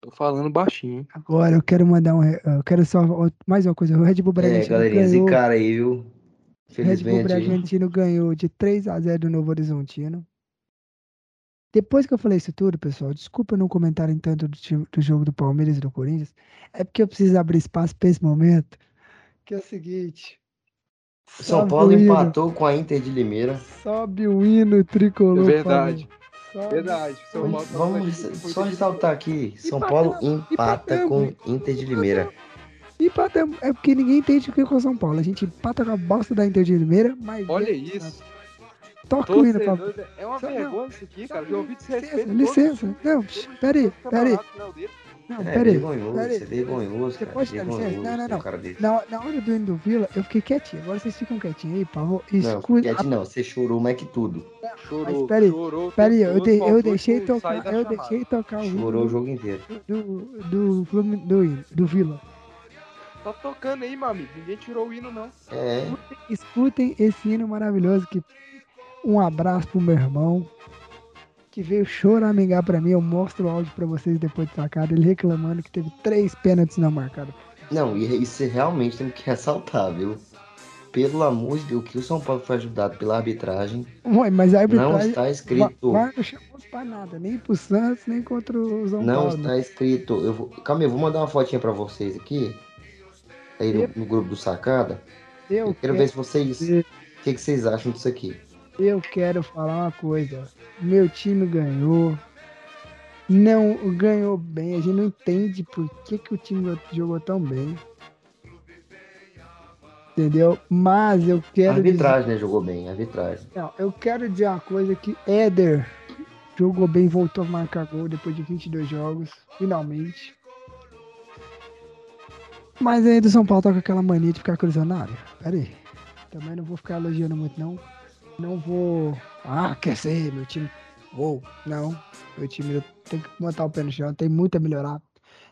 S3: Tô falando baixinho, hein?
S1: Agora eu quero mandar um. re- Eu quero só mais uma coisa. O Red Bull
S2: É,
S1: Bragantino
S2: galerinha, esse
S1: ganhou.
S2: cara aí, viu?
S1: o Red Bull
S2: Felizmente.
S1: Bragantino ganhou de 3 a 0 do Novo Horizontino. Depois que eu falei isso tudo, pessoal, desculpa não comentarem tanto do, time- do jogo do Palmeiras e do Corinthians. É porque eu preciso abrir espaço pra esse momento. Que é o seguinte.
S2: o São
S1: sobe
S2: Paulo
S1: o hino,
S2: empatou com a Inter de Limeira.
S1: Sobe o hino tricolor.
S3: É Verdade.
S1: Palmeiras. Sobe-
S3: Verdade. São Paulo tá
S2: Vamos
S3: saindo
S2: res-
S3: muito
S2: só
S3: de-
S2: ressaltar aqui: São Paulo empata com
S1: empatamos.
S2: Inter de Limeira.
S1: Empatamos. É porque ninguém entende o que é com o São Paulo. A gente empata com a bosta da Inter de Limeira, mas é,
S3: Olha isso.
S1: toca o hino, Pablo.
S3: Torcedor, é
S1: Tá
S3: uma
S1: Só- não.
S3: vergonha isso aqui, cara. Eu ouvi
S1: Licença,
S3: desrespeito.
S1: licença. Não, psh, peraí, peraí.
S3: tá né,
S1: Não,
S2: É
S1: peraí.
S2: vergonhoso,
S1: peraí.
S2: é vergonhoso,
S1: Você
S2: cara.
S1: pode dar licença?
S2: vergonhoso
S1: Não, não,
S2: ter um
S1: não.
S2: cara desse.
S1: Na, na hora do hino do Vila, eu fiquei quietinho. Agora vocês ficam quietinhos aí, por favor.
S2: Não,
S1: Escuta.
S2: Fiat não, você chorou mais que tudo.
S3: Chorou,
S1: peraí,
S3: chorou.
S1: Ah, Peraí, eu, dei- eu
S3: faltou
S1: deixei
S3: expulso, saí
S1: tocar,
S3: da
S1: eu
S3: chamada.
S1: deixei tocar o
S2: Chorou o
S1: hino
S2: jogo inteiro.
S1: do, do, do, Flumin- do, hino, do Vila.
S3: Tá tocando aí, meu amigo. Ninguém tirou o hino, não.
S2: É,
S1: Escutem esse hino maravilhoso que um abraço pro meu irmão que veio choramingar pra mim. Eu mostro o áudio pra vocês depois de sacada. Ele reclamando que teve três pênaltis não marcados.
S2: não, e é, isso realmente tem que ressaltar, viu? Pelo amor de Deus, que o São Paulo foi ajudado pela arbitragem.
S1: Ué, mas a
S2: Não
S1: arbitragem
S2: está escrito.
S1: Mas não chamou pra nada, nem pro Santos, nem contra o São
S2: Não
S1: Paulo. né?
S2: está escrito. Eu vou... Calma aí, eu vou mandar uma fotinha pra vocês aqui. Aí no, no grupo do Sacada.
S1: Eu,
S2: Eu quero
S1: quero,
S2: ver se vocês. O que, que vocês acham disso aqui?
S1: eu quero falar uma coisa. Meu time ganhou. Não ganhou bem. A gente não entende por que, que o time jogou tão bem. Entendeu? Mas eu quero.
S2: arbitragem, né? Jogou bem, arbitragem.
S1: Dizer, não, eu quero dizer uma coisa que Éder jogou bem, voltou a marcar gol depois de 22 jogos, finalmente. Mas ainda o São Paulo tá com aquela mania de ficar cruzando na área. Pera aí. Também não vou ficar elogiando muito, não. Não vou. Ah, quer ser, meu time. Ou, não. Meu time tem que botar o pé no chão, tem muito a melhorar.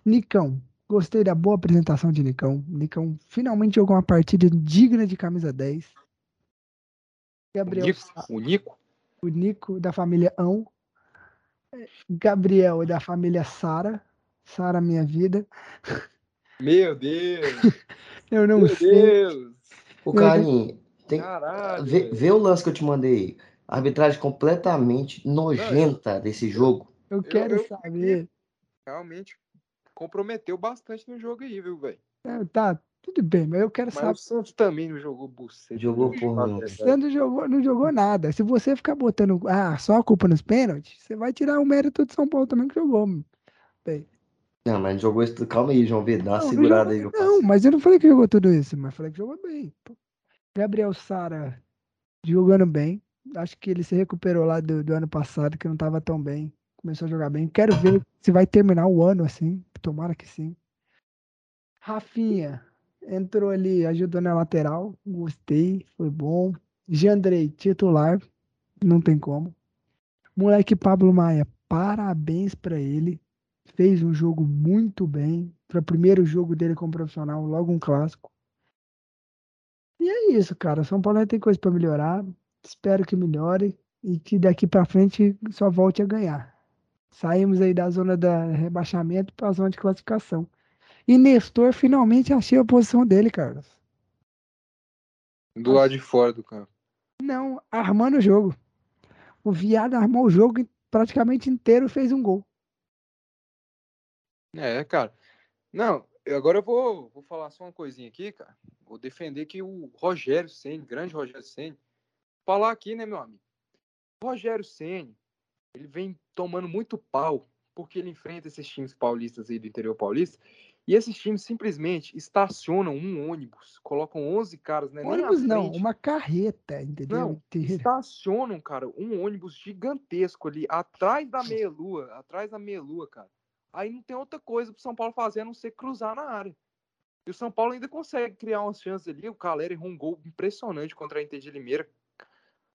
S1: Nicão. Gostei da boa apresentação de Nicão. Nicão finalmente jogou uma partida digna de camisa 10.
S3: O
S1: Gabriel Sa-
S3: Nico, o Nico?
S1: o Nico da família Ão, Gabriel da família Sara, Sara minha vida.
S3: Meu Deus!
S1: Eu não
S3: Meu
S1: sei.
S3: Deus!
S2: Ô,
S1: Meu Deus.
S2: Carinho, tem...
S3: Caralho!
S2: vê,
S3: velho.
S2: vê o lance que eu te mandei. A arbitragem completamente nojenta desse jogo.
S1: Eu quero
S3: eu-
S1: saber.
S3: Realmente comprometeu bastante no jogo aí, viu, velho?
S1: É, Tá, tudo bem, mas eu quero
S3: Mas é o
S1: saber.
S3: Santos também não jogou buceta. né?
S2: Jogou porra
S3: Fala a
S2: nenhuma.
S1: O
S3: verdade.
S1: Santos jogou, não jogou nada. Se você ficar botando ah, só a culpa nos pênaltis, você vai tirar o mérito de São Paulo também que jogou. mano.
S2: Não, mas jogou isso. Calma aí, João Vitor. Dá uma
S1: Não, não
S2: segurada aí,
S1: jogou-
S2: meu
S1: Não,
S2: parceiro.
S1: mas eu não falei que jogou tudo isso, mas falei que jogou bem. pô. Gabriel Sara jogando bem. Acho que ele se recuperou lá do, do ano passado, que não tava tão bem. Começou a jogar bem. Quero ver se vai terminar o ano assim. Tomara que sim. Rafinha entrou ali, ajudou na lateral. Gostei, foi bom. Jandrei, titular. Não tem como. Moleque Pablo Maia, parabéns pra ele. Fez um jogo muito bem. Para o primeiro jogo dele como profissional, logo um clássico. E é isso, cara. São Paulo ainda tem coisa pra melhorar. Espero que melhore e que daqui pra frente só volte a ganhar. Saímos aí da zona da rebaixamento pra zona de classificação. E Nestor finalmente achei a posição dele, Carlos.
S3: Do lado de fora do campo.
S1: Não, armando o jogo. O viado armou o jogo e praticamente inteiro e fez um gol.
S3: É, cara. Não, eu- agora eu vou, vou falar só uma coisinha aqui, cara. Vou defender que o Rogério Ceni, grande Rogério Ceni, falar aqui, né, meu amigo? O Rogério Ceni, ele vem tomando muito pau, porque ele enfrenta esses times paulistas aí do interior paulista, e esses times simplesmente estacionam um ônibus, colocam 11 caras, né? nem na
S1: Ônibus não,
S3: frente.
S1: uma carreta, entendeu?
S3: Não,
S1: Inteira.
S3: estacionam, cara, um ônibus gigantesco ali, atrás da meia-lua, atrás da meia-lua, cara. Aí não tem outra coisa pro São Paulo fazer a não ser cruzar na área. E o São Paulo ainda consegue criar umas chances ali. O Calera errou um gol impressionante contra a Inter de Limeira.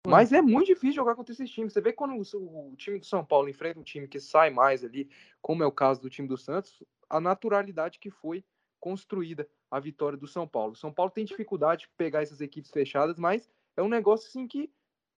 S3: Mas é muito difícil jogar contra esses times. Você vê quando o, o time do São Paulo enfrenta um time que sai mais ali, como é o caso do time do Santos, a naturalidade que foi construída a vitória do São Paulo. O São Paulo tem dificuldade de pegar essas equipes fechadas, mas é um negócio assim que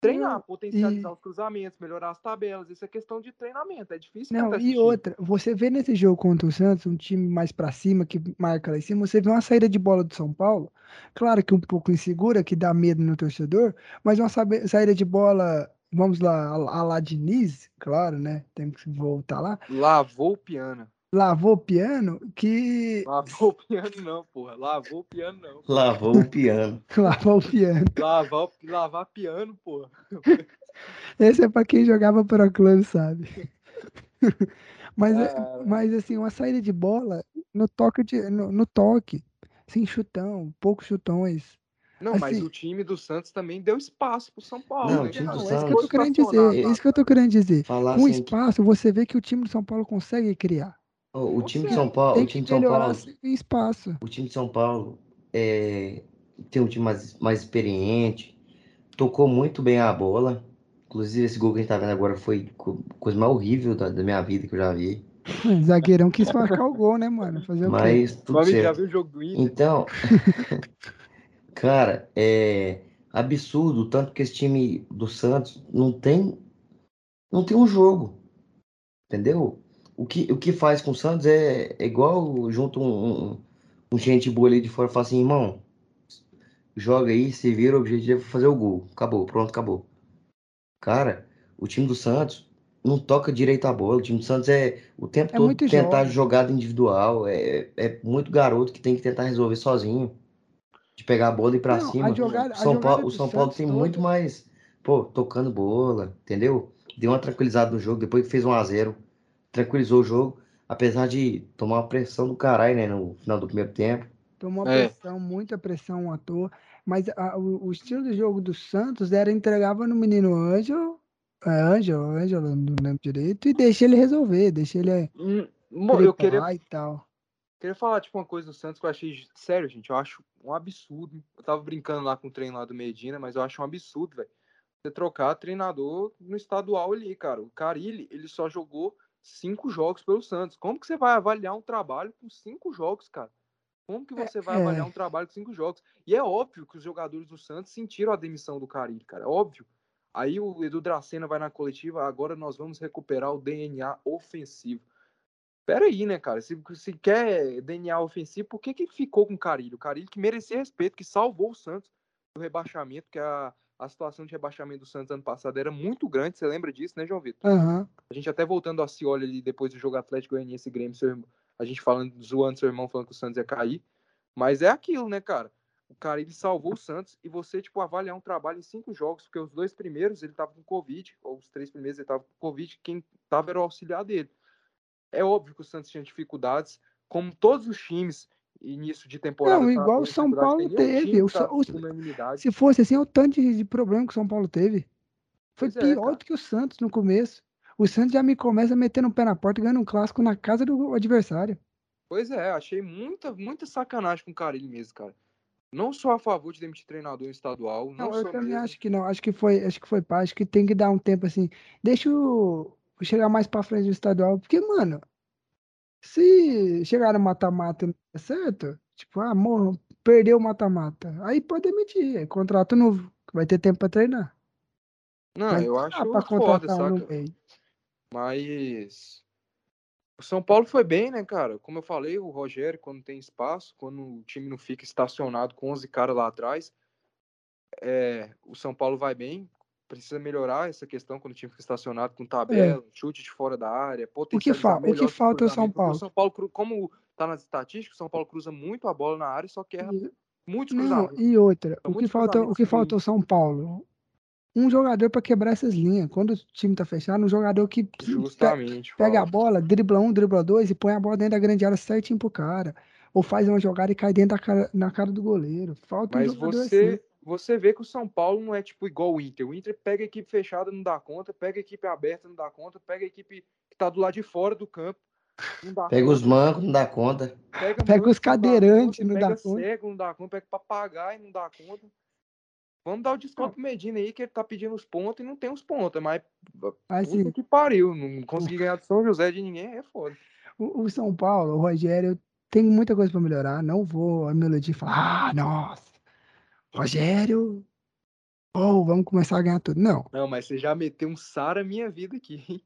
S3: treinar, potencializar os cruzamentos, melhorar as tabelas, isso é questão de treinamento, é difícil.
S1: Não,
S3: contra esse
S1: e
S3: time.
S1: outra, você vê nesse jogo contra o Santos, um time mais pra cima, que marca lá em cima, você vê uma saída de bola do São Paulo, claro que um pouco insegura, que dá medo no torcedor, mas uma sabe- saída de bola, vamos lá, a a lá Diniz, claro, né, tem que voltar lá,
S3: Lavou o piano.
S1: lavou o piano, que
S3: Lavou o piano não, porra. Lavou o piano não.
S2: Lavou o piano.
S1: lavou o piano,
S3: Lavar, o- lavar piano, porra.
S1: esse é pra quem jogava para clube, sabe? Mas, é-
S3: Cara.
S1: mas assim, uma saída de bola no toque, de, no, no toque, sem chutão, poucos chutões,
S3: Não, mas
S1: Assim-
S3: o time do Santos também deu espaço pro São Paulo.
S2: Não,
S3: né,
S2: o time do
S1: Não,
S3: cara?
S1: é isso que eu
S2: Santos.
S1: tô querendo dizer. É isso que eu tô querendo dizer.
S2: Falar
S1: Com
S2: assim que-
S1: espaço, você vê que o time do São Paulo consegue criar.
S2: Ô, o time de
S3: Você
S2: São Paulo,
S1: Tem
S2: o
S1: que
S2: time de São Paulo,
S1: melhorar sem espaço.
S2: o time de São Paulo é, tem um time mais, mais experiente, tocou muito bem a bola. Inclusive, esse gol que a gente tá vendo agora foi co- coisa mais horrível da, da minha vida que eu já vi.
S1: Zagueirão quis marcar o gol, né, mano? Fazer o quê?
S2: Mas
S3: Meu
S2: tudo
S3: amigo, já
S2: certo.
S3: viu o jogo do Inter?
S2: Então, cara, é absurdo o tanto que esse time do Santos não tem não tem um jogo. Entendeu? O que, o que faz com o Santos é, é igual junto um, um, um gente boa ali de fora e fala assim, irmão, joga aí, se vira, o objetivo é fazer o gol. Acabou, pronto, acabou. Cara, o time do Santos não toca direito a bola. O time do Santos é o tempo
S1: É
S2: todo
S1: muito
S2: tentar
S1: jovem.
S2: jogada individual. É, é muito garoto que tem que tentar resolver sozinho. De pegar a bola e ir pra
S1: Não, a
S2: cima.
S1: jogada- a
S2: o São
S1: jogada
S2: Paulo,
S1: do
S2: o São Paulo
S1: Santos
S2: tem
S1: toda-
S2: muito mais, pô, tocando bola, entendeu? Deu uma tranquilizada no jogo, depois que fez 1x0, tranquilizou o jogo, apesar de tomar uma pressão do caralho, né, no final do primeiro tempo.
S1: Tomou
S3: É.
S1: pressão, muita pressão à toa. Mas a- o, o estilo do jogo do Santos era entregava no menino Ângelo, é, Ângelo, Ângelo, não lembro direito, e deixa ele resolver, deixa ele é,
S3: Hum, mo- eu queria
S1: driblar e tal.
S3: Queria falar, tipo, uma coisa do Santos que eu achei. Sério, gente, eu acho um absurdo. Eu tava brincando lá com o treino lá do Medina, mas eu acho um absurdo, velho. Você trocar treinador no estadual ali, cara. O Carilli, ele só jogou cinco jogos pelo Santos. Como que você vai avaliar um trabalho com cinco jogos, cara? Como que você vai
S1: é.
S3: avaliar um trabalho com cinco jogos? E é óbvio que os jogadores do Santos sentiram a demissão do Carilli, cara. É óbvio. Aí o Edu Dracena vai na coletiva, agora nós vamos recuperar o DNA ofensivo. Pera aí, né, cara? Se, se quer DNA ofensivo, por que, que ficou com o Carilho? O Carilho que merecia respeito, que salvou o Santos do rebaixamento, que a a situação de rebaixamento do Santos ano passado era muito grande, você lembra disso, né, João Vitor?
S1: Aham.
S3: A gente até voltando a se olha ali depois do jogo Atlético Goianiense e Grêmio, seu irmão- a gente falando, zoando seu irmão, falando que o Santos ia cair. Mas é aquilo, né, cara? O cara, ele salvou o Santos e você, tipo, avaliar um trabalho em cinco jogos, porque os dois primeiros ele tava com Covid, ou os três primeiros ele tava com Covid, quem tava era o auxiliar dele. É óbvio que o Santos tinha dificuldades, como todos os times início de temporada.
S1: Não,
S3: tá?
S1: igual
S3: Tem
S1: o São
S3: dificuldade,
S1: Paulo
S3: tem nenhum
S1: teve,
S3: time
S1: o
S3: tá
S1: Sa- o-
S3: com unanimidade.
S1: Se fosse assim, olha o tanto de, de problema que o São Paulo teve. Foi
S3: Pois é,
S1: pior
S3: cara.
S1: do que o Santos no começo. O Santos já me começa metendo um pé na porta e ganhando um clássico na casa do adversário.
S3: Pois é, achei muita, muita sacanagem com o Carilli mesmo, cara. Não sou a favor de demitir treinador estadual, não,
S1: Não,
S3: sou
S1: eu também
S3: mesmo.
S1: acho que não. Acho que foi, acho que foi pá, acho que tem que dar um tempo assim. Deixa o chegar mais pra frente do estadual, porque mano, se chegar no mata-mata e não der certo, tipo, ah, morro, perdeu o mata-mata. Aí pode demitir, é contrato novo, que vai ter tempo pra treinar.
S3: Não,
S1: Mas
S3: Ah, eu
S1: não
S3: acho
S1: dá pra
S3: foda,
S1: contratar um no
S3: saca?
S1: meio.
S3: Mas o São Paulo foi bem, né, cara? Como eu falei, o Rogério, quando tem espaço, quando o time não fica estacionado com 11 caras lá atrás, é, o São Paulo vai bem. Precisa melhorar essa questão quando o time fica estacionado com tabela, chute de fora da área, potencializar
S1: fa- É. o que
S3: melhor os
S1: falta ao São
S3: cruzamentos, porque
S1: Paulo?
S3: O São Paulo, cru- como tá nas estatísticas, o São Paulo cruza muito a bola na área, só que erra muitos
S1: Não,
S3: cruzamentos.
S1: e outra,
S3: São
S1: o que
S3: muitos
S1: falta, o que
S3: cruzamentos
S1: falta ao São Paulo? Um jogador pra quebrar essas linhas. Quando o time tá fechado, um jogador que pe-
S3: Justamente.
S1: pega a
S3: Paulo.
S1: bola, dribla um, dribla dois e põe a bola dentro da grande área certinho pro cara. Ou faz uma jogada e cai dentro da cara, na cara do goleiro. Falta um
S3: Mas
S1: jogador assim.
S3: você, você vê que o São Paulo não é tipo igual o Inter. O Inter pega a equipe fechada, não dá conta, pega a equipe aberta, não dá conta, pega a equipe que tá do lado de fora do campo, não dá
S2: Pega
S3: conta.
S2: os mancos, não dá conta.
S3: Pega,
S1: Pega os cadeirantes, não
S3: pega
S1: dá conta.
S3: cego, não dá conta, pega papagaio, não dá conta. Vamos dar o desconto pro Medina aí, que ele tá pedindo os pontos e não tem os pontos, mas
S1: Mas,
S3: puta
S1: assim,
S3: que pariu, não consegui ganhar do São José de ninguém, é foda.
S1: o, o São Paulo, o Rogério, tem muita coisa pra melhorar. Não vou me iludir e falar, ah, nossa, Rogério, oh, vamos começar a ganhar tudo. Não,
S3: Não, mas você já meteu um Sara minha vida aqui, hein?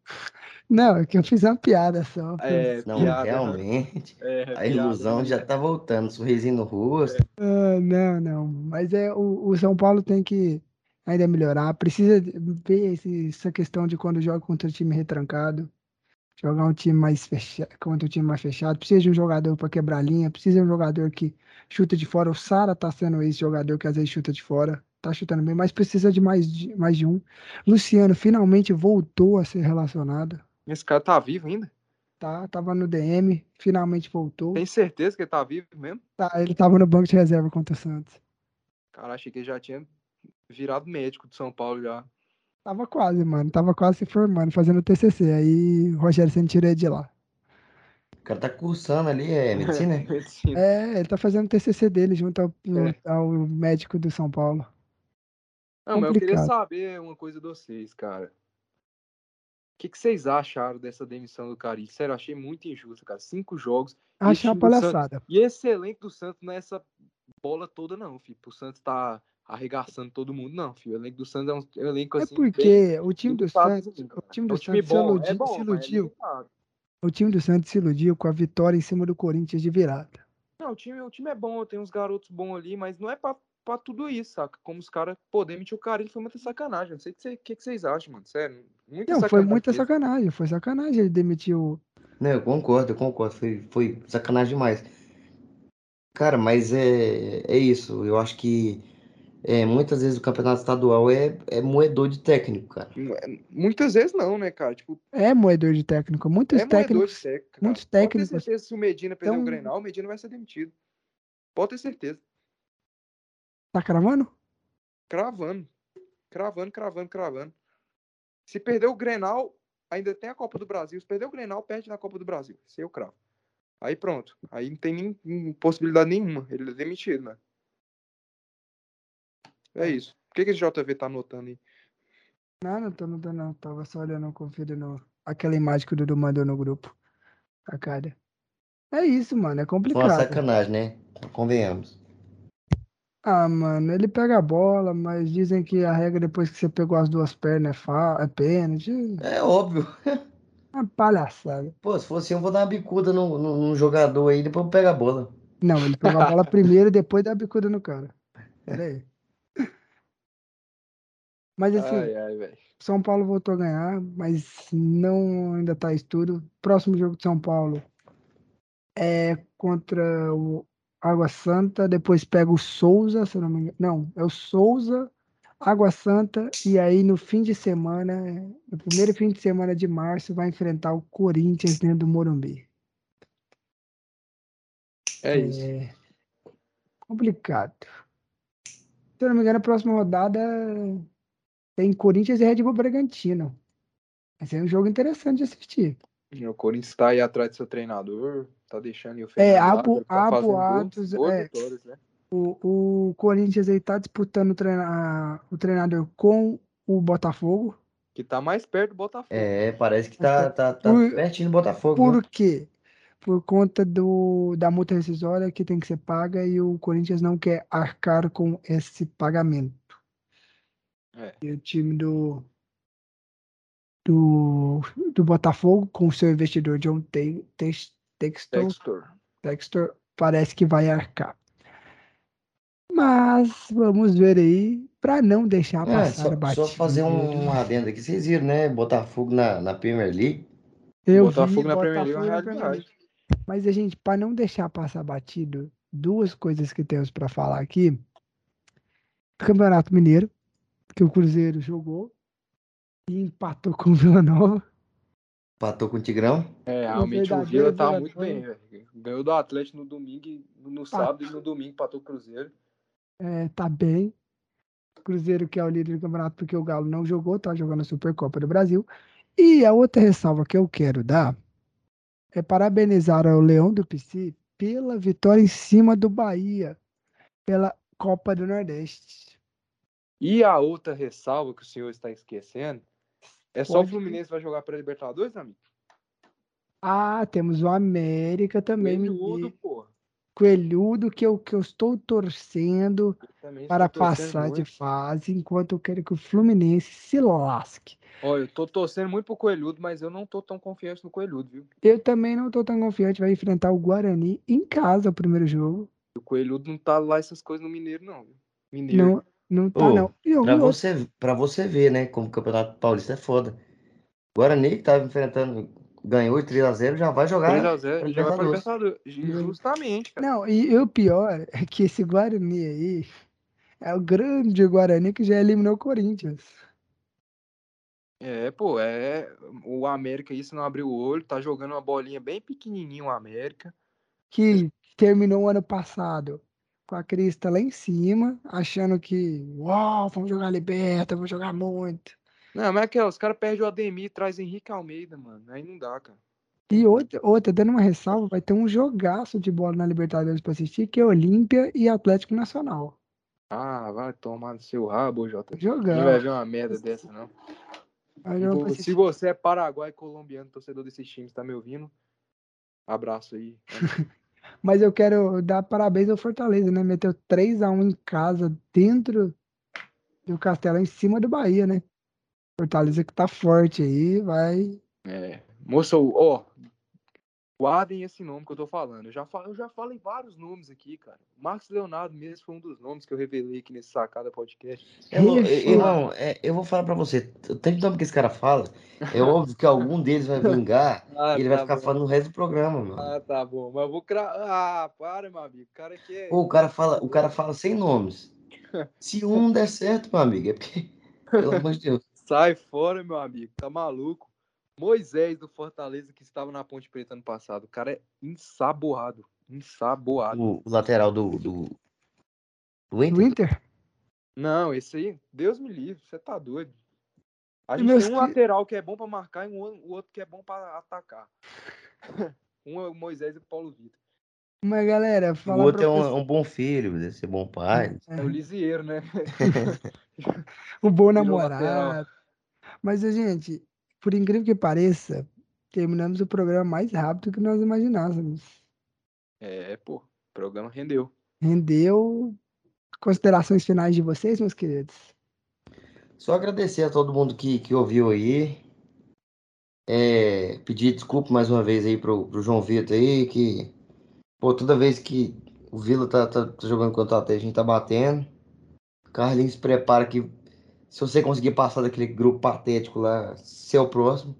S1: não, é que eu fiz uma piada só.
S3: É,
S2: Não,
S3: piada, né?
S2: realmente.
S3: É,
S2: A
S3: piada,
S2: ilusão
S3: né?
S2: já tá voltando, sorrisinho no rosto.
S1: Ah, não, não. Mas é o, o São Paulo tem que ainda melhorar. Precisa de- ver esse- essa questão de quando joga contra o time retrancado, jogar um time mais fechado, contra um time mais fechado. Precisa de um jogador para quebrar a linha, precisa de um jogador que chuta de fora. O Sara tá sendo esse jogador que às vezes chuta de fora, tá chutando bem, mas precisa de mais de, mais de um. Luciano finalmente voltou a ser relacionado,
S3: Esse cara tá vivo ainda?
S1: tá? Tava no DM, finalmente voltou.
S3: Tem certeza que ele tá vivo mesmo?
S1: Tá, ele tava no banco de reserva contra o Santos.
S3: Cara, achei que ele já tinha virado médico de São Paulo já.
S1: Tava quase, mano. Tava quase se formando, fazendo TCC. Aí o Rogério Senna tirou ele de lá.
S2: O cara tá cursando ali, é medicina?
S3: Medicina.
S1: É, ele tá fazendo TCC dele junto ao,
S3: É.
S1: ao médico do São Paulo.
S3: Não, mas eu queria
S1: é complicado.
S3: saber uma coisa de vocês, cara. O que, que vocês acharam dessa demissão do Carilho? Sério, eu achei muito injusto, cara. Cinco jogos.
S1: Achei uma
S3: time do Santos.
S1: palhaçada.
S3: E esse elenco do Santos não é essa bola toda, não, filho. O Santos tá arregaçando todo mundo, não, filho. O elenco do Santos é um um elenco
S1: É
S3: assim. bem
S1: porque o time do
S3: limitado,
S1: Santos,
S3: assim,
S1: o
S3: cara.
S1: time
S3: É um
S1: do
S3: time
S1: Santos se
S3: bom, é
S1: iludiu,
S3: bom,
S1: se
S3: mas é
S1: iludiu.
S3: limitado.
S1: O time do Santos se iludiu com a vitória em cima do Corinthians de virada.
S3: Não, o time, o time é bom, tem uns garotos bons ali, mas não é pra, pra tudo isso, saca? Como os caras, pô, demitiu o cara, ele foi muita sacanagem. Não sei o que, cê- que que vocês acham, mano. Sério, muita
S1: Não, foi
S3: sacanagem
S1: muita
S3: mesmo.
S1: sacanagem, foi sacanagem ele demitiu.
S2: Não, eu concordo, eu concordo. Foi, foi sacanagem demais. Cara, mas é, é isso. Eu acho que é, muitas vezes o campeonato estadual é, é moedor de técnico, cara.
S3: Muitas vezes não, né, cara? Tipo,
S1: É moedor de técnico. Muitos
S3: é moedor de
S1: técnicos.
S3: técnico. cara.
S1: muitos técnicos Então
S3: Pode ter certeza, se o Medina perder
S1: tão-
S3: o Grenal, o Medina vai ser demitido. Pode ter certeza.
S1: Tá cravando?
S3: Cravando. Cravando, cravando, cravando. Se perder o Grenal, ainda tem a Copa do Brasil. Se perder o Grenal, perde na Copa do Brasil. Isso aí eu cravo. Aí pronto. Aí não tem nem, nem possibilidade nenhuma. Ele é demitido, né? É isso. O que, que esse JV tá anotando aí?
S1: Não, não tô não tô não. Tava só olhando, conferindo aquela imagem que o Dudu mandou no grupo. A cara. É isso, mano. É
S2: Foi uma
S1: complicado.
S2: sacanagem, né? Convenhamos.
S1: Ah, mano, ele pega a bola, mas dizem que a regra depois que você pegou as duas pernas é, fa... é pênalti. É
S2: É óbvio.
S1: uma palhaçada.
S2: Pô, se fosse eu, vou dar uma bicuda no, no, num jogador aí, depois eu pego a bola.
S1: Não, ele pegou a bola primeiro e depois dá a bicuda no cara. Pera aí. Mas assim,
S3: Ai, ai, velho.
S1: São Paulo voltou a ganhar, mas não ainda tá isso tudo. Próximo jogo de São Paulo é contra o Água Santa, depois pega o Souza, se eu não me engano. Não, é o Souza, Água Santa, e aí no fim de semana, no primeiro fim de semana de março, vai enfrentar o Corinthians dentro do Morumbi.
S3: É isso.
S1: É complicado. Se eu não me engano, a próxima rodada tem Corinthians e Red Bull Bragantino. Esse é um jogo interessante de assistir.
S3: O Corinthians tá aí atrás do seu treinador, tá deixando aí o
S1: É, há
S3: Fernando Lázaro,
S1: bo- há
S3: tá fazendo
S1: boatos,
S3: gols, boas
S1: é.
S3: vitórias, né?
S1: O, o Corinthians aí tá disputando o, treina- o treinador com o Botafogo.
S3: Que tá mais perto do Botafogo.
S2: É, parece que tá, tá, tá
S1: Por-
S2: pertinho do Botafogo. né?
S1: Por quê? Por conta do, da multa rescisória que tem que ser paga e o Corinthians não quer arcar com esse pagamento.
S3: É.
S1: E o time do, do, do Botafogo, com o seu investidor John Te- Te- Textor,
S3: Textor.
S1: Textor parece que vai arcar. Mas vamos ver aí, para não deixar
S2: É,
S1: passar
S2: só,
S1: a
S2: só
S1: batida.
S2: fazer um, um adendo aqui. Vocês viram, né? Botafogo na, na Premier League.
S1: Eu
S3: Botafogo
S1: vi
S3: na Premier League é uma
S1: Botafogo na Premier
S3: realidade.
S1: League. Mas, eh, gente, para não deixar passar batido, duas coisas que temos para falar aqui. Campeonato Mineiro, que o Cruzeiro jogou e empatou com o Vila Nova.
S2: Patou com o Tigrão.
S3: É, realmente o
S1: verdadeiro
S3: Vila tá
S1: jogador.
S3: muito bem, velho. Ganhou do Atlético no domingo, e- no
S1: Tá.
S3: sábado e no domingo patou o Cruzeiro.
S1: É, tá bem. O Cruzeiro que é o líder do campeonato porque o Galo não jogou, tá jogando a Supercopa do Brasil. E a outra ressalva que eu quero dar é parabenizar ao Leão do PC pela vitória em cima do Bahia pela Copa do Nordeste.
S3: E a outra ressalva que o senhor está esquecendo é só
S1: Pode
S3: o Fluminense vai jogar para Libertadores, amigo?
S1: Ah, temos o América também,
S3: Menudo,
S1: Coelhudo,
S3: porra.
S1: Coelhudo que eu, que eu estou torcendo
S3: Eu também
S1: para
S3: estou torcendo
S1: passar de
S3: muito.
S1: fase, enquanto eu quero que o Fluminense se lasque.
S3: Ó, eu tô torcendo muito pro Coelhudo, mas eu não tô tão confiante no Coelhudo, viu?
S1: Eu também não tô tão confiante. Vai enfrentar o Guarani em casa o primeiro jogo.
S3: O Coelhudo não tá lá essas coisas no Mineiro, não. viu? Mineiro.
S1: Não, não tá,
S2: Ô,
S1: não. E eu,
S2: Pra
S1: eu-
S2: você, pra você ver, né? Como o Campeonato Paulista é foda. O Guarani que tava enfrentando, ganhou de 3x0, já vai jogar. né?
S3: 3x0,
S2: pra
S3: já vai pra Libertadores.
S1: é Hum.
S3: Justamente, cara.
S1: não, e, e o pior é que esse Guarani aí é o grande Guarani que já eliminou o Corinthians.
S3: É, pô, é. O América aí, se não abrir o olho, tá jogando uma bolinha bem pequenininha o América.
S1: Que terminou o ano passado com a crista lá em cima, achando que, uau, vamos jogar liberta, vamos jogar muito.
S3: Não, mas é que ó, os caras perdem o Ademir e trazem Henrique Almeida, mano. Aí não dá, cara.
S1: E outra, outra, dando uma ressalva, vai ter um jogaço de bola na Libertadores pra assistir, que é Olímpia e Atlético Nacional.
S3: Ah, vai tomar no seu rabo, ô, Jota. Não vai
S1: Jogão.
S3: ver uma merda dessa, não.
S1: Vai
S3: E
S1: jogar pra
S3: vo-
S1: assistir.
S3: se você é paraguai colombiano, torcedor desses times, tá me ouvindo? Abraço aí.
S1: Mas eu quero dar parabéns ao Fortaleza, né? Meteu 3x1 em casa, dentro do Castelo, em cima do Bahia, né? Fortaleza que tá forte aí, vai.
S3: É. Moço, ó, guardem esse nome que eu tô falando. Eu já, fa- eu já falei vários nomes aqui, cara. Marcos Leonardo mesmo foi um dos nomes que eu revelei aqui nesse Sacada Podcast.
S2: Eu, vou- eu-
S1: Isso.
S2: irmão, é, eu vou falar pra você. O tempo todo que esse cara fala, é óbvio que algum deles vai vingar
S3: Ah,
S2: e ele vai ficar falando no resto do programa, mano.
S3: Ah, tá bom. Mas eu vou cra... Ah, para, meu amigo. O cara aqui é...
S2: Pô, o cara fala, o cara fala sem nomes. Se um der certo, meu amigo, é porque. Pelo amor de Deus.
S3: Sai fora, meu amigo. Tá maluco? Moisés do Fortaleza, que estava na Ponte Preta ano passado. O cara é ensaboado. Ensaboado.
S2: O, o lateral do. Do, do
S1: O
S2: Inter.
S1: Inter?
S3: Não, esse aí, Deus me livre, você tá doido. A
S1: E
S3: gente
S1: meus
S3: tem um
S1: que-
S3: lateral que é bom pra marcar e um outro- o outro que é bom pra atacar. um é o Moisés e o Paulo Vitor.
S1: Mas, galera,
S2: O
S1: falar
S2: outro
S1: pra
S2: é um,
S1: vocês-
S2: é um bom filho, deve ser bom pai.
S3: É o Lisieiro, né?
S1: o bom
S3: Virou lateral.
S1: namorado. Mas, gente, por incrível que pareça, terminamos o programa mais rápido que nós imaginávamos.
S3: É, pô, o programa rendeu.
S1: Rendeu considerações finais de vocês, meus queridos?
S2: Só agradecer a todo mundo que, que ouviu aí. É, pedir desculpa mais uma vez aí pro, pro João Vitor aí, que. Pô, toda vez que o Vila tá, tá- tá jogando contra o Atlético, a gente tá batendo. Carlinhos prepara que Se você conseguir passar daquele grupo patético lá, você é o próximo.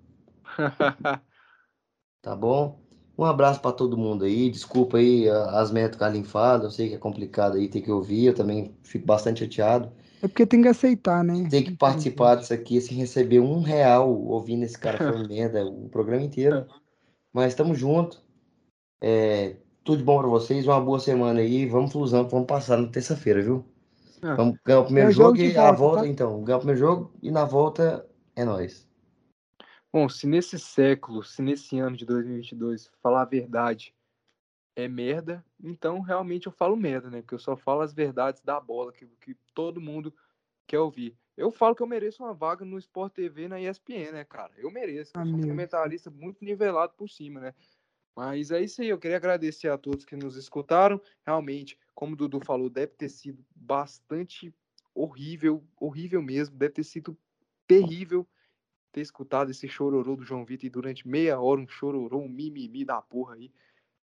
S2: tá bom? Um abraço para todo mundo aí. Desculpa aí a- as metas do Carlinhos fala. Eu sei que é complicado aí ter que ouvir. Eu também fico bastante chateado.
S1: É porque tem que aceitar, né?
S2: Ter que participar disso aqui sem receber um real ouvindo esse cara falando merda o programa inteiro. Mas tamo junto. É, tudo de bom pra vocês. Uma boa semana aí. Vamos flusão, que vamos passar na terça-feira, viu?
S3: Ah.
S2: Vamos ganhar o primeiro
S1: É o jogo
S2: jogo,
S1: de
S2: e a
S1: volta,
S2: volta,
S1: tá?
S2: então. Ganhar o primeiro jogo e na volta é nóis.
S3: Bom, se nesse século, se nesse ano de 2022, falar a verdade é merda, então realmente eu falo merda, né? Porque eu só falo as verdades da bola, que, que todo mundo quer ouvir. Eu falo que eu mereço uma vaga no Sport TV, na ESPN, né, cara? Eu mereço. Eu sou um
S1: Amigo.
S3: comentarista muito nivelado por cima, né? Mas é isso aí, eu queria agradecer a todos que nos escutaram. Realmente, como o Dudu falou, deve ter sido bastante horrível, horrível mesmo, deve ter sido terrível ter escutado esse chororô do João Vitor e durante meia hora um chororô, um mimimi da porra aí.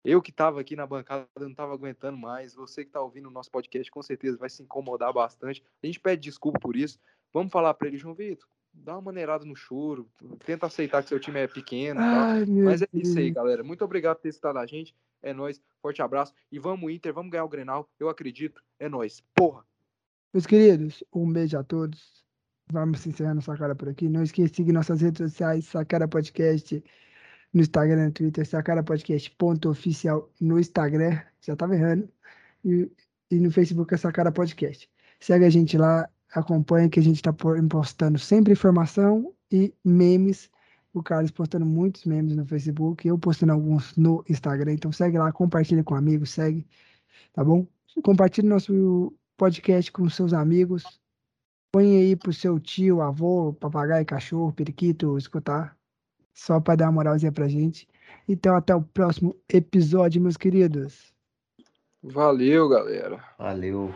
S3: Eu que tava aqui na bancada não tava aguentando mais. Você que tá ouvindo o nosso podcast com certeza vai se incomodar bastante. A gente pede desculpa por isso. Vamos falar pra ele, João Vitor, dá uma maneirada no choro, tenta aceitar que seu time é pequeno. e tal.
S1: Ai, meu
S3: Mas é
S1: Deus.
S3: isso aí, galera. Muito obrigado por ter escutado a gente. É nóis. Forte abraço. E vamos, Inter. Vamos ganhar o Grenal. Eu acredito. É nóis. Porra.
S1: Meus queridos, um beijo a todos. Vamos encerrando Sacara por aqui. Não esqueça de seguir nossas redes sociais, Sacara Podcast, no Instagram, no Twitter, sacarapodcast.oficial no Instagram, já tava errando, e, e no Facebook é Sacara Podcast. Segue a gente lá, acompanha que a gente tá por- postando sempre informação e memes. O Carlos postando muitos memes no Facebook, eu postando alguns no Instagram. Então segue lá, compartilha com amigos, segue, tá bom? Compartilha nosso podcast com seus amigos. Põe aí pro seu tio, avô, papagaio, cachorro, periquito escutar. Só pra dar uma moralzinha pra gente. Então, até o próximo episódio, meus queridos.
S3: Valeu, galera.
S2: Valeu.